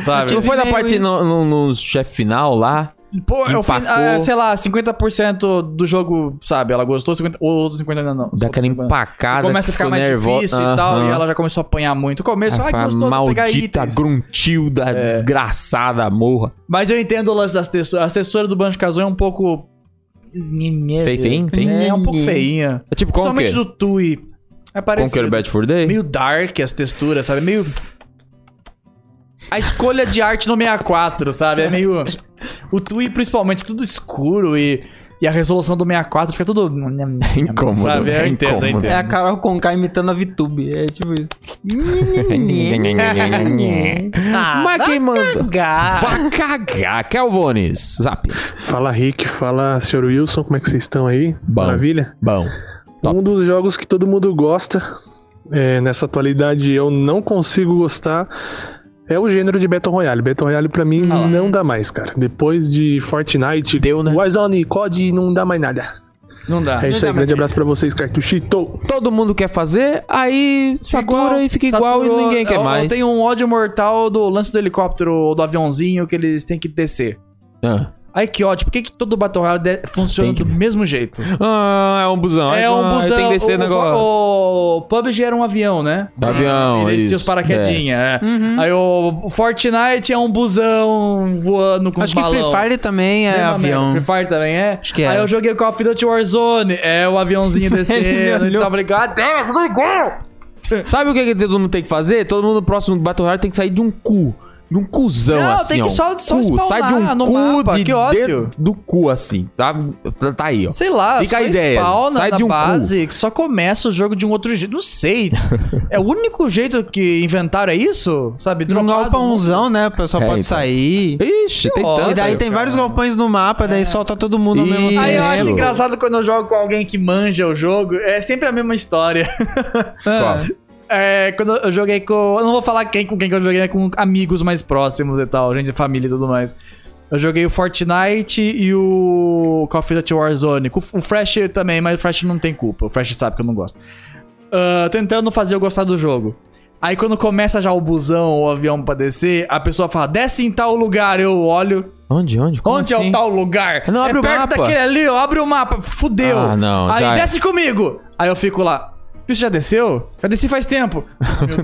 Speaker 1: sabe?
Speaker 2: Não foi na parte no, no, no chefe final lá?
Speaker 1: Pô, eu fui,
Speaker 2: Empacou.
Speaker 1: ah, sei lá, 50% do jogo, sabe? Ela gostou, 50, outros 50 ainda não.
Speaker 2: Daquela
Speaker 1: Outros 50.
Speaker 2: empacada.
Speaker 1: Começa a
Speaker 2: que
Speaker 1: ficar
Speaker 2: ficou
Speaker 1: mais
Speaker 2: nervosa.
Speaker 1: difícil e tal,
Speaker 2: Aham.
Speaker 1: e ela já começou a apanhar muito. No começo, ai, que
Speaker 2: Essa
Speaker 1: gostoso pegar
Speaker 2: maldita
Speaker 1: itens. É.
Speaker 2: gruntilda desgraçada morra.
Speaker 1: Mas eu entendo o lance das texturas. A textura do Banjo-Kazooie é um pouco...
Speaker 2: Feio, feio, feio.
Speaker 1: É, um pouco feinha.
Speaker 2: É tipo como que?
Speaker 1: Principalmente do Tui. É
Speaker 2: Como que
Speaker 1: parecido.
Speaker 2: era o Bad for Day?
Speaker 1: Meio dark as texturas, sabe? Meio. A escolha de arte no 64, sabe? É meio. O Tui, principalmente, tudo escuro e. E a resolução do 64 fica tudo.
Speaker 2: [LAUGHS] Incômodo,
Speaker 1: Sabe? Eu
Speaker 2: é
Speaker 1: entendo, eu
Speaker 2: incômodo.
Speaker 1: entendo.
Speaker 3: É a Carol Conká imitando a VTube. É tipo isso. Hum. [LAUGHS]
Speaker 1: Ah,
Speaker 2: Mas quem manda? Vai cagar. Calvones. Zap.
Speaker 10: Fala Rick, fala senhor Wilson, como é que vocês estão aí?
Speaker 2: Bom.
Speaker 10: Maravilha?
Speaker 2: Bom. Top.
Speaker 10: Um dos jogos que todo mundo gosta, é, nessa atualidade eu não consigo gostar, é o gênero de Battle Royale. Battle Royale pra mim
Speaker 1: Ah lá.
Speaker 10: não dá mais, cara. Depois de Fortnite,
Speaker 2: Deu, né?
Speaker 10: Warzone, COD, não dá mais nada.
Speaker 1: Não dá.
Speaker 10: É isso aí, grande abraço pra vocês, Cartuchito.
Speaker 2: Todo mundo quer fazer, aí satura e fica igual
Speaker 1: Saturou.
Speaker 2: e ninguém quer
Speaker 1: Eu-
Speaker 2: mais.
Speaker 1: Eu tenho um ódio mortal do lance do helicóptero ou do aviãozinho que eles têm que descer.
Speaker 2: Ah.
Speaker 1: Aí que ódio, por que, que todo Battle Royale de- funciona
Speaker 2: Tem que-
Speaker 1: do mesmo jeito?
Speaker 2: Ah, é um busão. Aí
Speaker 1: é um
Speaker 2: vai,
Speaker 1: busão.
Speaker 2: Tem que descer
Speaker 1: o,
Speaker 2: negócio.
Speaker 1: o, o PUBG era um avião, né?
Speaker 2: Do avião,
Speaker 1: Ele descia
Speaker 2: isso.
Speaker 1: os paraquedinhas. é.
Speaker 2: Desce.
Speaker 3: Uhum.
Speaker 1: Aí o o Fortnite é um busão voando com
Speaker 3: Acho que
Speaker 1: balão.
Speaker 3: Free Fire também é
Speaker 1: Mesma merda,
Speaker 3: avião.
Speaker 1: Free Fire também é.
Speaker 3: Acho que é.
Speaker 1: Aí eu joguei Call of Duty Warzone. É o aviãozinho descendo.
Speaker 3: [LAUGHS] Ele
Speaker 1: ele
Speaker 3: me
Speaker 1: tava ligado. "Ah, Deus, não igual!"
Speaker 2: [LAUGHS] Sabe o que, que todo mundo tem que fazer? Todo mundo próximo do Battle Royale tem que sair de um cu. De um cuzão,
Speaker 1: Não,
Speaker 2: assim,
Speaker 1: tem que
Speaker 2: ó.
Speaker 1: só- só
Speaker 2: cu.
Speaker 1: spawnar
Speaker 2: Sai de um
Speaker 1: no
Speaker 2: cu
Speaker 1: mapa,
Speaker 2: de
Speaker 1: que ódio.
Speaker 2: dentro do cu, assim. Tá, tá aí, ó.
Speaker 1: Sei lá,
Speaker 2: Fica
Speaker 1: só
Speaker 2: a ideia,
Speaker 1: spawna
Speaker 2: sai
Speaker 1: na
Speaker 2: de um cu.
Speaker 1: base que só começa o jogo de um outro jeito. Não
Speaker 2: [LAUGHS]
Speaker 1: sei. é o único jeito que inventaram é isso? Sabe?
Speaker 3: Num
Speaker 1: dropado,
Speaker 3: um galpãozão, né? O pessoal
Speaker 2: É,
Speaker 3: pode
Speaker 2: então.
Speaker 3: sair.
Speaker 2: Ixi, tem
Speaker 1: ódio.
Speaker 2: tanto.
Speaker 3: E daí
Speaker 2: aí,
Speaker 3: tem
Speaker 2: cara.
Speaker 3: vários galpões no mapa, daí solta todo mundo ao mesmo
Speaker 2: Isso.
Speaker 3: tempo.
Speaker 1: Aí eu acho
Speaker 2: Lembro.
Speaker 1: engraçado quando eu jogo com alguém que manja o jogo, é sempre a mesma história.
Speaker 3: Ah,
Speaker 1: É, quando eu joguei com. Eu não vou falar quem com quem que eu joguei, é com amigos mais próximos e tal, gente de família e tudo mais. Eu joguei o Fortnite e o Call of Duty Warzone. Com O Fresh também, mas o Fresh não tem culpa. O Fresh sabe que eu não gosto. Ah, tentando fazer eu gostar do jogo. Aí quando começa já o busão ou o avião pra descer, a pessoa fala, desce em tal lugar. Eu olho,
Speaker 2: Onde, onde? Como
Speaker 1: Onde é
Speaker 2: assim?
Speaker 1: o tal lugar?
Speaker 2: Não, abre
Speaker 1: é
Speaker 2: o
Speaker 1: perto
Speaker 2: mapa.
Speaker 1: daquele ali, ó. Abre o mapa. Fudeu.
Speaker 2: Ah, não,
Speaker 1: Aí
Speaker 2: já é.
Speaker 1: desce comigo. Aí eu fico lá. Isso já desceu? Já desci faz
Speaker 2: [LAUGHS]
Speaker 1: tempo.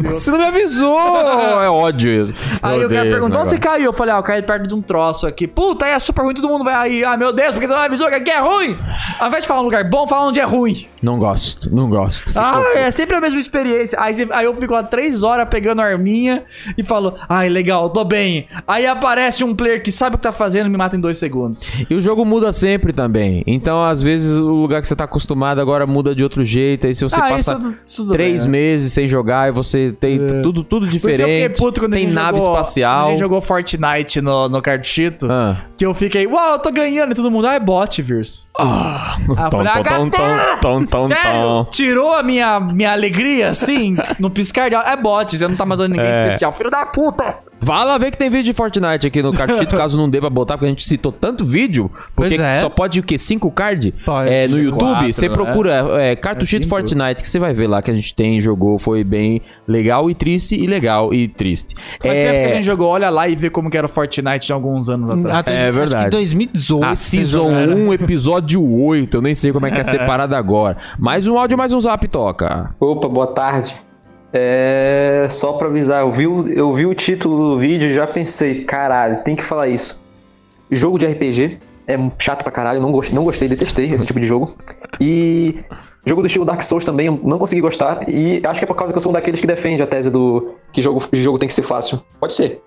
Speaker 2: Você não me avisou! [LAUGHS] é ódio isso.
Speaker 1: Aí o cara
Speaker 2: Eu odeio esse
Speaker 1: perguntou, onde
Speaker 2: negócio.
Speaker 1: você caiu? Eu falei, ah, eu caí perto de um troço aqui. Puta, aí é super ruim, todo mundo vai aí. Ah, meu Deus, por que você não avisou que aqui é ruim? Ao invés de falar um lugar bom, fala onde é ruim.
Speaker 2: Não gosto, não gosto.
Speaker 1: Ah, é sempre a mesma experiência. Aí, você- aí eu fico lá três horas pegando a arminha e falo, ai, legal, tô bem. Aí aparece um player que sabe o que tá fazendo e me mata em dois segundos.
Speaker 2: E o jogo muda sempre também. Então, às vezes, o lugar que você tá acostumado agora muda de outro jeito. Aí se você
Speaker 1: ah, isso,
Speaker 2: passa
Speaker 1: isso tudo bem,
Speaker 2: três
Speaker 1: né? É.
Speaker 2: meses sem jogar e você tem t- tudo, tudo
Speaker 1: Por isso eu fiquei
Speaker 2: diferente.
Speaker 1: puto quando a
Speaker 2: tem
Speaker 1: gente
Speaker 2: nave
Speaker 1: jogou- quando A
Speaker 2: espacial.
Speaker 1: gente jogou Fortnite no, no cartito.
Speaker 2: Ah.
Speaker 1: Que eu fiquei, uau, eu tô ganhando. E todo mundo, ah, é bot, Virs.
Speaker 2: Ah,
Speaker 1: eu falei, "Ah, gato,
Speaker 2: tom, tom,
Speaker 1: Sério? Tirou a minha, minha alegria, assim, no piscar de... É bot, você não tá mandando ninguém
Speaker 2: É.
Speaker 1: especial. Filho da puta!
Speaker 2: Vá lá ver que tem vídeo de Fortnite
Speaker 1: [LAUGHS]
Speaker 2: aqui no Cartito, caso não dê pra botar, porque a gente citou tanto vídeo, porque
Speaker 3: Pois é.
Speaker 2: só pode o quê? 5 card?
Speaker 3: Pode.
Speaker 2: É, no YouTube,
Speaker 1: Quatro,
Speaker 2: você
Speaker 1: né?
Speaker 2: procura é,
Speaker 1: É
Speaker 2: cartuchito
Speaker 1: cinco.
Speaker 2: Fortnite, que você vai ver lá que a gente tem, jogou, foi bem legal e triste, e legal e triste.
Speaker 1: Faz
Speaker 2: É,
Speaker 1: tempo que a gente jogou, olha lá e vê como que era o Fortnite de alguns anos atrás.
Speaker 3: Até-
Speaker 2: É verdade.
Speaker 3: Acho que 2018.
Speaker 2: a Season 1, episódio 8, eu nem sei como é que é separado agora. Mais um áudio, mais um zap toca.
Speaker 7: Opa, boa tarde. É, só pra avisar, eu vi, o- eu vi o título do vídeo e já pensei, caralho, tem que falar isso. Jogo de RPG é chato pra caralho, não gostei, não gostei, detestei esse tipo de jogo. E jogo do estilo Dark Souls também, eu não consegui gostar. E acho que é por causa que eu sou um daqueles que defende a tese do que jogo, jogo tem que ser fácil. Pode ser.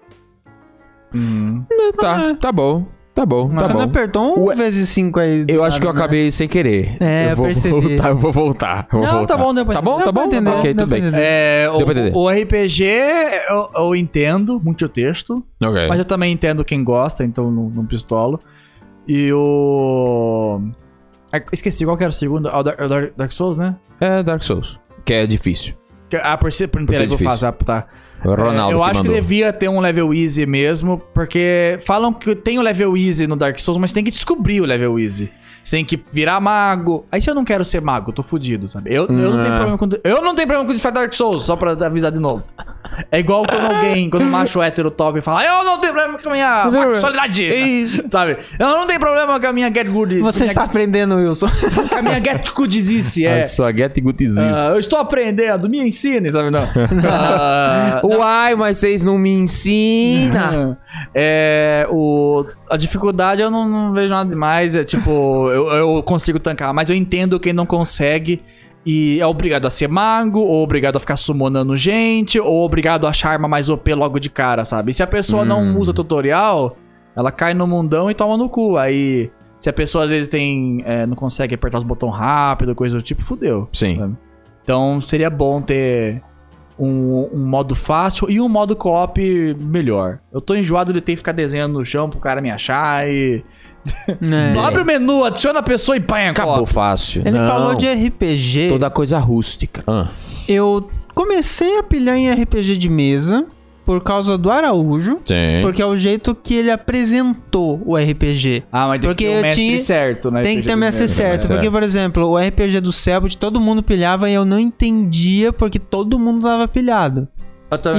Speaker 2: Tá, tá bom, tá bom, tá
Speaker 3: Você não
Speaker 2: bom.
Speaker 3: apertou um
Speaker 2: Ué,
Speaker 3: vezes 5 aí. do
Speaker 2: Eu acho que eu
Speaker 3: nada, né?
Speaker 2: acabei sem querer.
Speaker 3: É,
Speaker 2: eu vou
Speaker 3: eu percebi.
Speaker 2: voltar, eu vou voltar. eu vou
Speaker 1: Não,
Speaker 2: voltar.
Speaker 1: tá bom, deu pra
Speaker 2: Tá
Speaker 1: entender.
Speaker 2: bom,
Speaker 3: Deu
Speaker 2: tá
Speaker 3: pra
Speaker 2: bom?
Speaker 3: entender,
Speaker 2: ok,
Speaker 3: deu
Speaker 2: tudo
Speaker 3: pra
Speaker 2: bem.
Speaker 3: entender.
Speaker 1: É,
Speaker 2: Ah, Deu pra entender.
Speaker 1: o, o RPG eu, eu entendo muito o texto,
Speaker 2: Ok.
Speaker 1: mas eu também entendo quem gosta, então não, não pistolo. E o. Ah, Esqueci qual que era o segundo. Ah, o Dark, o Dark- Dark Souls, né?
Speaker 2: É Dark Souls, que é difícil.
Speaker 1: Que- Ah, por ser por inteiro
Speaker 2: ser
Speaker 1: que eu
Speaker 2: difícil.
Speaker 1: faço, ah, tá.
Speaker 2: O Ronaldo
Speaker 1: É, eu
Speaker 2: que
Speaker 1: acho
Speaker 2: mandou.
Speaker 1: que devia ter um level easy mesmo, porque falam que tem o level easy no Dark Souls, mas tem que descobrir o level easy. Você tem que virar mago. Aí se eu não quero ser mago, eu tô fudido, sabe? Eu, eu não tenho
Speaker 2: Ah.
Speaker 1: problema com. Eu não tenho problema com dificuldade Dark Souls, só pra avisar de novo. É igual quando alguém, quando um macho hétero top fala, eu não tenho problema com a minha sexualidade, sabe? Eu não tenho problema com a minha get good.
Speaker 3: Você
Speaker 1: com a
Speaker 2: É.
Speaker 3: está aprendendo, Wilson.
Speaker 1: minha- com a minha get goodizice, é.
Speaker 2: A sua Get Good is
Speaker 1: Ah, eu estou aprendendo, me ensine, sabe?
Speaker 2: [LAUGHS]
Speaker 1: Não. Ah,
Speaker 2: this. Uai, mas vocês não me ensinam.
Speaker 1: É, o, a dificuldade eu não, não vejo nada demais. É tipo, eu, eu consigo tancar, mas eu entendo quem não consegue. E é obrigado a ser mago, ou obrigado a ficar summonando gente, ou obrigado a achar arma mais OP logo de cara, sabe? E se a pessoa não
Speaker 2: Hum.
Speaker 1: usa tutorial, ela cai no mundão e toma no cu. Aí, se a pessoa às vezes tem. é, não consegue apertar os botões rápido, coisa do tipo, fudeu.
Speaker 2: Sim.
Speaker 1: Então seria bom ter um, um modo fácil e um modo co-op melhor. Eu tô enjoado de ter que ficar desenhando no chão pro cara me achar e. Só
Speaker 3: É.
Speaker 1: abre o menu, adiciona a pessoa e põe a
Speaker 2: Acabou
Speaker 1: co-op.
Speaker 2: fácil.
Speaker 3: Ele
Speaker 2: Não,
Speaker 3: falou de RPG.
Speaker 2: toda coisa rústica. Ah,
Speaker 3: Eu comecei a pilhar em RPG de mesa por causa do Araújo.
Speaker 2: sim.
Speaker 3: Porque é o jeito que ele apresentou o RPG.
Speaker 1: Ah, mas tem
Speaker 3: Porque
Speaker 1: que ter
Speaker 3: eu
Speaker 1: o mestre
Speaker 3: tinha-
Speaker 1: certo, né?
Speaker 3: Tem que ter o mestre certo.
Speaker 2: certo.
Speaker 3: Porque, por exemplo, o RPG do Selbit, todo mundo pilhava e eu não entendia porque todo mundo tava pilhado.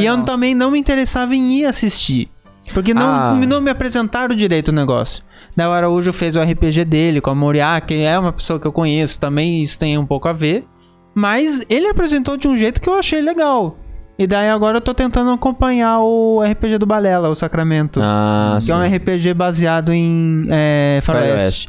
Speaker 3: e
Speaker 1: é um
Speaker 3: eu também não me interessava em ir assistir. Porque não,
Speaker 2: Ah.
Speaker 3: não me apresentaram direito o negócio. Daí o Araújo fez o RPG dele com a Moriá, que é uma pessoa que eu conheço também, isso tem um pouco a ver. Mas ele apresentou de um jeito que eu achei legal. E daí agora eu tô tentando acompanhar o RPG do Balela, o Sacramento.
Speaker 2: Ah,
Speaker 3: que é um RPG baseado em é,
Speaker 2: Faroeste.
Speaker 3: Faroeste.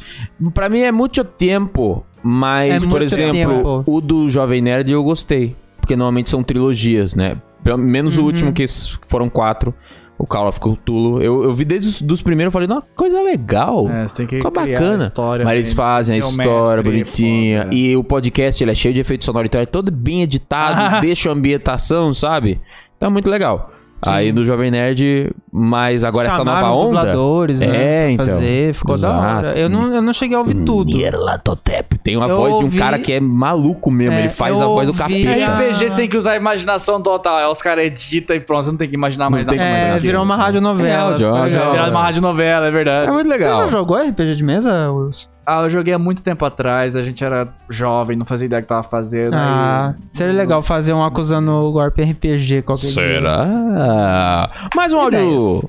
Speaker 2: Pra mim é muito tempo, mas,
Speaker 3: É
Speaker 2: por
Speaker 3: muito
Speaker 2: exemplo,
Speaker 3: tempo.
Speaker 2: o do Jovem Nerd eu gostei. Porque normalmente são trilogias, né? Pelo menos
Speaker 3: Uhum.
Speaker 2: o último, que s- foram quatro. O Call of Cthulhu. Eu, eu vi desde os dos primeiros e falei, nossa, coisa legal.
Speaker 1: É, você tem que
Speaker 2: Ficou
Speaker 1: criar
Speaker 2: bacana.
Speaker 1: a história.
Speaker 2: Mas eles
Speaker 1: né?
Speaker 3: É
Speaker 2: fazem a
Speaker 1: Tem
Speaker 3: um
Speaker 1: o
Speaker 2: história
Speaker 1: mestre,
Speaker 2: bonitinha.
Speaker 1: foda.
Speaker 2: E o podcast, ele é cheio de efeito sonoro. Então é todo bem
Speaker 3: [LAUGHS]
Speaker 2: editado, deixa a ambientação, sabe? Então é muito legal. Aí do Jovem Nerd, mas agora é essa
Speaker 3: Chamaram
Speaker 2: nova
Speaker 3: os
Speaker 2: onda...
Speaker 3: dubladores, né?
Speaker 2: É,
Speaker 3: pra
Speaker 2: então.
Speaker 3: Fazer, ficou da hora.
Speaker 2: Exato. Hum, é
Speaker 3: Eu não, eu não cheguei a ouvir tudo.
Speaker 2: Nyarlathotep. Tem uma
Speaker 3: Eu
Speaker 2: voz de
Speaker 3: ouvi-
Speaker 2: um cara que é maluco mesmo.
Speaker 3: É,
Speaker 2: ele faz
Speaker 3: eu
Speaker 2: a voz do
Speaker 3: ouvi-
Speaker 1: É,
Speaker 2: capeta.
Speaker 3: Ah.
Speaker 1: RPG você tem que usar a imaginação total. É os caras editam e pronto. Você não tem que imaginar mais nada.
Speaker 2: tem que imaginar.
Speaker 3: É,
Speaker 2: Maravilha.
Speaker 3: virou uma radionovela.
Speaker 2: É, áudio,
Speaker 3: ficou
Speaker 2: áudio,
Speaker 3: legal.
Speaker 2: áudio.
Speaker 1: Viraram uma radionovela, é verdade.
Speaker 2: É muito legal.
Speaker 3: Você já jogou RPG de mesa, Wilson?
Speaker 1: Ah, eu joguei há muito tempo atrás. A gente era jovem, não fazia ideia do que tava fazendo. aí-
Speaker 3: Ah, seria legal fazer um acusando o golpe RPG qualquer dia.
Speaker 2: Será? Mais um áudio.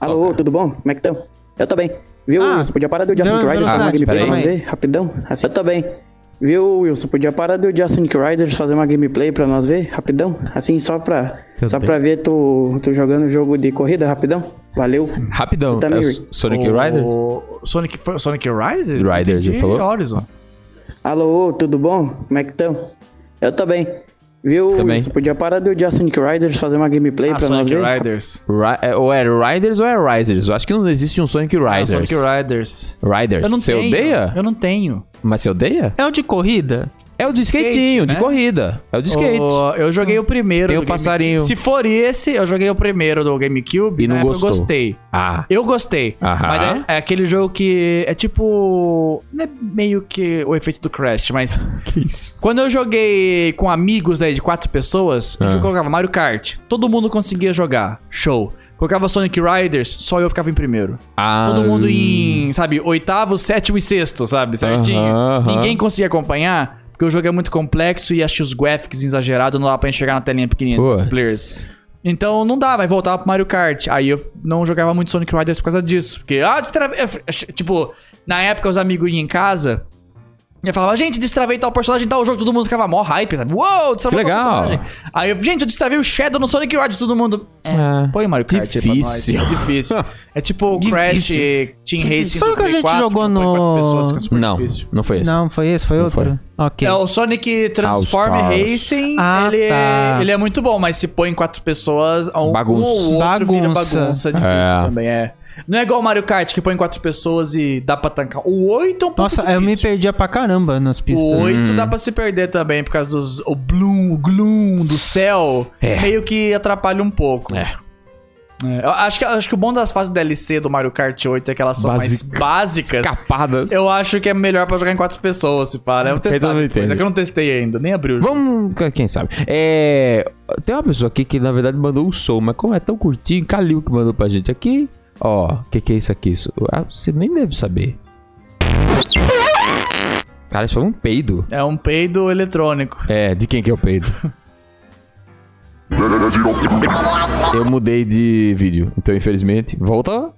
Speaker 11: Alô, tudo bom? Como é que estão? Eu tô bem. Viu?
Speaker 3: Ah,
Speaker 11: Você podia parar de odiar
Speaker 3: deu
Speaker 11: Frank Rider, fazer uma
Speaker 3: velocidade,
Speaker 11: gameplay pra nós
Speaker 3: peraí.
Speaker 11: ver, rapidão? Assim, eu tô bem. Viu, Wilson? Podia parar de odiar Sonic Riders fazer uma gameplay pra nós ver, rapidão? Assim, só pra,
Speaker 2: Tudo
Speaker 11: só
Speaker 2: bem.
Speaker 11: pra ver tu, tu jogando jogo de corrida, rapidão? Valeu.
Speaker 2: Rapidão,
Speaker 11: Tá
Speaker 2: é o
Speaker 11: meio-
Speaker 2: S- Sonic Riders?
Speaker 1: O Sonic, foi- Sonic Rises?
Speaker 2: Riders,
Speaker 1: Entendi,
Speaker 2: ele falou?
Speaker 1: Horizon.
Speaker 11: Alô, tudo bom? Como é que tão? Eu tô bem. Viu,
Speaker 2: Tô bem.
Speaker 11: Wilson? Podia parar de odiar Sonic Riders fazer uma gameplay
Speaker 1: Ah,
Speaker 11: pra nós
Speaker 1: Sonic
Speaker 11: ver?
Speaker 1: Riders.
Speaker 2: Ri- é, ou é Riders ou é Risers? Eu acho que não existe um Sonic
Speaker 1: Ah,
Speaker 2: Riders.
Speaker 1: Sonic Riders.
Speaker 2: Riders.
Speaker 1: Eu não
Speaker 2: você
Speaker 1: tenho.
Speaker 2: odeia?
Speaker 1: Eu não tenho.
Speaker 2: Mas você odeia?
Speaker 3: É o de corrida?
Speaker 2: É o de skatinho, de
Speaker 1: né?
Speaker 2: corrida. É o de skate.
Speaker 1: O- eu joguei o primeiro.
Speaker 2: Tem
Speaker 1: do
Speaker 2: o passarinho.
Speaker 1: GameCube. Se for esse, eu joguei o primeiro do GameCube.
Speaker 2: E não
Speaker 1: na época
Speaker 2: gostou.
Speaker 1: Eu gostei.
Speaker 2: Ah.
Speaker 1: Eu gostei.
Speaker 2: Aham.
Speaker 1: Mas é- é, aquele jogo que é tipo. Não é meio que o efeito do Crash, mas.
Speaker 2: [LAUGHS] Que isso?
Speaker 1: Quando eu joguei com amigos daí de quatro pessoas,
Speaker 2: Ah.
Speaker 1: eu colocava Mario Kart. Todo mundo conseguia jogar. Show. Colocava Sonic Riders, só eu ficava em primeiro.
Speaker 2: Ah,
Speaker 1: Todo mundo em, sabe, oitavo, sétimo e sexto, sabe, certinho.
Speaker 2: Aham, aham.
Speaker 1: Ninguém conseguia acompanhar, porque o jogo é muito complexo e achei os graphics exagerados, não dá pra enxergar na telinha pequenininha
Speaker 2: Puts.
Speaker 1: dos players. Então não dá, vai voltar pro Mario Kart. Aí eu não jogava muito Sonic Riders por causa disso. Porque, ah, destravei. eu f- ach- Tipo, na época os amigos iam em casa. E falava, gente, destravei tal personagem, tal jogo, todo mundo ficava mó hype, sabe? Uou, destravei
Speaker 2: Que
Speaker 1: tal
Speaker 2: legal.
Speaker 1: personagem. Aí eu, gente, eu destravei o Shadow no Sonic Riders, todo mundo. É, põe Mario Kart aí pra nós.
Speaker 2: Difícil. [LAUGHS]
Speaker 1: Difícil. É tipo o Crash Team Racing.
Speaker 3: Foi o
Speaker 1: do
Speaker 3: que a
Speaker 1: Play
Speaker 3: gente
Speaker 1: 4,
Speaker 3: jogou
Speaker 1: que foi quatro
Speaker 3: no-
Speaker 1: pessoas, fica super
Speaker 2: Não,
Speaker 1: é difícil.
Speaker 2: não foi esse.
Speaker 3: Não, foi esse? Foi
Speaker 2: Não
Speaker 3: outro? Ok.
Speaker 1: É, o Sonic Transform
Speaker 2: Ah, os Powers.
Speaker 1: Racing,
Speaker 3: Ah,
Speaker 1: ele,
Speaker 3: tá.
Speaker 1: é, ele é muito bom, mas se põe em quatro pessoas, um, um
Speaker 2: Bagunça.
Speaker 1: ou outro vira
Speaker 3: Bagunça.
Speaker 1: bagunça, é difícil
Speaker 2: É.
Speaker 1: também, é. Não é igual o Mario Kart, que põe em quatro pessoas e dá pra tancar. O oito é um pouco
Speaker 3: Nossa, eu me
Speaker 1: difícil.
Speaker 3: perdia pra caramba nas pistas.
Speaker 1: O 8
Speaker 2: Hum.
Speaker 1: dá pra se perder também, por causa dos... O Bloom, o Gloom do céu, meio que atrapalha um pouco.
Speaker 2: É.
Speaker 1: É, eu acho que, eu acho que o bom das fases DLC do Mario Kart 8 é que elas são
Speaker 2: Básica-
Speaker 1: mais básicas.
Speaker 2: Capadas.
Speaker 1: Eu acho que é melhor pra jogar em quatro pessoas, se pá, né? Eu vou
Speaker 2: Então
Speaker 1: testar
Speaker 2: não
Speaker 1: depois.
Speaker 2: entendo.
Speaker 1: É que eu não testei ainda, nem abriu.
Speaker 2: Vamos, quem sabe. É, tem uma pessoa aqui que na verdade mandou um som, mas como é tão curtinho, Calil que mandou pra gente aqui. Ó, o que, que é isso aqui? Isso, ah, você nem deve saber. Cara, isso foi um peido.
Speaker 1: É um peido eletrônico.
Speaker 2: É, de quem que é o peido? Eu mudei de vídeo, então infelizmente. Volta!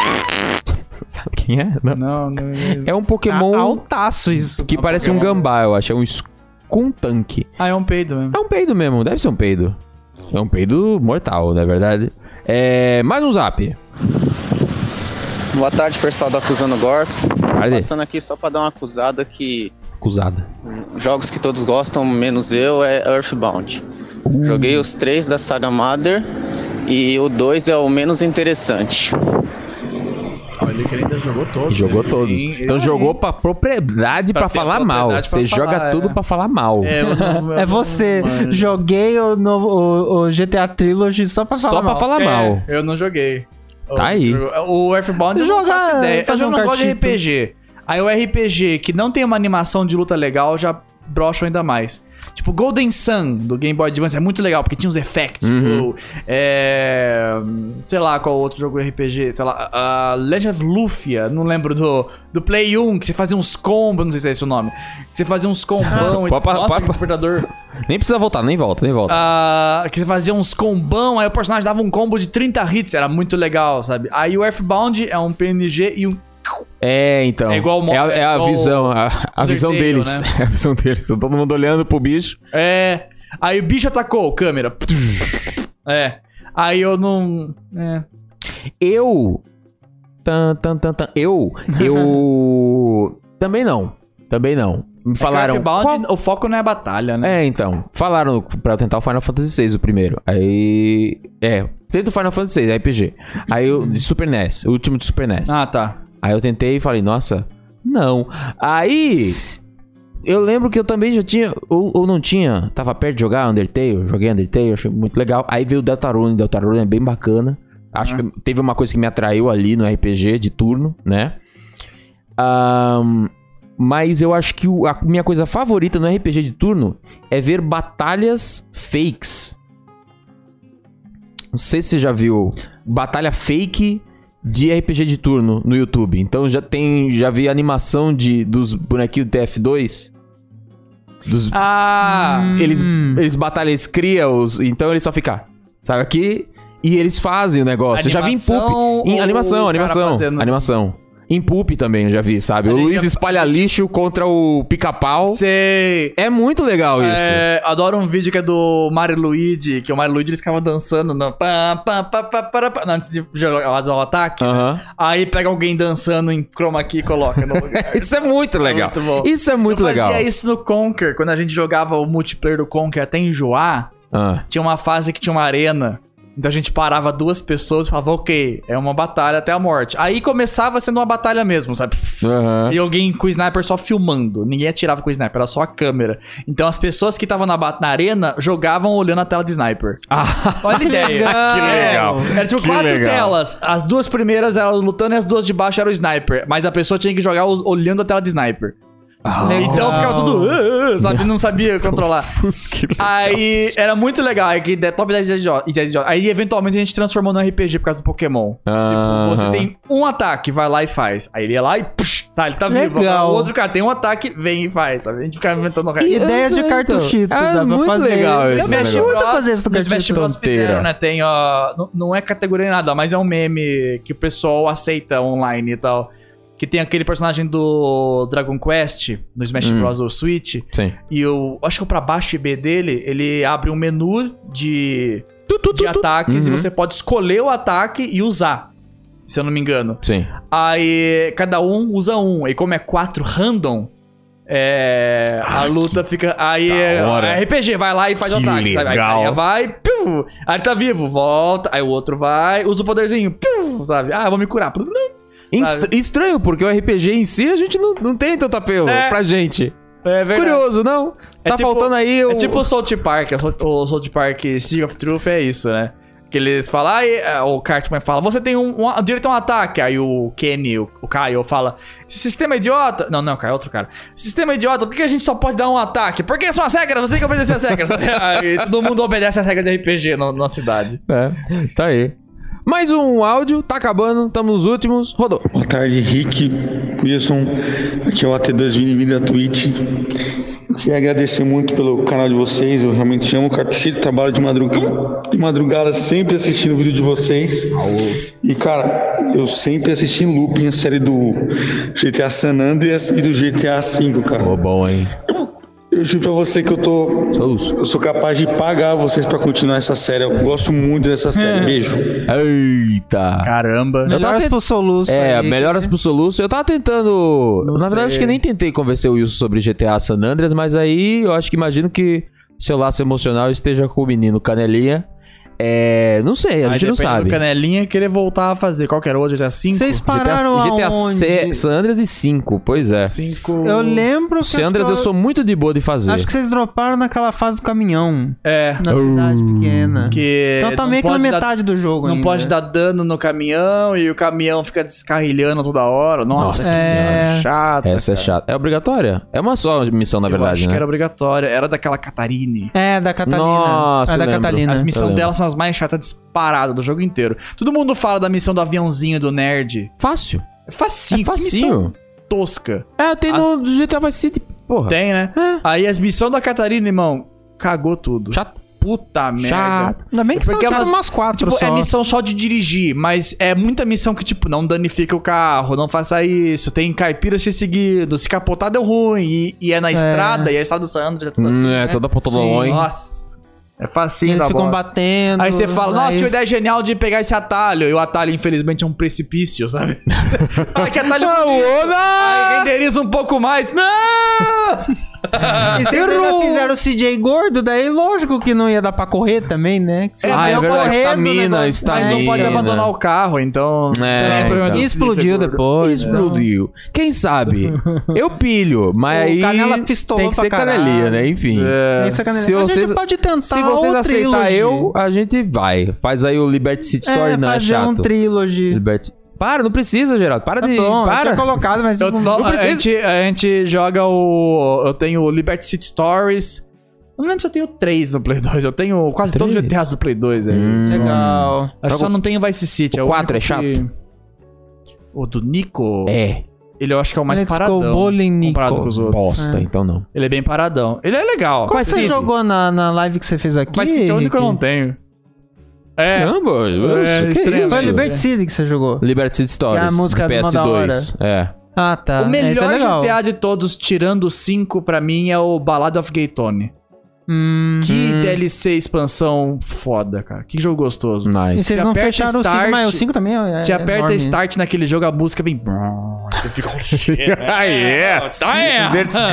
Speaker 2: [LAUGHS] Sabe quem é? Não.
Speaker 1: Não, não.
Speaker 2: É um
Speaker 3: Tá
Speaker 2: Pokémon
Speaker 3: altaço isso.
Speaker 2: que parece um gambá, eu acho. É um Skuntank.
Speaker 1: Ah, é um peido mesmo.
Speaker 2: É um peido mesmo, deve ser um peido. É um peido mortal, na verdade. É. Mais um zap.
Speaker 12: Boa tarde, pessoal da Acusando Gore.
Speaker 2: Olha aí,
Speaker 12: Passando aqui só pra dar uma acusada que
Speaker 2: acusada.
Speaker 12: jogos que todos gostam, menos eu, é Earthbound.
Speaker 2: Hum.
Speaker 12: Joguei os três da saga Mother e o dois é o menos interessante.
Speaker 1: Olha, ele ainda jogou
Speaker 2: E
Speaker 1: todos.
Speaker 2: jogou todos. Então jogou pra propriedade pra,
Speaker 1: Pra ter
Speaker 2: falar mal.
Speaker 1: propriedade pra
Speaker 2: Você
Speaker 1: falar,
Speaker 2: joga
Speaker 1: é.
Speaker 2: tudo pra falar mal.
Speaker 1: É, eu não- eu não-
Speaker 3: É você.
Speaker 1: mano.
Speaker 3: Joguei o, novo, o, o GTA Trilogy só pra falar
Speaker 2: Só pra
Speaker 3: mal.
Speaker 2: falar mal.
Speaker 1: É, eu não joguei.
Speaker 2: Tá aí.
Speaker 1: O Earthbound eu não
Speaker 3: Joga-
Speaker 1: faço ideia. Eu
Speaker 3: fazer
Speaker 1: já
Speaker 3: um
Speaker 1: não gosto de
Speaker 3: cartito.
Speaker 1: RPG. Aí o RPG, que não tem uma animação de luta legal, já brocha ainda mais. Tipo, Golden Sun, do Game Boy Advance, é muito legal, porque tinha uns effects.
Speaker 2: Uhum.
Speaker 1: tipo, é, sei lá qual outro jogo RPG, sei lá, a Legend of Lufia, não lembro do, do Play 1, que você fazia uns combos, não sei se é esse o nome. Que você fazia
Speaker 2: [LAUGHS]
Speaker 1: uns combão e
Speaker 2: Papa-
Speaker 1: Nossa, que
Speaker 2: papa-
Speaker 1: despertador.
Speaker 2: Nem precisa voltar, nem volta, nem volta.
Speaker 1: Ah, que você fazia uns combão, aí o personagem dava um combo de 30 hits, era muito legal, sabe? Aí o Earthbound é um PNG e um.
Speaker 2: É, então.
Speaker 1: É igual o- né?
Speaker 2: É a, é a
Speaker 1: igual
Speaker 2: visão, a, a visão
Speaker 1: Undertale,
Speaker 2: deles. [LAUGHS] É a visão deles. Todo mundo olhando pro bicho.
Speaker 1: É. Aí o bicho atacou, câmera. [LAUGHS] É. Aí eu não. É.
Speaker 2: Eu. Tan, tan, tan, tan.
Speaker 1: [LAUGHS]
Speaker 2: Eu. Eu. também não. Também não. Me falaram.
Speaker 1: É que o Earthbound,
Speaker 2: "Qual-
Speaker 1: o foco não é a batalha, né?
Speaker 2: É, então. Falaram pra eu tentar o Final Fantasy VI, o primeiro. Aí. É. Tenta o Final Fantasy VI, RPG. Aí eu. De Super NES. O último de Super NES.
Speaker 1: Ah, tá.
Speaker 2: Aí eu tentei e falei, nossa, não. Aí. Eu lembro que eu também já tinha, ou, ou não tinha, tava perto de jogar Undertale, joguei Undertale, achei muito legal. Aí veio o Deltarune, Deltarune é bem bacana. Acho que teve uma coisa que me atraiu ali no RPG de turno, né? Ahn, mas eu acho que o- a minha coisa favorita no RPG de turno é ver batalhas fakes. Não sei se você já viu batalha fake de RPG de turno no YouTube. Então já tem, já vi animação de dos bonequinhos do TF2 dos
Speaker 1: Ah!
Speaker 2: eles eles batalham, eles criam os, então eles só ficam, sabe aqui e eles fazem o negócio. eu já vi em
Speaker 1: Animação
Speaker 2: poop, em
Speaker 1: ou o
Speaker 2: animação,
Speaker 1: cara
Speaker 2: animação,
Speaker 1: fazendo?
Speaker 2: animação. Em Poop também, eu já vi, sabe? O Luiz espalha lixo contra o pica-pau.
Speaker 1: Sei.
Speaker 2: É muito legal isso.
Speaker 1: É, adoro um vídeo que é do Mario e Luigi, que o Mario e Luigi eles ficavam dançando no... pá, pá, pá, pá, pá, pá, antes de jogar o ataque. Aí pega alguém dançando em chroma key e coloca
Speaker 2: [LAUGHS]
Speaker 1: no lugar.
Speaker 2: isso é muito legal.
Speaker 1: muito bom.
Speaker 2: Isso é muito
Speaker 1: eu
Speaker 2: legal.
Speaker 1: fazia isso no Conker, quando a gente jogava o multiplayer do Conker até enjoar.
Speaker 2: Ah.
Speaker 1: Tinha uma fase que tinha uma arena. Então a gente parava duas pessoas e falava, ok, é uma batalha até a morte. Aí começava sendo uma batalha mesmo, sabe? E alguém com o sniper só filmando. Ninguém atirava com o sniper, era só a câmera. Então as pessoas que estavam na, ba- na arena jogavam olhando a tela de sniper. Olha a ideia.
Speaker 2: Que legal.
Speaker 1: Era tipo
Speaker 2: Que
Speaker 1: quatro
Speaker 2: legal.
Speaker 1: telas. As duas primeiras eram lutando e as duas de baixo eram o sniper. Mas a pessoa tinha que jogar os- olhando a tela de sniper. Então ficava tudo, "Ah, ah", sabe? Não sabia controlar. tipo, Aí era muito legal. Aí que de- top 10 ideias idiotas- ideias idiotas. Aí eventualmente a gente transformou no RPG por causa do Pokémon.
Speaker 2: Aham.
Speaker 1: Tipo, você tem um ataque, vai lá e faz. Aí ele ia lá e. Push, tá, ele tá vivo.
Speaker 3: Legal.
Speaker 1: Agora O outro cara tem um ataque, vem e faz. Sabe? A gente ficava inventando regra.
Speaker 3: Ideias É, de
Speaker 2: É
Speaker 3: cartuchito, dá pra fazer.
Speaker 1: Os Smash
Speaker 3: Mexe muito a
Speaker 1: Bros-
Speaker 3: fazer isso do
Speaker 1: os Smash
Speaker 3: cartuchito.
Speaker 1: Bros fizeram, né? Tem, ó. Não, não é categoria nem nada, mas é um meme que o pessoal aceita online e tal. Que tem aquele personagem do Dragon Quest, no Smash
Speaker 2: Hum.
Speaker 1: Bros. do Switch.
Speaker 2: Sim.
Speaker 1: E o. Acho que o pra baixo IB dele, ele abre um menu de. de ataques
Speaker 2: Uhum.
Speaker 1: e você pode escolher o ataque e usar. Se eu não me engano.
Speaker 2: Sim.
Speaker 1: Aí cada um usa um. E como é quatro random, é, a luta fica. Aí é,
Speaker 2: hora.
Speaker 1: é RPG, vai lá e faz o
Speaker 2: Que
Speaker 1: ataque. sabe? Aí,
Speaker 2: legal.
Speaker 1: aí vai, piu, aí ele tá vivo, volta, aí o outro vai, usa o poderzinho, piu, sabe? Ah, eu vou me curar. Plum, plum.
Speaker 2: Em-
Speaker 1: Sabe?
Speaker 2: Estranho, porque o RPG em si a gente não, não tem tanto apelo
Speaker 1: É.
Speaker 2: pra gente.
Speaker 1: É verdade.
Speaker 2: Curioso, não?
Speaker 1: É
Speaker 2: tá
Speaker 1: tipo-
Speaker 2: faltando aí o.
Speaker 1: É tipo o Salt Park, o Salt- o Salt Park Sea of Truth é isso, né? Que eles falam, ah, e- ah, o Cartman fala, você tem um, um- direito a um ataque. Aí o Kenny, o, o Caio, fala, "Esse sistema é idiota. Não, não, Caio é outro cara. Sistema é idiota, por que a gente só pode dar um ataque? Porque são as regras, você tem que obedecer as regras. Aí todo mundo obedece as regras de RPG na, na cidade.
Speaker 2: É, tá aí. Mais um áudio, tá acabando, estamos nos últimos. Rodou.
Speaker 13: Boa tarde, Rick, Wilson. Aqui é o AT2 Vini Vini da Twitch. Eu Queria agradecer muito pelo canal de vocês. Eu realmente amo o Cartuchito. Trabalho de madrugada, de madrugada sempre assistindo o vídeo de vocês. E, cara, eu sempre assisti em looping a série do GTA San Andreas e do GTA V, cara.
Speaker 2: bom, hein?
Speaker 13: Eu juro pra você que eu tô. Eu sou capaz de pagar vocês pra continuar essa série. Eu gosto muito dessa série. Beijo.
Speaker 2: Eita.
Speaker 1: Caramba.
Speaker 3: Melhoras pro soluço
Speaker 2: É,
Speaker 3: aí,
Speaker 2: melhoras pro soluço. Eu tava tentando.
Speaker 3: Não
Speaker 2: na verdade, acho
Speaker 3: sei.
Speaker 2: que nem tentei convencer o Wilson sobre GTA San Andreas, mas aí eu acho que imagino que seu laço emocional esteja com o menino Canelinha. É. Não sei,
Speaker 1: Aí
Speaker 2: a gente
Speaker 1: depende
Speaker 2: não
Speaker 1: do
Speaker 2: sabe.
Speaker 1: Canelinha é querer voltar a fazer. Qual que era o outro? GTA 5?
Speaker 3: Vocês pararam
Speaker 2: GTA,
Speaker 3: aonde?
Speaker 2: C- San Andreas e 5, pois é.
Speaker 3: Eu lembro que
Speaker 2: San
Speaker 3: acho
Speaker 2: Andreas
Speaker 3: que
Speaker 2: eu sou muito de boa de fazer.
Speaker 3: Acho que vocês droparam naquela fase do caminhão.
Speaker 1: É.
Speaker 3: Na cidade pequena.
Speaker 2: É,
Speaker 1: Que
Speaker 3: Então tá
Speaker 1: não
Speaker 3: meio que na
Speaker 1: pode dar-
Speaker 3: metade do jogo
Speaker 1: Não
Speaker 3: ainda. né?
Speaker 1: pode dar dano no caminhão e o caminhão fica descarrilhando toda hora. Nossa,
Speaker 2: Nossa
Speaker 1: é...
Speaker 2: Senhora.
Speaker 1: chata.
Speaker 2: Essa é chata. É obrigatória? É uma só missão, na
Speaker 1: Eu acho
Speaker 2: verdade,
Speaker 1: que
Speaker 2: né?
Speaker 1: era obrigatória. Era daquela Catarine.
Speaker 3: É, da Catalina.
Speaker 2: Nossa,
Speaker 3: é
Speaker 2: eu
Speaker 3: da
Speaker 2: lembro.
Speaker 3: Catalina.
Speaker 1: As
Speaker 2: Eu
Speaker 1: missões
Speaker 2: lembro.
Speaker 1: delas são as mais chatas disparadas do jogo inteiro. Todo mundo fala da missão do aviãozinho do nerd.
Speaker 2: Fácil.
Speaker 1: É facinho.
Speaker 2: É
Speaker 1: que
Speaker 2: facinho.
Speaker 1: missão tosca.
Speaker 2: É, tem
Speaker 1: As-
Speaker 2: no GTA Vice City, porra.
Speaker 1: Tem, né? Aí as missões da Catarina, irmão, cagou tudo.
Speaker 2: É. Chato.
Speaker 1: Puta merda.
Speaker 2: Chato.
Speaker 3: Ainda bem que
Speaker 1: É
Speaker 3: são
Speaker 1: porque
Speaker 3: tipo
Speaker 1: elas-
Speaker 3: umas quatro
Speaker 1: Tipo,
Speaker 3: só.
Speaker 1: é missão só de dirigir, mas é muita missão que, tipo, não danifica o carro, não faça isso, tem caipiras te seguindo, se capotar deu ruim, e, e é na
Speaker 3: É.
Speaker 1: estrada, e a estrada do San Andreas é
Speaker 2: Hum,
Speaker 1: toda assim,
Speaker 2: é,
Speaker 1: né?
Speaker 2: toda pontada
Speaker 1: Sim.
Speaker 2: longe.
Speaker 1: Nossa, é facinho
Speaker 3: Eles
Speaker 1: da
Speaker 3: ficam
Speaker 1: bola.
Speaker 3: batendo.
Speaker 1: Aí você fala,
Speaker 3: [LAUGHS]
Speaker 1: nossa,
Speaker 3: aí-
Speaker 1: tinha uma ideia genial de pegar esse atalho. E o atalho, infelizmente, é um precipício, sabe? [LAUGHS] Ai, que atalho bonito. Aí renderiza um pouco mais. Não!
Speaker 3: E vocês ainda fizeram o CJ gordo, daí lógico que não ia dar pra correr também, né? Que vocês
Speaker 2: Ah, é
Speaker 3: iam
Speaker 2: verdade,
Speaker 3: correndo, né?
Speaker 2: estamina,
Speaker 3: negócio-
Speaker 2: estamina.
Speaker 1: Mas não pode abandonar o carro, então...
Speaker 2: É,
Speaker 1: Tem problema
Speaker 2: então.
Speaker 3: E
Speaker 1: de-
Speaker 3: explodiu depois.
Speaker 2: Explodiu.
Speaker 1: [LAUGHS]
Speaker 2: Quem sabe? Eu pilho, mas
Speaker 3: O
Speaker 2: aí
Speaker 3: Canela pistolou
Speaker 2: tem que
Speaker 3: pra
Speaker 2: ser
Speaker 3: caralho. Tá
Speaker 2: canelinha, né? Enfim.
Speaker 3: É. Essa canela-
Speaker 2: Se
Speaker 3: A gente
Speaker 2: vocês,
Speaker 3: pode tentar
Speaker 2: se vocês
Speaker 3: o
Speaker 2: aceitar
Speaker 3: trilogy.
Speaker 2: eu, a gente vai. Faz aí o Liberty City Story,
Speaker 3: é,
Speaker 2: não é
Speaker 3: fazer
Speaker 2: chato.
Speaker 3: um trilogy.
Speaker 2: Liberty... Para, não precisa, Geraldo. Para
Speaker 3: Tá
Speaker 2: de...
Speaker 3: bom, eu tinha
Speaker 2: para.
Speaker 3: colocado, mas...
Speaker 1: Eu
Speaker 3: não-
Speaker 1: tô-
Speaker 3: não
Speaker 1: a,
Speaker 3: precisa.
Speaker 2: [LAUGHS]
Speaker 1: gente, a gente joga o. Eu tenho o Liberty City Stories. Eu não lembro se eu tenho três no Play 2. Eu tenho quase todos os
Speaker 2: Três?
Speaker 1: GTAs do Play 2 aí.
Speaker 2: Hum.
Speaker 3: Legal.
Speaker 1: Acho que só
Speaker 2: Joga-
Speaker 1: não tenho Vice City.
Speaker 2: O
Speaker 1: é
Speaker 2: quatro
Speaker 1: único
Speaker 2: é
Speaker 1: que- O do Nico?
Speaker 2: É,
Speaker 1: Ele eu acho que é o mais
Speaker 3: Let's go
Speaker 1: paradão.
Speaker 3: bowling, Nico.
Speaker 1: comparado com os outros.
Speaker 2: bosta, então não.
Speaker 1: Ele é bem paradão. Ele é legal.
Speaker 3: Qual que você
Speaker 2: City.
Speaker 3: jogou na, na live que você fez aqui?
Speaker 1: Vice City é o único que eu
Speaker 3: Rick?
Speaker 1: não tenho.
Speaker 2: É. Caramba,
Speaker 3: É,
Speaker 2: que
Speaker 3: estranho.
Speaker 2: isso?
Speaker 3: Foi Liberty City que você jogou.
Speaker 2: Liberty City Stories.
Speaker 3: E a música
Speaker 2: do
Speaker 3: é mó da
Speaker 2: PS2. É.
Speaker 3: Ah,
Speaker 1: o
Speaker 3: tá. Esse é
Speaker 1: melhor
Speaker 3: legal.
Speaker 1: GTA de todos, tirando os 5 pra mim, é o Ballad of Gay Tony.
Speaker 3: Hum.
Speaker 1: Que DLC expansão foda, cara. Que jogo gostoso.
Speaker 3: E vocês não fecharam o 5, mas o 5 também é.
Speaker 1: Você
Speaker 3: é
Speaker 1: aperta
Speaker 3: enorme.
Speaker 1: start naquele jogo, a música vem. Você fica. um
Speaker 2: Ah, yes!
Speaker 1: Damn!
Speaker 2: That's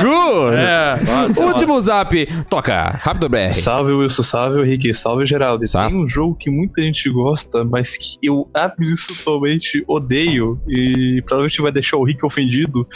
Speaker 1: [LAUGHS]
Speaker 2: good!
Speaker 1: É. Nossa,
Speaker 2: [LAUGHS] Último zap. Toca. Rápido BR.
Speaker 14: Salve Wilson, salve Rick, salve Geraldo. Tem um jogo que muita gente gosta, mas que eu absolutamente odeio e provavelmente vai deixar o Rick ofendido.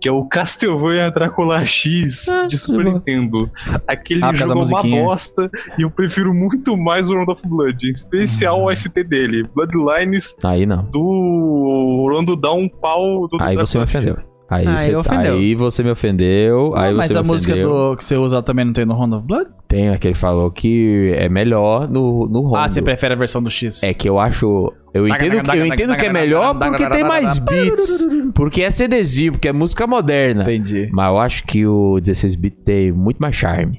Speaker 14: Que é o Castlevania Dracula X de Super Nintendo. Aquele
Speaker 2: Ah, por
Speaker 14: jogo
Speaker 2: causa da
Speaker 14: é uma
Speaker 2: musiquinha.
Speaker 14: bosta e eu prefiro muito mais o Round of Blood, em
Speaker 2: Ah.
Speaker 14: especial o ST dele, Bloodlines
Speaker 2: Aí não.
Speaker 14: do Rondo dá um pau do
Speaker 2: Aí você me ofendeu. Aí,
Speaker 1: Aí
Speaker 2: você, tá,
Speaker 1: ofendeu.
Speaker 2: aí você me ofendeu. aí
Speaker 1: mas
Speaker 2: você
Speaker 1: a
Speaker 2: me
Speaker 1: música
Speaker 2: ofendeu.
Speaker 1: do, que você usa também não tem no Round of Blood?
Speaker 2: Tem aquele que falou que é melhor no, no Rondo.
Speaker 1: Ah, você prefere a versão do X.
Speaker 2: É que eu acho. Eu entendo, que- eu entendo que é melhor porque tem mais beats. Porque é CDzinho, porque é música moderna.
Speaker 1: Entendi.
Speaker 2: Mas eu acho que o 16 bit tem muito
Speaker 1: [LAUGHS]
Speaker 2: mais charme.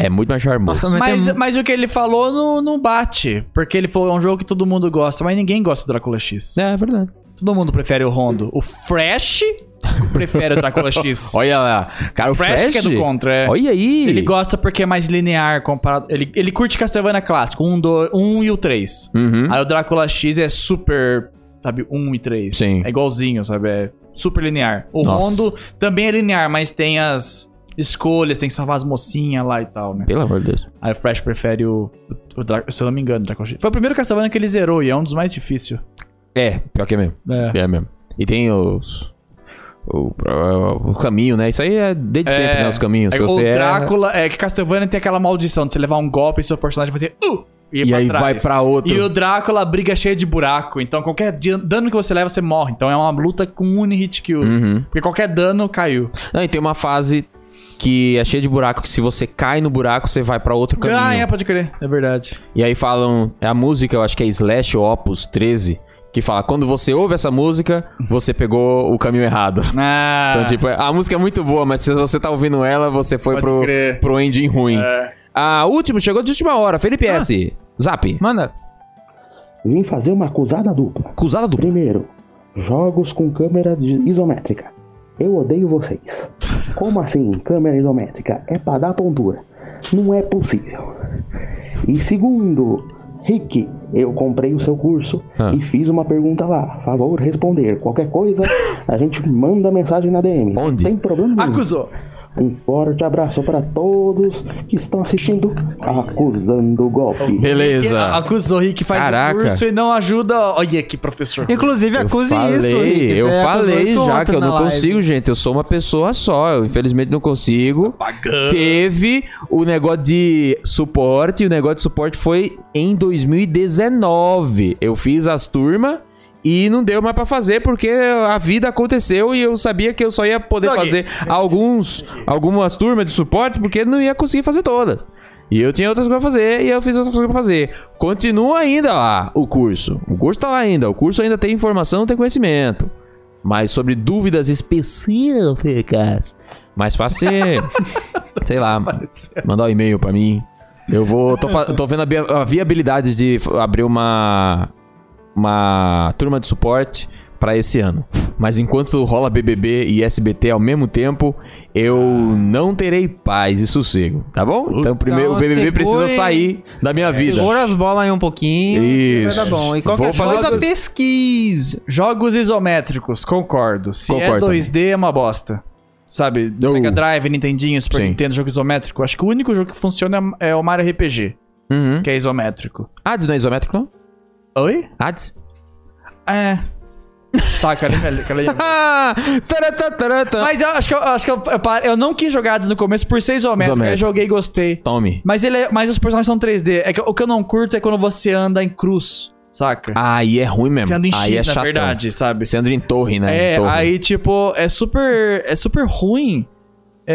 Speaker 2: É muito mais charmoso.
Speaker 1: Mas, mas o que ele falou não, não bate. Porque ele falou, é um jogo que todo mundo gosta, mas ninguém gosta do Drácula X.
Speaker 2: É, é verdade.
Speaker 1: Todo mundo prefere o Rondo. O Fresh prefere o Drácula X.
Speaker 2: [LAUGHS] Olha lá. Cara, o Fresh,
Speaker 1: que é do Contra, é.
Speaker 2: Olha aí.
Speaker 1: Ele gosta porque é mais linear comparado. Ele, ele curte Castlevania clássico, 1 um, do- um e o 3.
Speaker 2: Uhum. Hum?
Speaker 1: Aí o Drácula X é super, sabe, 1 um e 3. Sim. É igualzinho, sabe? É super linear. O
Speaker 2: Nossa.
Speaker 1: Rondo também é linear, mas tem as escolhas, tem que salvar as mocinhas lá e tal, né?
Speaker 2: Pelo amor de Deus.
Speaker 1: Aí o Fresh prefere o, o, Drá- se eu não me engano, o Drácula X. Foi o primeiro Castlevania que ele zerou e é um dos mais difíceis.
Speaker 2: É, pior que é mesmo.
Speaker 1: É.
Speaker 2: É, mesmo. E tem os. O, o caminho, né? Isso aí é desde sempre, né? Os caminhos.
Speaker 1: É,
Speaker 2: Se você
Speaker 1: o
Speaker 2: erra-
Speaker 1: Drácula, é... que Castlevania tem aquela maldição de você levar um golpe e seu personagem fazer. Uh, e, ir
Speaker 2: E
Speaker 1: pra
Speaker 2: aí
Speaker 1: trás.
Speaker 2: vai pra outro.
Speaker 1: E o Drácula briga é cheia de buraco. Então qualquer dia- dano que você leva, você morre. Então é uma luta com um hit kill.
Speaker 2: Hum.
Speaker 1: Porque qualquer dano caiu.
Speaker 2: Uhum. Não, e tem uma fase que é cheia de buraco, que se você cai no buraco, você vai pra outro caminho.
Speaker 1: Ah, é, pode crer. É verdade.
Speaker 2: E aí falam, é a música, eu acho que é Slash Opus 13, que fala, quando você ouve essa música, você pegou o caminho
Speaker 1: [LAUGHS]
Speaker 2: errado.
Speaker 1: Ah.
Speaker 2: Então, tipo, a música é muito boa, mas se você tá ouvindo ela, você foi
Speaker 1: Pode
Speaker 2: pro,
Speaker 1: crer.
Speaker 2: pro ending ruim. A última chegou de última hora, Felipe S. Zap.
Speaker 3: Manda.
Speaker 15: Vim fazer uma acusada dupla.
Speaker 2: Acusada dupla?
Speaker 15: Primeiro, jogos com câmera de- isométrica. Eu odeio vocês. Como assim, câmera isométrica? É pra dar tontura. Não é possível. E segundo, Rick, eu comprei o seu curso e fiz uma pergunta lá. Favor responder. Qualquer coisa, a gente manda mensagem na DM. Onde? Sem problema nenhum.
Speaker 1: Acusou.
Speaker 15: Um forte abraço para todos que estão assistindo Acusando o Golpe.
Speaker 1: Que acusou o Rick faz
Speaker 15: Caraca.
Speaker 1: o curso e não ajuda. Olha que professor.
Speaker 3: [LAUGHS] Inclusive, acuse
Speaker 2: falei,
Speaker 3: isso. Rick. Você
Speaker 2: Eu
Speaker 3: acusou
Speaker 2: falei
Speaker 3: isso
Speaker 2: já
Speaker 3: ontem
Speaker 2: que eu
Speaker 3: na
Speaker 2: não
Speaker 3: live.
Speaker 2: consigo, gente. Eu sou uma pessoa só. Eu infelizmente não consigo.
Speaker 1: pagando.
Speaker 2: Teve o negócio de suporte. e O negócio de suporte foi em 2019. Eu fiz as turmas. E não deu mais pra fazer porque a vida aconteceu e eu sabia que eu só ia poder
Speaker 14: Doug.
Speaker 2: fazer alguns algumas turmas de suporte porque não ia conseguir fazer todas. E eu tinha outras coisas pra fazer e eu fiz outras coisas pra fazer. Continua ainda lá o curso. O curso tá lá ainda. O curso ainda tem informação, tem conhecimento. Mas sobre dúvidas específicas, mais fácil você, sei lá, mandar um e-mail pra mim. Eu vou. Tô, fa- tô vendo a bi- a viabilidade de f- abrir uma. Uma turma de suporte pra esse ano. Mas enquanto rola BBB e SBT ao mesmo tempo, eu não terei paz e sossego, tá bom? Então, primeiro
Speaker 3: Então,
Speaker 2: o BBB precisa
Speaker 3: segurem-
Speaker 2: sair da minha vida.
Speaker 3: Segura as bolas aí um pouquinho. que Vai dar
Speaker 2: Isso.
Speaker 3: bom.
Speaker 2: Vou
Speaker 3: E qualquer
Speaker 2: fazer
Speaker 3: coisa,
Speaker 2: isso.
Speaker 3: pesquise.
Speaker 1: Jogos isométricos, concordo. Se
Speaker 2: Concordo
Speaker 1: é 2D, é uma bosta. Sabe, Mega Drive, Nintendinho, Super
Speaker 2: Sim.
Speaker 1: Nintendo, jogo isométrico. Acho que o único jogo que funciona é é o Mario RPG,
Speaker 2: Uhum.
Speaker 1: que é isométrico.
Speaker 2: Hades não é isométrico, não?
Speaker 1: Oi?
Speaker 2: Hades?
Speaker 1: É. Tá, calei, calei,
Speaker 2: [LAUGHS]
Speaker 1: calei.
Speaker 2: Ah!
Speaker 1: Mas eu acho que, eu, acho que eu, eu, par- eu não quis jogar Hades no começo por ser isométrico.
Speaker 2: Isométrico.
Speaker 1: Aí joguei e gostei.
Speaker 2: Tome.
Speaker 1: Mas, ele é- mas os personagens são 3D. É que o que eu não curto é quando você anda em cruz, saca?
Speaker 2: Aí é ruim mesmo.
Speaker 1: Você anda em
Speaker 2: Aí
Speaker 1: X,
Speaker 2: é
Speaker 1: na
Speaker 2: chatão.
Speaker 1: verdade, sabe?
Speaker 2: Você anda em torre, né? Em
Speaker 1: É,
Speaker 2: torre.
Speaker 1: aí, tipo, é super. É super ruim.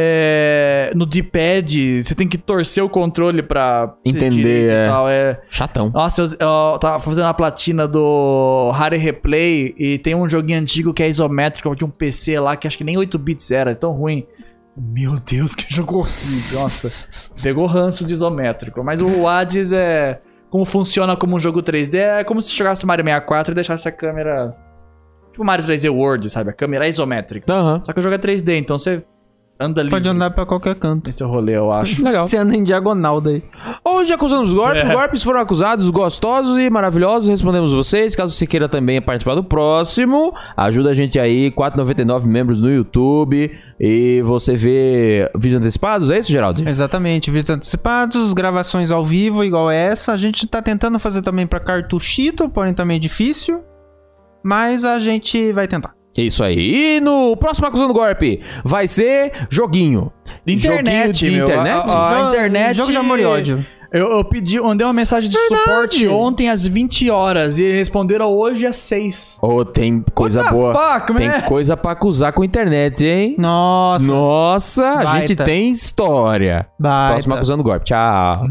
Speaker 1: É, no D-pad, você tem que torcer o controle pra ser
Speaker 2: Entender,
Speaker 1: direito
Speaker 2: é.
Speaker 1: e tal. É.
Speaker 2: Chatão.
Speaker 1: Nossa, eu, eu tava fazendo a platina do Rare Replay e tem um joguinho antigo que é isométrico de um PC lá que acho que nem 8 bits era, é tão ruim. Meu Deus, que jogo horrível. Nossa, pegou ranço de isométrico. Mas o Hades é. como funciona como um jogo 3D. É como se jogasse Mario 64 e deixasse a câmera. Tipo Mario 3D World, sabe? A câmera é isométrica. Só que o jogo é 3D, então você anda ali.
Speaker 3: Pode andar pra qualquer canto.
Speaker 1: Esse é o rolê, eu acho.
Speaker 3: Legal. Você anda em diagonal daí.
Speaker 2: Hoje acusamos os golpes, os golpes foram acusados, gostosos e maravilhosos. Respondemos vocês. Caso você queira também participar do próximo, ajuda a gente aí, 4,99 membros no YouTube. E você vê vídeos antecipados, é isso, Geraldo?
Speaker 3: Exatamente, vídeos antecipados, gravações ao vivo igual essa. A gente tá tentando fazer também pra cartuchito, porém também é difícil. Mas a gente vai tentar.
Speaker 2: É Isso aí. E no próximo Acusando Golpe vai ser joguinho.
Speaker 1: De internet,
Speaker 2: Joguinho de
Speaker 1: meu.
Speaker 2: internet?
Speaker 1: A, a- a internet.
Speaker 3: jogo de amor e ódio.
Speaker 1: Eu, eu pedi, eu mandei uma mensagem de suporte ontem às 20 horas e responderam hoje às 6.
Speaker 2: Ô, tem coisa
Speaker 1: the
Speaker 2: boa.
Speaker 1: fuck,
Speaker 2: tem
Speaker 1: man?
Speaker 2: coisa pra acusar com a internet, hein?
Speaker 3: Nossa.
Speaker 2: Nossa, a gente
Speaker 3: Baita.
Speaker 2: tem história.
Speaker 3: Baita.
Speaker 2: Próximo acusando golpe. Tchau.